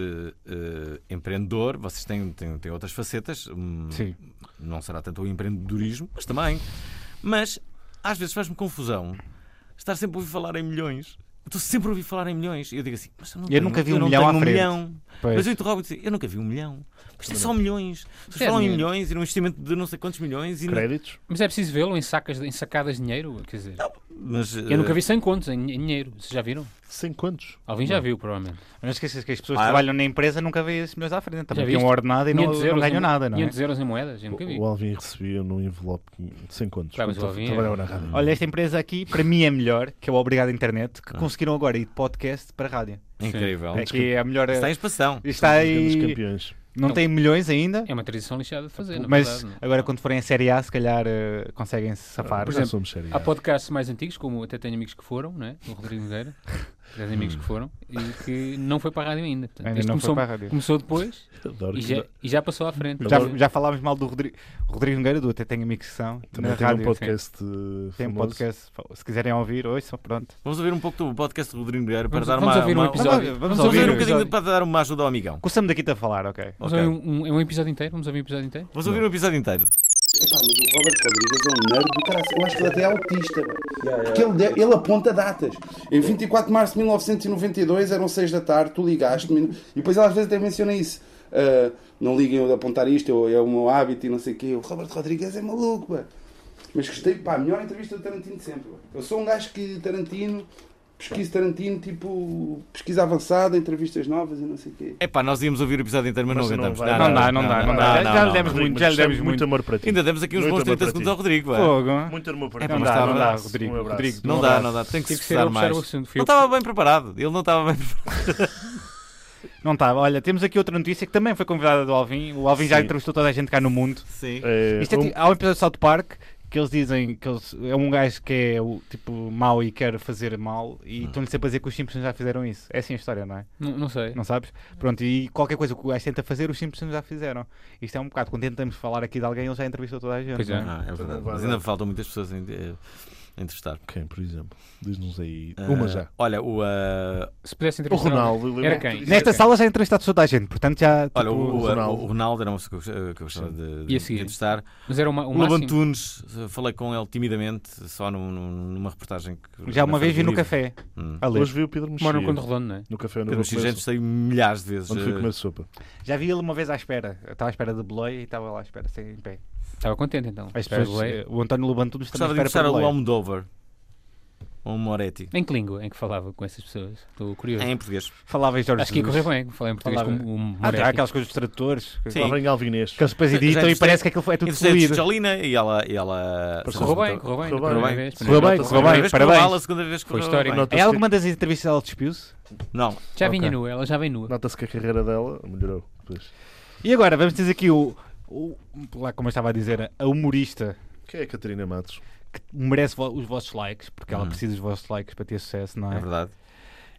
[SPEAKER 1] eh, empreendedor, vocês têm, têm, têm outras facetas. hum,
[SPEAKER 2] Sim.
[SPEAKER 1] não será tanto o empreendedorismo, mas também. Mas às vezes faz-me confusão estar sempre a ouvir falar em milhões. Eu Estou sempre a ouvir falar em milhões. E eu digo assim, mas eu, não
[SPEAKER 2] Eu
[SPEAKER 1] tenho-
[SPEAKER 2] nunca vi um
[SPEAKER 1] não
[SPEAKER 2] milhão
[SPEAKER 1] tenho
[SPEAKER 2] à frente.
[SPEAKER 1] milhão.
[SPEAKER 2] Pois.
[SPEAKER 1] Mas eu interrogo e eu nunca vi um milhão. Mas isto é só milhões. Vocês
[SPEAKER 4] É
[SPEAKER 1] falam em
[SPEAKER 4] dinheiro.
[SPEAKER 1] milhões e num investimento de não sei quantos milhões. E não-
[SPEAKER 3] Créditos?
[SPEAKER 4] Mas é preciso vê-lo em, sacas, em sacadas de dinheiro? Quer dizer,
[SPEAKER 1] Mas, eh,
[SPEAKER 4] eu nunca vi 100 contos em, em dinheiro. Vocês já viram?
[SPEAKER 3] Sem quantos?
[SPEAKER 4] Alguém já viu, provavelmente.
[SPEAKER 2] Não esqueças que as pessoas
[SPEAKER 1] Ah,
[SPEAKER 3] é?
[SPEAKER 2] que trabalham na empresa nunca veem esses milhões à frente. Também têm
[SPEAKER 4] viste?
[SPEAKER 2] um ordenado e não, não ganham
[SPEAKER 4] em,
[SPEAKER 2] nada, não é?
[SPEAKER 4] 500 euros em moedas? Eu nunca vi.
[SPEAKER 3] O Alvin recebia num envelope de- sem quantos.
[SPEAKER 4] Pá, mas
[SPEAKER 3] Quando
[SPEAKER 4] o Alvin é-
[SPEAKER 3] Trabalhava na rádio.
[SPEAKER 2] Olha, esta empresa aqui, para mim é melhor, que é o Obrigado Internet,
[SPEAKER 3] Ah.
[SPEAKER 2] que conseguiram agora ir de podcast para rádio.
[SPEAKER 3] um
[SPEAKER 1] Incrível.
[SPEAKER 2] É que é a melhor.
[SPEAKER 1] Está em expansão.
[SPEAKER 2] Está
[SPEAKER 3] Os grandes
[SPEAKER 2] aí.
[SPEAKER 3] campeões.
[SPEAKER 2] Não tem milhões ainda,
[SPEAKER 4] É uma tradição lixada de fazer, na
[SPEAKER 2] mas
[SPEAKER 4] verdade, não. é?
[SPEAKER 2] agora quando forem a Série A, se calhar eh, conseguem se safar.
[SPEAKER 3] Ah, Por
[SPEAKER 4] exemplo,
[SPEAKER 3] somos série
[SPEAKER 4] Há
[SPEAKER 3] A.
[SPEAKER 4] podcasts mais antigos, como até tenho amigos que foram, não é? O Rodrigo Nogueira, três amigos que foram, e que não foi para a rádio ainda. Portanto,
[SPEAKER 2] Ainda
[SPEAKER 4] isto
[SPEAKER 2] não
[SPEAKER 4] começou,
[SPEAKER 2] foi para a rádio.
[SPEAKER 4] começou depois
[SPEAKER 3] Adoro
[SPEAKER 4] e
[SPEAKER 3] que-
[SPEAKER 4] já, e já passou à frente.
[SPEAKER 2] Já,
[SPEAKER 4] Agora-
[SPEAKER 2] já falámos mal do Rodrigo, Rodrigo Nogueira, do Até Tenho Amigos que São, na
[SPEAKER 3] Também tem um
[SPEAKER 2] rádio.
[SPEAKER 3] podcast eh,
[SPEAKER 2] Tem um
[SPEAKER 3] famoso.
[SPEAKER 2] podcast. Se quiserem ouvir, ouçam, pronto.
[SPEAKER 1] Vamos ouvir um pouco do podcast do Rodrigo Nogueira para
[SPEAKER 4] Vamos-
[SPEAKER 1] dar
[SPEAKER 4] vamos
[SPEAKER 1] uma,
[SPEAKER 4] ouvir um
[SPEAKER 1] uma-
[SPEAKER 4] episódio.
[SPEAKER 2] Vamos,
[SPEAKER 1] Vamos
[SPEAKER 2] ouvir,
[SPEAKER 1] ouvir um
[SPEAKER 2] o
[SPEAKER 1] bocadinho
[SPEAKER 2] episódio.
[SPEAKER 1] de- para dar uma ajuda ao amigão.
[SPEAKER 2] Começamos daqui a falar, ok.
[SPEAKER 4] Vamos
[SPEAKER 1] Ok.
[SPEAKER 4] é ouvir um, um- um episódio inteiro? Vamos ouvir um episódio inteiro?
[SPEAKER 1] Vamos ouvir um episódio inteiro.
[SPEAKER 6] Epá, mas o Robert Rodrigues é um nerd do caralho. Eu acho que ele até é autista, mano. porque ele, de- ele aponta datas. Em 24 de março de 1992, eram 6 da tarde, tu ligaste-me. E depois ela às vezes até menciona isso. Ah, não liguem eu de apontar isto, eu- é o meu hábito e não sei o quê. O Robert Rodrigues é maluco, mano. Mas gostei, pá, a melhor entrevista do Tarantino de sempre. mano. Eu sou um gajo que Tarantino, pesquisa Tarantino, tipo, pesquisa avançada, entrevistas novas e não sei o quê.
[SPEAKER 1] É pá, nós íamos ouvir o episódio inteiro, mas não
[SPEAKER 3] Mas não
[SPEAKER 1] aguentamos.
[SPEAKER 3] vai
[SPEAKER 2] Não dá, não dá, não dá. Já lhe demos
[SPEAKER 3] Rodrigo,
[SPEAKER 2] muito,
[SPEAKER 3] mas
[SPEAKER 2] já lhe
[SPEAKER 3] gostei
[SPEAKER 2] demos
[SPEAKER 3] muito
[SPEAKER 2] muito.
[SPEAKER 3] amor para ti.
[SPEAKER 1] Ainda demos aqui uns
[SPEAKER 3] Muito
[SPEAKER 1] bons
[SPEAKER 3] amor
[SPEAKER 1] 30
[SPEAKER 3] para
[SPEAKER 1] segundos
[SPEAKER 3] ti.
[SPEAKER 1] ao Rodrigo. é.
[SPEAKER 2] Fogo.
[SPEAKER 3] Muito amor para
[SPEAKER 2] É,
[SPEAKER 3] ti.
[SPEAKER 2] não
[SPEAKER 3] Um
[SPEAKER 2] dá, não dá,
[SPEAKER 3] abraço,
[SPEAKER 2] Rodrigo.
[SPEAKER 3] um abraço.
[SPEAKER 2] Rodrigo,
[SPEAKER 1] Não
[SPEAKER 2] Um
[SPEAKER 1] dá,
[SPEAKER 2] abraço.
[SPEAKER 1] não dá. Tem que
[SPEAKER 4] Tive que ser eu
[SPEAKER 1] esforçar
[SPEAKER 4] a puxar
[SPEAKER 1] mais.
[SPEAKER 4] o assunto. Fui
[SPEAKER 1] Não
[SPEAKER 4] eu que-
[SPEAKER 1] estava bem preparado. Ele não estava bem preparado.
[SPEAKER 2] Não está. Olha, temos aqui outra notícia que também foi convidada do Alvin. O Alvin já
[SPEAKER 3] Sim.
[SPEAKER 2] entrevistou toda a gente cá no mundo.
[SPEAKER 1] Sim.
[SPEAKER 3] É,
[SPEAKER 2] Isto é
[SPEAKER 3] um-
[SPEAKER 2] tipo- há um episódio de South Park que eles dizem que eles- é um gajo que é o, tipo mau e quer fazer mal e estão-lhe sempre a dizer que os Simpsons já fizeram isso. É assim a história, não é?
[SPEAKER 4] Não, não sei.
[SPEAKER 2] Não sabes? Pronto, e qualquer coisa que o gajo tenta fazer, os Simpsons já fizeram. Isto é um bocado. Quando tentamos falar aqui de alguém, ele já entrevistou toda a gente.
[SPEAKER 4] Pois
[SPEAKER 2] não
[SPEAKER 4] é.
[SPEAKER 1] Ah, é verdade.
[SPEAKER 3] vai
[SPEAKER 1] Mas
[SPEAKER 3] dar.
[SPEAKER 1] ainda faltam muitas pessoas a eh, a entrevistar.
[SPEAKER 3] Quem, por exemplo? Diz-nos aí.
[SPEAKER 1] Ah,
[SPEAKER 3] Uma já.
[SPEAKER 1] Olha, o, ah,
[SPEAKER 4] Se
[SPEAKER 3] O
[SPEAKER 4] pudesse entrevistar.
[SPEAKER 3] Ronaldo. lembra-te
[SPEAKER 4] Era quem?
[SPEAKER 3] disso?
[SPEAKER 2] Nesta sala já entrevistaste toda a gente, portanto já.
[SPEAKER 1] olha, o, ah,
[SPEAKER 2] tipo,
[SPEAKER 1] o- o Ronaldo.
[SPEAKER 3] Ronaldo.
[SPEAKER 1] era uma pessoa que eu- eh, que eu gostava de, de
[SPEAKER 4] E a seguir?
[SPEAKER 1] entrevistar.
[SPEAKER 4] Mas era uma,
[SPEAKER 1] o
[SPEAKER 4] um
[SPEAKER 1] Lobo
[SPEAKER 4] máximo.
[SPEAKER 1] Antunes, eh, falei com ele timidamente, só num- num- numa reportagem que.
[SPEAKER 2] já
[SPEAKER 1] na
[SPEAKER 2] uma
[SPEAKER 1] Feira
[SPEAKER 2] vez
[SPEAKER 1] do
[SPEAKER 2] vi no
[SPEAKER 1] Livro.
[SPEAKER 2] café.
[SPEAKER 1] Hum.
[SPEAKER 2] a ler.
[SPEAKER 3] Hoje vi o Pedro Mexia.
[SPEAKER 4] Moram no Conde Redondo, não é?
[SPEAKER 3] No café onde
[SPEAKER 1] Pedro
[SPEAKER 3] eu
[SPEAKER 1] Mexia,
[SPEAKER 3] comer-
[SPEAKER 1] gente sei milhares de vezes.
[SPEAKER 3] Onde
[SPEAKER 1] eh,
[SPEAKER 3] fui comer sopa.
[SPEAKER 2] Já vi ele uma vez à espera. Eu Estava à espera de Beloia e estava lá à espera, sem em pé.
[SPEAKER 4] Estava contente então.
[SPEAKER 2] As
[SPEAKER 4] Espero
[SPEAKER 2] pessoas,
[SPEAKER 4] que leia.
[SPEAKER 2] eh, o António Lobantunos também
[SPEAKER 1] Gostava de
[SPEAKER 2] espera
[SPEAKER 1] entrevistar
[SPEAKER 2] para
[SPEAKER 1] o
[SPEAKER 2] Beloia.
[SPEAKER 1] Almodóvar ou o Moretti.
[SPEAKER 4] Em que língua é que falava com essas pessoas? Estou curioso.
[SPEAKER 1] Em português.
[SPEAKER 2] Falava em Jorge
[SPEAKER 4] Acho que ia
[SPEAKER 2] Jesus.
[SPEAKER 4] correr bem. Falei em português
[SPEAKER 2] Falava-
[SPEAKER 4] como um
[SPEAKER 2] Ah, há
[SPEAKER 4] Moretti.
[SPEAKER 2] aquelas coisas dos tradutores que-
[SPEAKER 1] Sim.
[SPEAKER 3] Estava em Alvinês.
[SPEAKER 2] que eles depois
[SPEAKER 1] Já
[SPEAKER 2] editam e
[SPEAKER 1] entrevistei-
[SPEAKER 2] parece que aquilo foi- é tudo
[SPEAKER 1] Entrevistei a
[SPEAKER 2] fluido.
[SPEAKER 1] Jalina e ela. E ela
[SPEAKER 3] Correu
[SPEAKER 4] Correu bem, correu
[SPEAKER 3] Correu
[SPEAKER 4] bem. na
[SPEAKER 3] bem.
[SPEAKER 4] primeira vez,
[SPEAKER 2] Correu
[SPEAKER 4] primeira
[SPEAKER 2] bem,
[SPEAKER 4] vez.
[SPEAKER 2] correu
[SPEAKER 1] Primeira
[SPEAKER 2] bem,
[SPEAKER 1] vez correu
[SPEAKER 2] parabéns.
[SPEAKER 1] mal, a segunda vez correu
[SPEAKER 4] histórico.
[SPEAKER 1] bem.
[SPEAKER 3] Nota-se
[SPEAKER 2] É
[SPEAKER 3] que-
[SPEAKER 2] alguma das entrevistas ela despiu-se?
[SPEAKER 1] Não,
[SPEAKER 4] Já vinha
[SPEAKER 2] Ok.
[SPEAKER 4] nua, ela já vem nua.
[SPEAKER 3] Nota-se que a carreira dela melhorou. Pois.
[SPEAKER 2] E agora, vamos dizer aqui o, o- lá como eu estava a dizer, a humorista
[SPEAKER 3] Quem é a Catarina Matos?
[SPEAKER 2] que merece vo- os vossos likes, porque ela
[SPEAKER 1] Hum.
[SPEAKER 2] precisa dos vossos likes para ter sucesso, não
[SPEAKER 1] é
[SPEAKER 2] é?
[SPEAKER 1] verdade.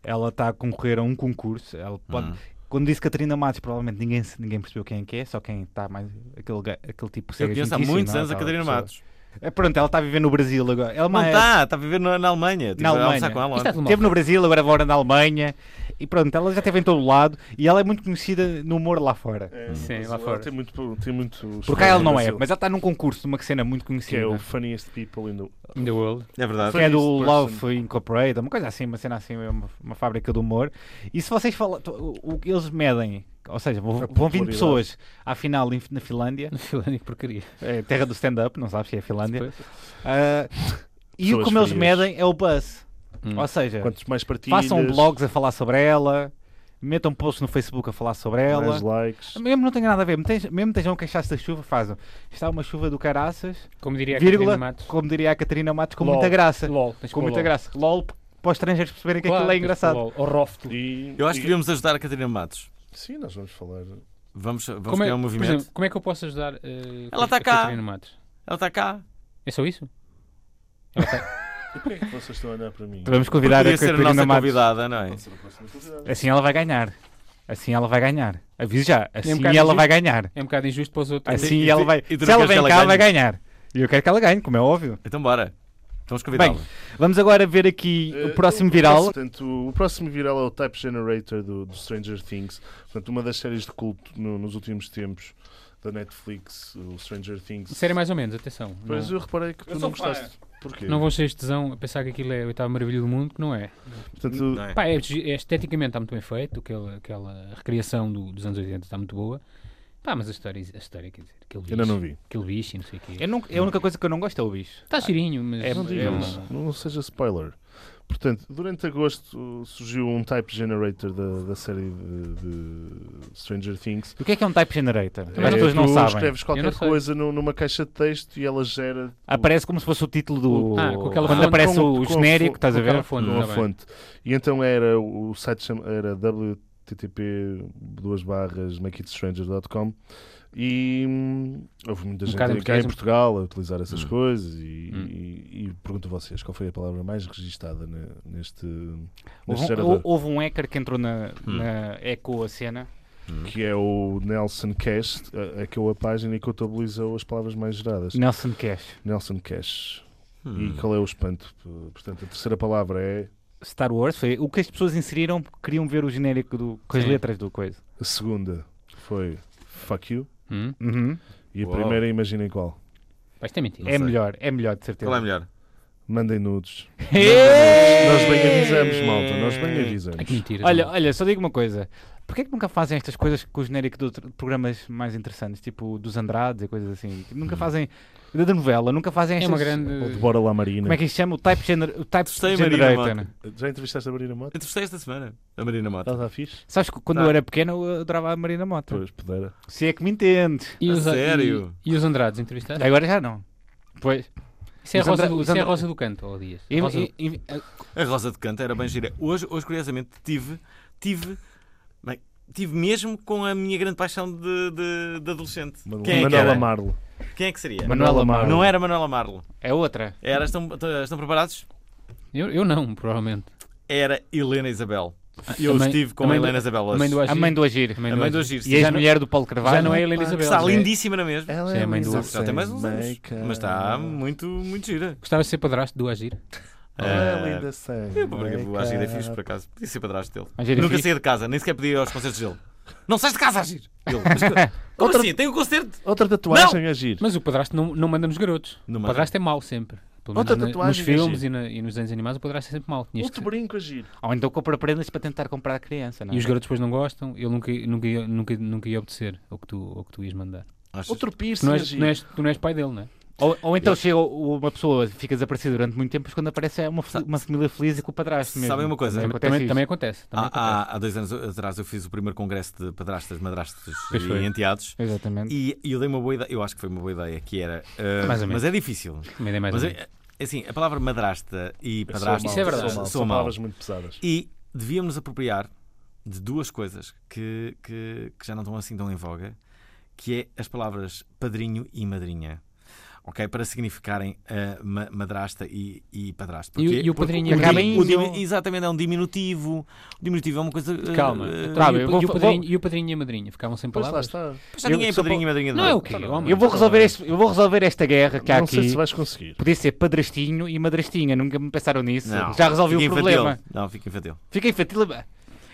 [SPEAKER 2] ela está a concorrer a um concurso, ela pode,
[SPEAKER 1] Hum.
[SPEAKER 2] Quando disse Catarina Matos, provavelmente ninguém, se- ninguém percebeu quem é que é, só quem está mais. aquele, ga- aquele tipo que
[SPEAKER 1] Eu
[SPEAKER 2] segue a
[SPEAKER 1] conheço há
[SPEAKER 2] gente, isso,
[SPEAKER 1] muitos
[SPEAKER 2] não é?
[SPEAKER 1] anos a
[SPEAKER 2] Aquela
[SPEAKER 1] Catarina
[SPEAKER 2] pessoa.
[SPEAKER 1] Matos.
[SPEAKER 2] É, pronto, ela está a viver no Brasil agora. Ela
[SPEAKER 1] Não
[SPEAKER 2] é mas-
[SPEAKER 1] está, está a viver na, na Alemanha. Tive
[SPEAKER 2] Na
[SPEAKER 1] a almoçar
[SPEAKER 2] Alemanha.
[SPEAKER 1] com ela
[SPEAKER 4] Isto
[SPEAKER 1] ontem.
[SPEAKER 4] é tudo mal.
[SPEAKER 2] Esteve no Brasil, agora mora na Alemanha. E pronto, ela já esteve em todo lado e ela é muito conhecida no humor lá fora.
[SPEAKER 4] Sim,
[SPEAKER 3] mas
[SPEAKER 4] lá
[SPEAKER 3] ela
[SPEAKER 4] fora.
[SPEAKER 3] Hum. Tem muito, tem muito
[SPEAKER 2] Por cá ela não é,
[SPEAKER 3] Brasil,
[SPEAKER 2] mas ela está num concurso de uma cena muito
[SPEAKER 3] Que
[SPEAKER 2] conhecida.
[SPEAKER 3] é o Funniest People in the
[SPEAKER 4] In the world.
[SPEAKER 1] É verdade.
[SPEAKER 2] que é do
[SPEAKER 3] Funniest person.
[SPEAKER 2] Love Incorporated, uma coisa assim, uma cena assim, uma, uma fábrica do humor. E se vocês falam, tu- o, o- eles medem, ou seja, vão,
[SPEAKER 3] A
[SPEAKER 2] vão 20
[SPEAKER 3] popularidade.
[SPEAKER 2] pessoas à final em- na Finlândia,
[SPEAKER 4] Na Finlândia, que porcaria. Tipo,
[SPEAKER 2] é terra do stand-up, não sabes se é a Finlândia.
[SPEAKER 4] Depois.
[SPEAKER 2] Ah, e o
[SPEAKER 3] Pessoas
[SPEAKER 2] como eles
[SPEAKER 3] frias.
[SPEAKER 2] medem é o buzz,
[SPEAKER 4] Hum.
[SPEAKER 2] ou seja,
[SPEAKER 3] Quantos mais partilhas,
[SPEAKER 2] É. façam um blogs a falar sobre ela, metam posts no Facebook a falar sobre ela.
[SPEAKER 3] mais likes.
[SPEAKER 2] Mesmo não tenha nada a ver, mesmo mesmo estejam queixados da chuva, fazem. Está uma chuva do caraças,
[SPEAKER 4] Como diria a
[SPEAKER 2] vírgula,
[SPEAKER 4] Catarina Matos.
[SPEAKER 2] como diria a Catarina Matos, com
[SPEAKER 4] Lol.
[SPEAKER 2] muita graça.
[SPEAKER 4] LOL. tens que
[SPEAKER 2] Com
[SPEAKER 4] pôr
[SPEAKER 2] muita
[SPEAKER 4] LOL.
[SPEAKER 2] graça. LOL para os estrangeiros perceberem que
[SPEAKER 4] Claro,
[SPEAKER 2] aquilo é
[SPEAKER 4] tens que pôr
[SPEAKER 2] engraçado.
[SPEAKER 4] LOL. Ou Rofto.
[SPEAKER 3] E,
[SPEAKER 1] Eu acho que
[SPEAKER 3] e,
[SPEAKER 1] devíamos ajudar a Catarina Matos.
[SPEAKER 3] Sim, nós vamos falar.
[SPEAKER 1] Vamos, vamos
[SPEAKER 4] Como é,
[SPEAKER 1] criar um
[SPEAKER 4] por
[SPEAKER 1] movimento.
[SPEAKER 4] exemplo, como é que eu posso ajudar eh,
[SPEAKER 1] Ela
[SPEAKER 4] a
[SPEAKER 1] tá cá.
[SPEAKER 4] Catarina Matos?
[SPEAKER 1] Ela está cá.
[SPEAKER 4] É só isso?
[SPEAKER 3] E porquê é que vocês estão a olhar para mim?
[SPEAKER 2] Vamos convidar
[SPEAKER 1] Podia
[SPEAKER 2] a
[SPEAKER 1] ser a nossa
[SPEAKER 2] Catarina Matos.
[SPEAKER 1] convidada, não é?
[SPEAKER 3] Pode ser a próxima convidada.
[SPEAKER 2] Assim ela vai ganhar. Assim ela vai ganhar. Aviso já. Assim
[SPEAKER 4] um bocado
[SPEAKER 2] ela
[SPEAKER 4] injusto.
[SPEAKER 2] vai ganhar.
[SPEAKER 4] É um bocado injusto para os outros.
[SPEAKER 2] Assim
[SPEAKER 1] e-
[SPEAKER 2] ela
[SPEAKER 1] e-
[SPEAKER 2] vai.
[SPEAKER 1] e tu não
[SPEAKER 2] Se ela
[SPEAKER 1] queres
[SPEAKER 2] vem
[SPEAKER 1] que ela
[SPEAKER 2] cá, vai ganhar. E eu quero que ela ganhe, como é óbvio.
[SPEAKER 1] Então bora. Vamos convidá-la.
[SPEAKER 2] Vamos agora ver aqui o
[SPEAKER 3] Eh,
[SPEAKER 2] próximo
[SPEAKER 3] o-
[SPEAKER 2] viral.
[SPEAKER 3] Portanto, o próximo viral é o Type Generator do, do Stranger Things. Portanto, uma das séries de culto no- nos últimos tempos da Netflix, o Stranger Things.
[SPEAKER 4] Sério, mais ou menos, atenção.
[SPEAKER 3] Pois
[SPEAKER 4] não,
[SPEAKER 3] eu reparei que tu não gostaste. Porquê?
[SPEAKER 4] não vão ser de tesão a pensar que aquilo é a oitava maravilha do mundo, que não é.
[SPEAKER 3] Portanto,
[SPEAKER 1] Não é?
[SPEAKER 4] Pá, é, gi- é esteticamente está muito bem feito, aquela, aquela recriação do- dos anos 80 está muito boa. Pá, mas a história, a história quer dizer, aquele bicho,
[SPEAKER 3] ainda não vi.
[SPEAKER 4] aquele bicho e não sei o quê.
[SPEAKER 2] Eu nunca- é a única coisa que eu não gosto é o bicho.
[SPEAKER 4] Está girinho, mas
[SPEAKER 2] É-
[SPEAKER 3] Não
[SPEAKER 2] é
[SPEAKER 3] digas,
[SPEAKER 2] uma-
[SPEAKER 3] não seja spoiler. Portanto, durante agosto uh, surgiu um type generator da, da série de, de Stranger Things.
[SPEAKER 2] O que é que é um type generator?
[SPEAKER 4] Mas
[SPEAKER 3] É,
[SPEAKER 2] As pessoas não
[SPEAKER 3] tu
[SPEAKER 2] sabem.
[SPEAKER 3] escreves
[SPEAKER 4] Eu
[SPEAKER 3] qualquer
[SPEAKER 4] não sei.
[SPEAKER 3] coisa nu- numa caixa de texto e ela gera
[SPEAKER 2] Aparece como se fosse o título do.
[SPEAKER 4] Ah, com aquela
[SPEAKER 2] Quando
[SPEAKER 4] fonte.
[SPEAKER 2] aparece
[SPEAKER 3] Com-
[SPEAKER 2] o
[SPEAKER 3] com-
[SPEAKER 2] genérico,
[SPEAKER 3] com-
[SPEAKER 2] estás a
[SPEAKER 4] aquela
[SPEAKER 2] ver?
[SPEAKER 4] fonte,
[SPEAKER 3] uma
[SPEAKER 4] tá bem.
[SPEAKER 3] fonte. E então era o o site chama- era www duas barras makeitstranger.com e hum, houve muita
[SPEAKER 4] Um
[SPEAKER 3] gente
[SPEAKER 4] bocado
[SPEAKER 3] aqui em
[SPEAKER 4] em português, um-
[SPEAKER 3] Portugal a utilizar essas
[SPEAKER 1] Hum.
[SPEAKER 3] coisas e,
[SPEAKER 4] Hum.
[SPEAKER 3] e- e pergunto a vocês qual foi a palavra mais registada ne- neste,
[SPEAKER 2] Houve
[SPEAKER 3] neste
[SPEAKER 2] um-
[SPEAKER 3] gerador.
[SPEAKER 2] hou- Houve um hacker que entrou na,
[SPEAKER 1] Hum.
[SPEAKER 2] na eco a cena.
[SPEAKER 3] que é o Nelson Cash, a- aquela página que contabilizou as palavras mais geradas.
[SPEAKER 2] Nelson Cash.
[SPEAKER 3] Nelson Cash.
[SPEAKER 1] Hum.
[SPEAKER 3] E qual é o espanto? P- Portanto, a terceira palavra é
[SPEAKER 2] Star Wars foi o que as pessoas inseriram porque queriam ver o genérico do, com as
[SPEAKER 4] Sim.
[SPEAKER 2] letras do coisa.
[SPEAKER 3] a segunda foi fuck you
[SPEAKER 4] Hum?
[SPEAKER 2] Uhum.
[SPEAKER 3] e a
[SPEAKER 1] Uau.
[SPEAKER 3] primeira imaginem qual.
[SPEAKER 4] Pá, isto é mentira.
[SPEAKER 1] sei.
[SPEAKER 2] É melhor, é melhor, de certeza.
[SPEAKER 1] Qual é melhor?
[SPEAKER 3] Mandem nudes.
[SPEAKER 2] Ei!
[SPEAKER 3] Nós bem avisamos, malta. Nós bem avisamos.
[SPEAKER 4] Ai, que mentiras.
[SPEAKER 2] Olha,
[SPEAKER 4] não.
[SPEAKER 2] olha, só digo uma coisa. Porquê é que nunca fazem estas coisas com o genérico de outro- de programas mais interessantes, tipo dos Andrades e coisas assim? Tipo,
[SPEAKER 1] Hum.
[SPEAKER 2] Nunca fazem da novela, nunca fazem
[SPEAKER 4] é
[SPEAKER 2] estas...
[SPEAKER 4] uma grande.
[SPEAKER 3] Ou de Bora lá Marina.
[SPEAKER 2] Como é que isto chama? O Type, gener... o type né?
[SPEAKER 1] Gostei, Marina
[SPEAKER 2] Generator.
[SPEAKER 1] Mota.
[SPEAKER 3] Já entrevistaste a Marina Mota?
[SPEAKER 1] Entrevistei esta semana a Marina Mota.
[SPEAKER 3] Ela está fixe?
[SPEAKER 2] Sabes que quando
[SPEAKER 1] Tá.
[SPEAKER 2] eu era pequeno eu adorava a Marina Mota.
[SPEAKER 3] Pois, pudera.
[SPEAKER 2] Se é que me entendes.
[SPEAKER 4] E
[SPEAKER 1] A
[SPEAKER 4] os,
[SPEAKER 1] sério?
[SPEAKER 4] E, e os Andrades entrevistados?
[SPEAKER 2] Agora já não. Pois.
[SPEAKER 4] Isso é, a
[SPEAKER 2] os
[SPEAKER 4] Rosa
[SPEAKER 2] Andra-
[SPEAKER 4] do,
[SPEAKER 2] os
[SPEAKER 4] isso é a
[SPEAKER 2] Andra-
[SPEAKER 4] Rosa do Canto, ó Dias.
[SPEAKER 2] E-
[SPEAKER 4] Rosa do-
[SPEAKER 2] e- e-
[SPEAKER 1] A Rosa de Canto era bem gira. Hoje, hoje curiosamente, tive, tive, bem, tive mesmo com a minha grande paixão de, de, de adolescente. Quem é, que
[SPEAKER 3] Manuela
[SPEAKER 1] era?
[SPEAKER 3] Marlo.
[SPEAKER 1] Quem é que seria?
[SPEAKER 2] Manuela
[SPEAKER 3] Marlo.
[SPEAKER 1] Não era Manuela Marlo.
[SPEAKER 2] É outra.
[SPEAKER 1] Era, estão, estão preparados?
[SPEAKER 4] Eu, eu não, provavelmente.
[SPEAKER 1] Era Helena Isabel. Eu
[SPEAKER 4] Ah, a mãe-
[SPEAKER 1] estive com
[SPEAKER 4] a
[SPEAKER 1] a,
[SPEAKER 4] mãe do-
[SPEAKER 1] Helena Isabel hoje.
[SPEAKER 4] A mãe do é?
[SPEAKER 2] A
[SPEAKER 4] Agir.
[SPEAKER 2] mãe do Agir.
[SPEAKER 1] A mãe do Agir.
[SPEAKER 2] E
[SPEAKER 1] Já,
[SPEAKER 2] a mulher do Paulo Carvalho.
[SPEAKER 4] Já não é Helena Isabel.
[SPEAKER 1] está
[SPEAKER 4] já é-
[SPEAKER 1] lindíssima, não é mesmo?
[SPEAKER 3] Ela
[SPEAKER 4] Sim, é mãe do-
[SPEAKER 1] Já tem mais uns anos. Mas tá, está muito, muito gira.
[SPEAKER 4] Gostava de ser padrasto do Agir.
[SPEAKER 1] Ah,
[SPEAKER 3] Ela é ainda sei.
[SPEAKER 1] Eu porque o Agir é fixe, por acaso. Podia ser para trás dele.
[SPEAKER 2] Agir é
[SPEAKER 1] Nunca
[SPEAKER 2] fixe.
[SPEAKER 1] saía de casa, nem sequer podia ir aos concertos dele. Não sais de casa, Agir! Ele, mas co- como
[SPEAKER 3] Outra-
[SPEAKER 1] assim? Tem um concerto?
[SPEAKER 3] Outra tatuagem a agir.
[SPEAKER 4] Mas o padrasto não, não manda nos garotos.
[SPEAKER 1] Não
[SPEAKER 4] o
[SPEAKER 1] manda.
[SPEAKER 4] padrasto é mau sempre. Pelo menos
[SPEAKER 3] Outra
[SPEAKER 4] na-
[SPEAKER 3] tatuagem,
[SPEAKER 4] nos filmes
[SPEAKER 3] Agir.
[SPEAKER 4] e, na- e nos desenhos animados, o padrasto é sempre mau. Tinhas
[SPEAKER 3] Outro
[SPEAKER 4] que-
[SPEAKER 3] brinco a agir.
[SPEAKER 2] Ou então compra prendas para tentar comprar a criança, não é?
[SPEAKER 4] E os garotos depois não gostam, ele nunca, nunca, ia- nunca, nunca ia obedecer ao que tu, ao que tu ias mandar.
[SPEAKER 1] Achas?
[SPEAKER 3] Outro
[SPEAKER 4] Tu
[SPEAKER 3] piercing
[SPEAKER 4] não,
[SPEAKER 3] a
[SPEAKER 4] és,
[SPEAKER 3] agir.
[SPEAKER 4] não és- tu não és pai dele, não é?
[SPEAKER 2] Ou, ou então chega o- uma pessoa, fica desaparecida durante muito tempo, mas quando aparece é uma, fe- uma família feliz e com o padrasto mesmo.
[SPEAKER 1] Sabem uma coisa?
[SPEAKER 2] Também acontece
[SPEAKER 4] Também,
[SPEAKER 2] isso.
[SPEAKER 4] também acontece. Também
[SPEAKER 1] Há,
[SPEAKER 4] acontece.
[SPEAKER 1] há- há dois anos atrás eu fiz o primeiro congresso de padrastas, madrastos
[SPEAKER 4] Pois
[SPEAKER 1] e
[SPEAKER 4] foi.
[SPEAKER 1] enteados.
[SPEAKER 2] Exatamente.
[SPEAKER 1] E e eu dei uma boa ideia, eu acho que foi uma boa ideia, que era. ah,
[SPEAKER 4] Mais ou menos.
[SPEAKER 1] mas é difícil.
[SPEAKER 4] Uma ideia mais um.
[SPEAKER 1] Mas
[SPEAKER 4] ou
[SPEAKER 1] é- assim, a palavra madrasta e
[SPEAKER 3] Eu sou
[SPEAKER 1] padrasto
[SPEAKER 3] mau,
[SPEAKER 4] Isso é verdade.
[SPEAKER 3] sou mau,
[SPEAKER 1] são
[SPEAKER 3] São
[SPEAKER 1] mal.
[SPEAKER 3] palavras muito pesadas.
[SPEAKER 1] E devíamos nos apropriar de duas coisas que, que, que já não estão assim tão em voga, que é as palavras padrinho e madrinha. Ok? Para significarem ah, ma- madrasta e, e padrasto.
[SPEAKER 4] E o-
[SPEAKER 1] Porquê?
[SPEAKER 4] e o
[SPEAKER 1] Porque
[SPEAKER 4] padrinho
[SPEAKER 2] e
[SPEAKER 1] o
[SPEAKER 2] acaba
[SPEAKER 1] di-
[SPEAKER 2] em
[SPEAKER 1] o di-
[SPEAKER 2] inho.
[SPEAKER 1] Exatamente, é um diminutivo. O diminutivo é uma coisa. ah,
[SPEAKER 4] Calma.
[SPEAKER 1] ah,
[SPEAKER 4] Então,
[SPEAKER 2] Tá
[SPEAKER 4] e,
[SPEAKER 2] bem,
[SPEAKER 4] o,
[SPEAKER 2] eu vou-
[SPEAKER 4] e o
[SPEAKER 2] vou-
[SPEAKER 4] padrinho, e o padrinho e a madrinha? Ficavam sem
[SPEAKER 3] Pois lá
[SPEAKER 4] palavras?
[SPEAKER 3] está.
[SPEAKER 1] Mas já ninguém é
[SPEAKER 3] sou
[SPEAKER 1] padrinho e madrinha de
[SPEAKER 4] Não é
[SPEAKER 1] nada.
[SPEAKER 4] o quê? homem?
[SPEAKER 2] Eu vou resolver, este, eu vou resolver esta guerra que há
[SPEAKER 3] Não sei
[SPEAKER 2] aqui.
[SPEAKER 3] se vais conseguir.
[SPEAKER 2] Podia ser padrastinho e madrastinha, nunca me pensaram nisso.
[SPEAKER 1] Não,
[SPEAKER 2] Já resolvi o
[SPEAKER 1] fica infantil.
[SPEAKER 2] problema.
[SPEAKER 1] Não, fica infantil.
[SPEAKER 2] Fica infantil.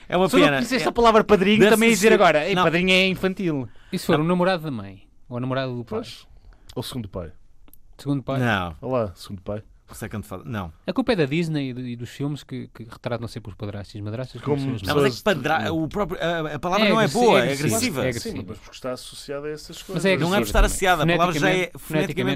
[SPEAKER 1] É uma
[SPEAKER 2] Se eu não
[SPEAKER 1] pena.
[SPEAKER 2] conhecesse
[SPEAKER 1] É-
[SPEAKER 2] a palavra padrinho,
[SPEAKER 1] Deve
[SPEAKER 2] também ia dizer
[SPEAKER 1] ser-
[SPEAKER 2] agora. Ei,
[SPEAKER 1] Não.
[SPEAKER 2] padrinho é infantil.
[SPEAKER 4] E se for o namorado da mãe? Ou o namorado do pai?
[SPEAKER 3] Pois. Ou segundo pai.
[SPEAKER 4] Segundo pai?
[SPEAKER 1] Não,
[SPEAKER 3] Olá, segundo pai.
[SPEAKER 1] second father. Não.
[SPEAKER 4] A culpa é da Disney e, do- e dos filmes que, que retratam sempre os padrastos e as madrastas como,
[SPEAKER 3] Como-
[SPEAKER 4] pessoas
[SPEAKER 1] Não,
[SPEAKER 4] más.
[SPEAKER 1] mas é que padra... o próprio... a, a palavra
[SPEAKER 4] É
[SPEAKER 1] não é
[SPEAKER 4] agressiva,
[SPEAKER 1] boa, é
[SPEAKER 4] é
[SPEAKER 1] agressiva.
[SPEAKER 4] agressiva. É
[SPEAKER 3] Sim,
[SPEAKER 4] agressiva.
[SPEAKER 3] mas porque está associado a essas
[SPEAKER 4] Mas
[SPEAKER 3] coisas.
[SPEAKER 4] é
[SPEAKER 1] Não é por
[SPEAKER 4] agressiva
[SPEAKER 1] estar
[SPEAKER 4] também.
[SPEAKER 1] associada, a palavra já é.
[SPEAKER 4] Foneticamente,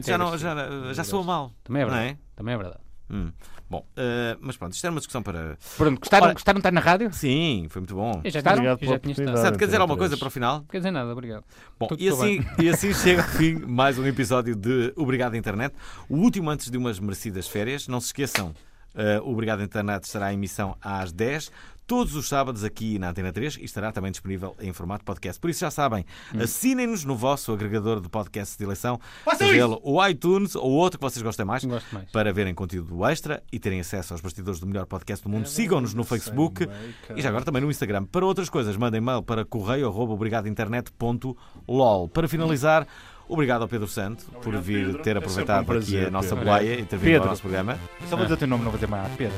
[SPEAKER 1] Foneticamente já, não, já,
[SPEAKER 4] é
[SPEAKER 1] já soa mal.
[SPEAKER 4] Também é
[SPEAKER 1] Não
[SPEAKER 4] verdade.
[SPEAKER 1] é?
[SPEAKER 4] Também é verdade.
[SPEAKER 1] Hum. Bom, eh, mas pronto, isto era uma discussão para.
[SPEAKER 2] Pronto, gostaram,
[SPEAKER 1] Ora-
[SPEAKER 2] gostaram de estar na rádio?
[SPEAKER 1] Sim, foi muito bom.
[SPEAKER 4] Eu já,
[SPEAKER 2] Gostaram?
[SPEAKER 4] tinha- eu
[SPEAKER 3] Obrigado pela
[SPEAKER 4] já tinha
[SPEAKER 3] oportunidade.
[SPEAKER 4] estado.
[SPEAKER 1] Sérgio, quer dizer alguma
[SPEAKER 3] Três.
[SPEAKER 1] coisa para o final?
[SPEAKER 4] Não quer dizer nada, obrigado.
[SPEAKER 1] Bom,
[SPEAKER 4] Tudo
[SPEAKER 1] e assim, e assim chega ao fim mais um episódio de Obrigado Internet, o último antes de umas merecidas férias. Não se esqueçam, eh, o Obrigado Internet estará em emissão às 10, todos os sábados aqui na Antena 3 e estará também disponível em formato podcast. Por isso já sabem,
[SPEAKER 4] Hum.
[SPEAKER 1] assinem-nos no vosso agregador de podcasts de eleição, seja ele o iTunes ou outro que vocês gostem mais.
[SPEAKER 4] Gosto mais.
[SPEAKER 1] Para verem conteúdo extra e terem acesso aos bastidores do melhor podcast do
[SPEAKER 3] É,
[SPEAKER 1] mundo, sigam-nos no Facebook e já agora também no Instagram. Para outras coisas, mandem mail para correio.obrigadointernet.lol. Para finalizar, obrigado ao Pedro Santo por vir
[SPEAKER 3] Pedro.
[SPEAKER 1] ter
[SPEAKER 3] É
[SPEAKER 1] aproveitado
[SPEAKER 3] sempre um
[SPEAKER 1] aqui
[SPEAKER 3] prazer,
[SPEAKER 1] a nossa
[SPEAKER 3] Pedro.
[SPEAKER 1] boleia e ter vindo
[SPEAKER 2] Pedro.
[SPEAKER 1] ao nosso programa.
[SPEAKER 2] Só vou dizer o teu nome, não vou dizer mais nada. Pedro.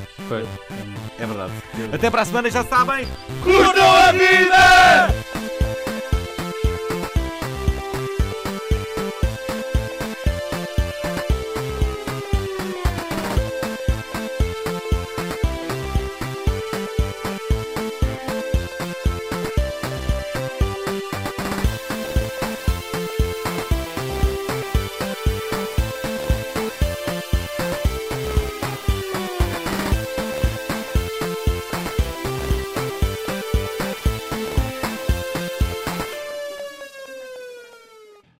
[SPEAKER 1] É verdade. Até para a semana, já sabem. Curtam a vida!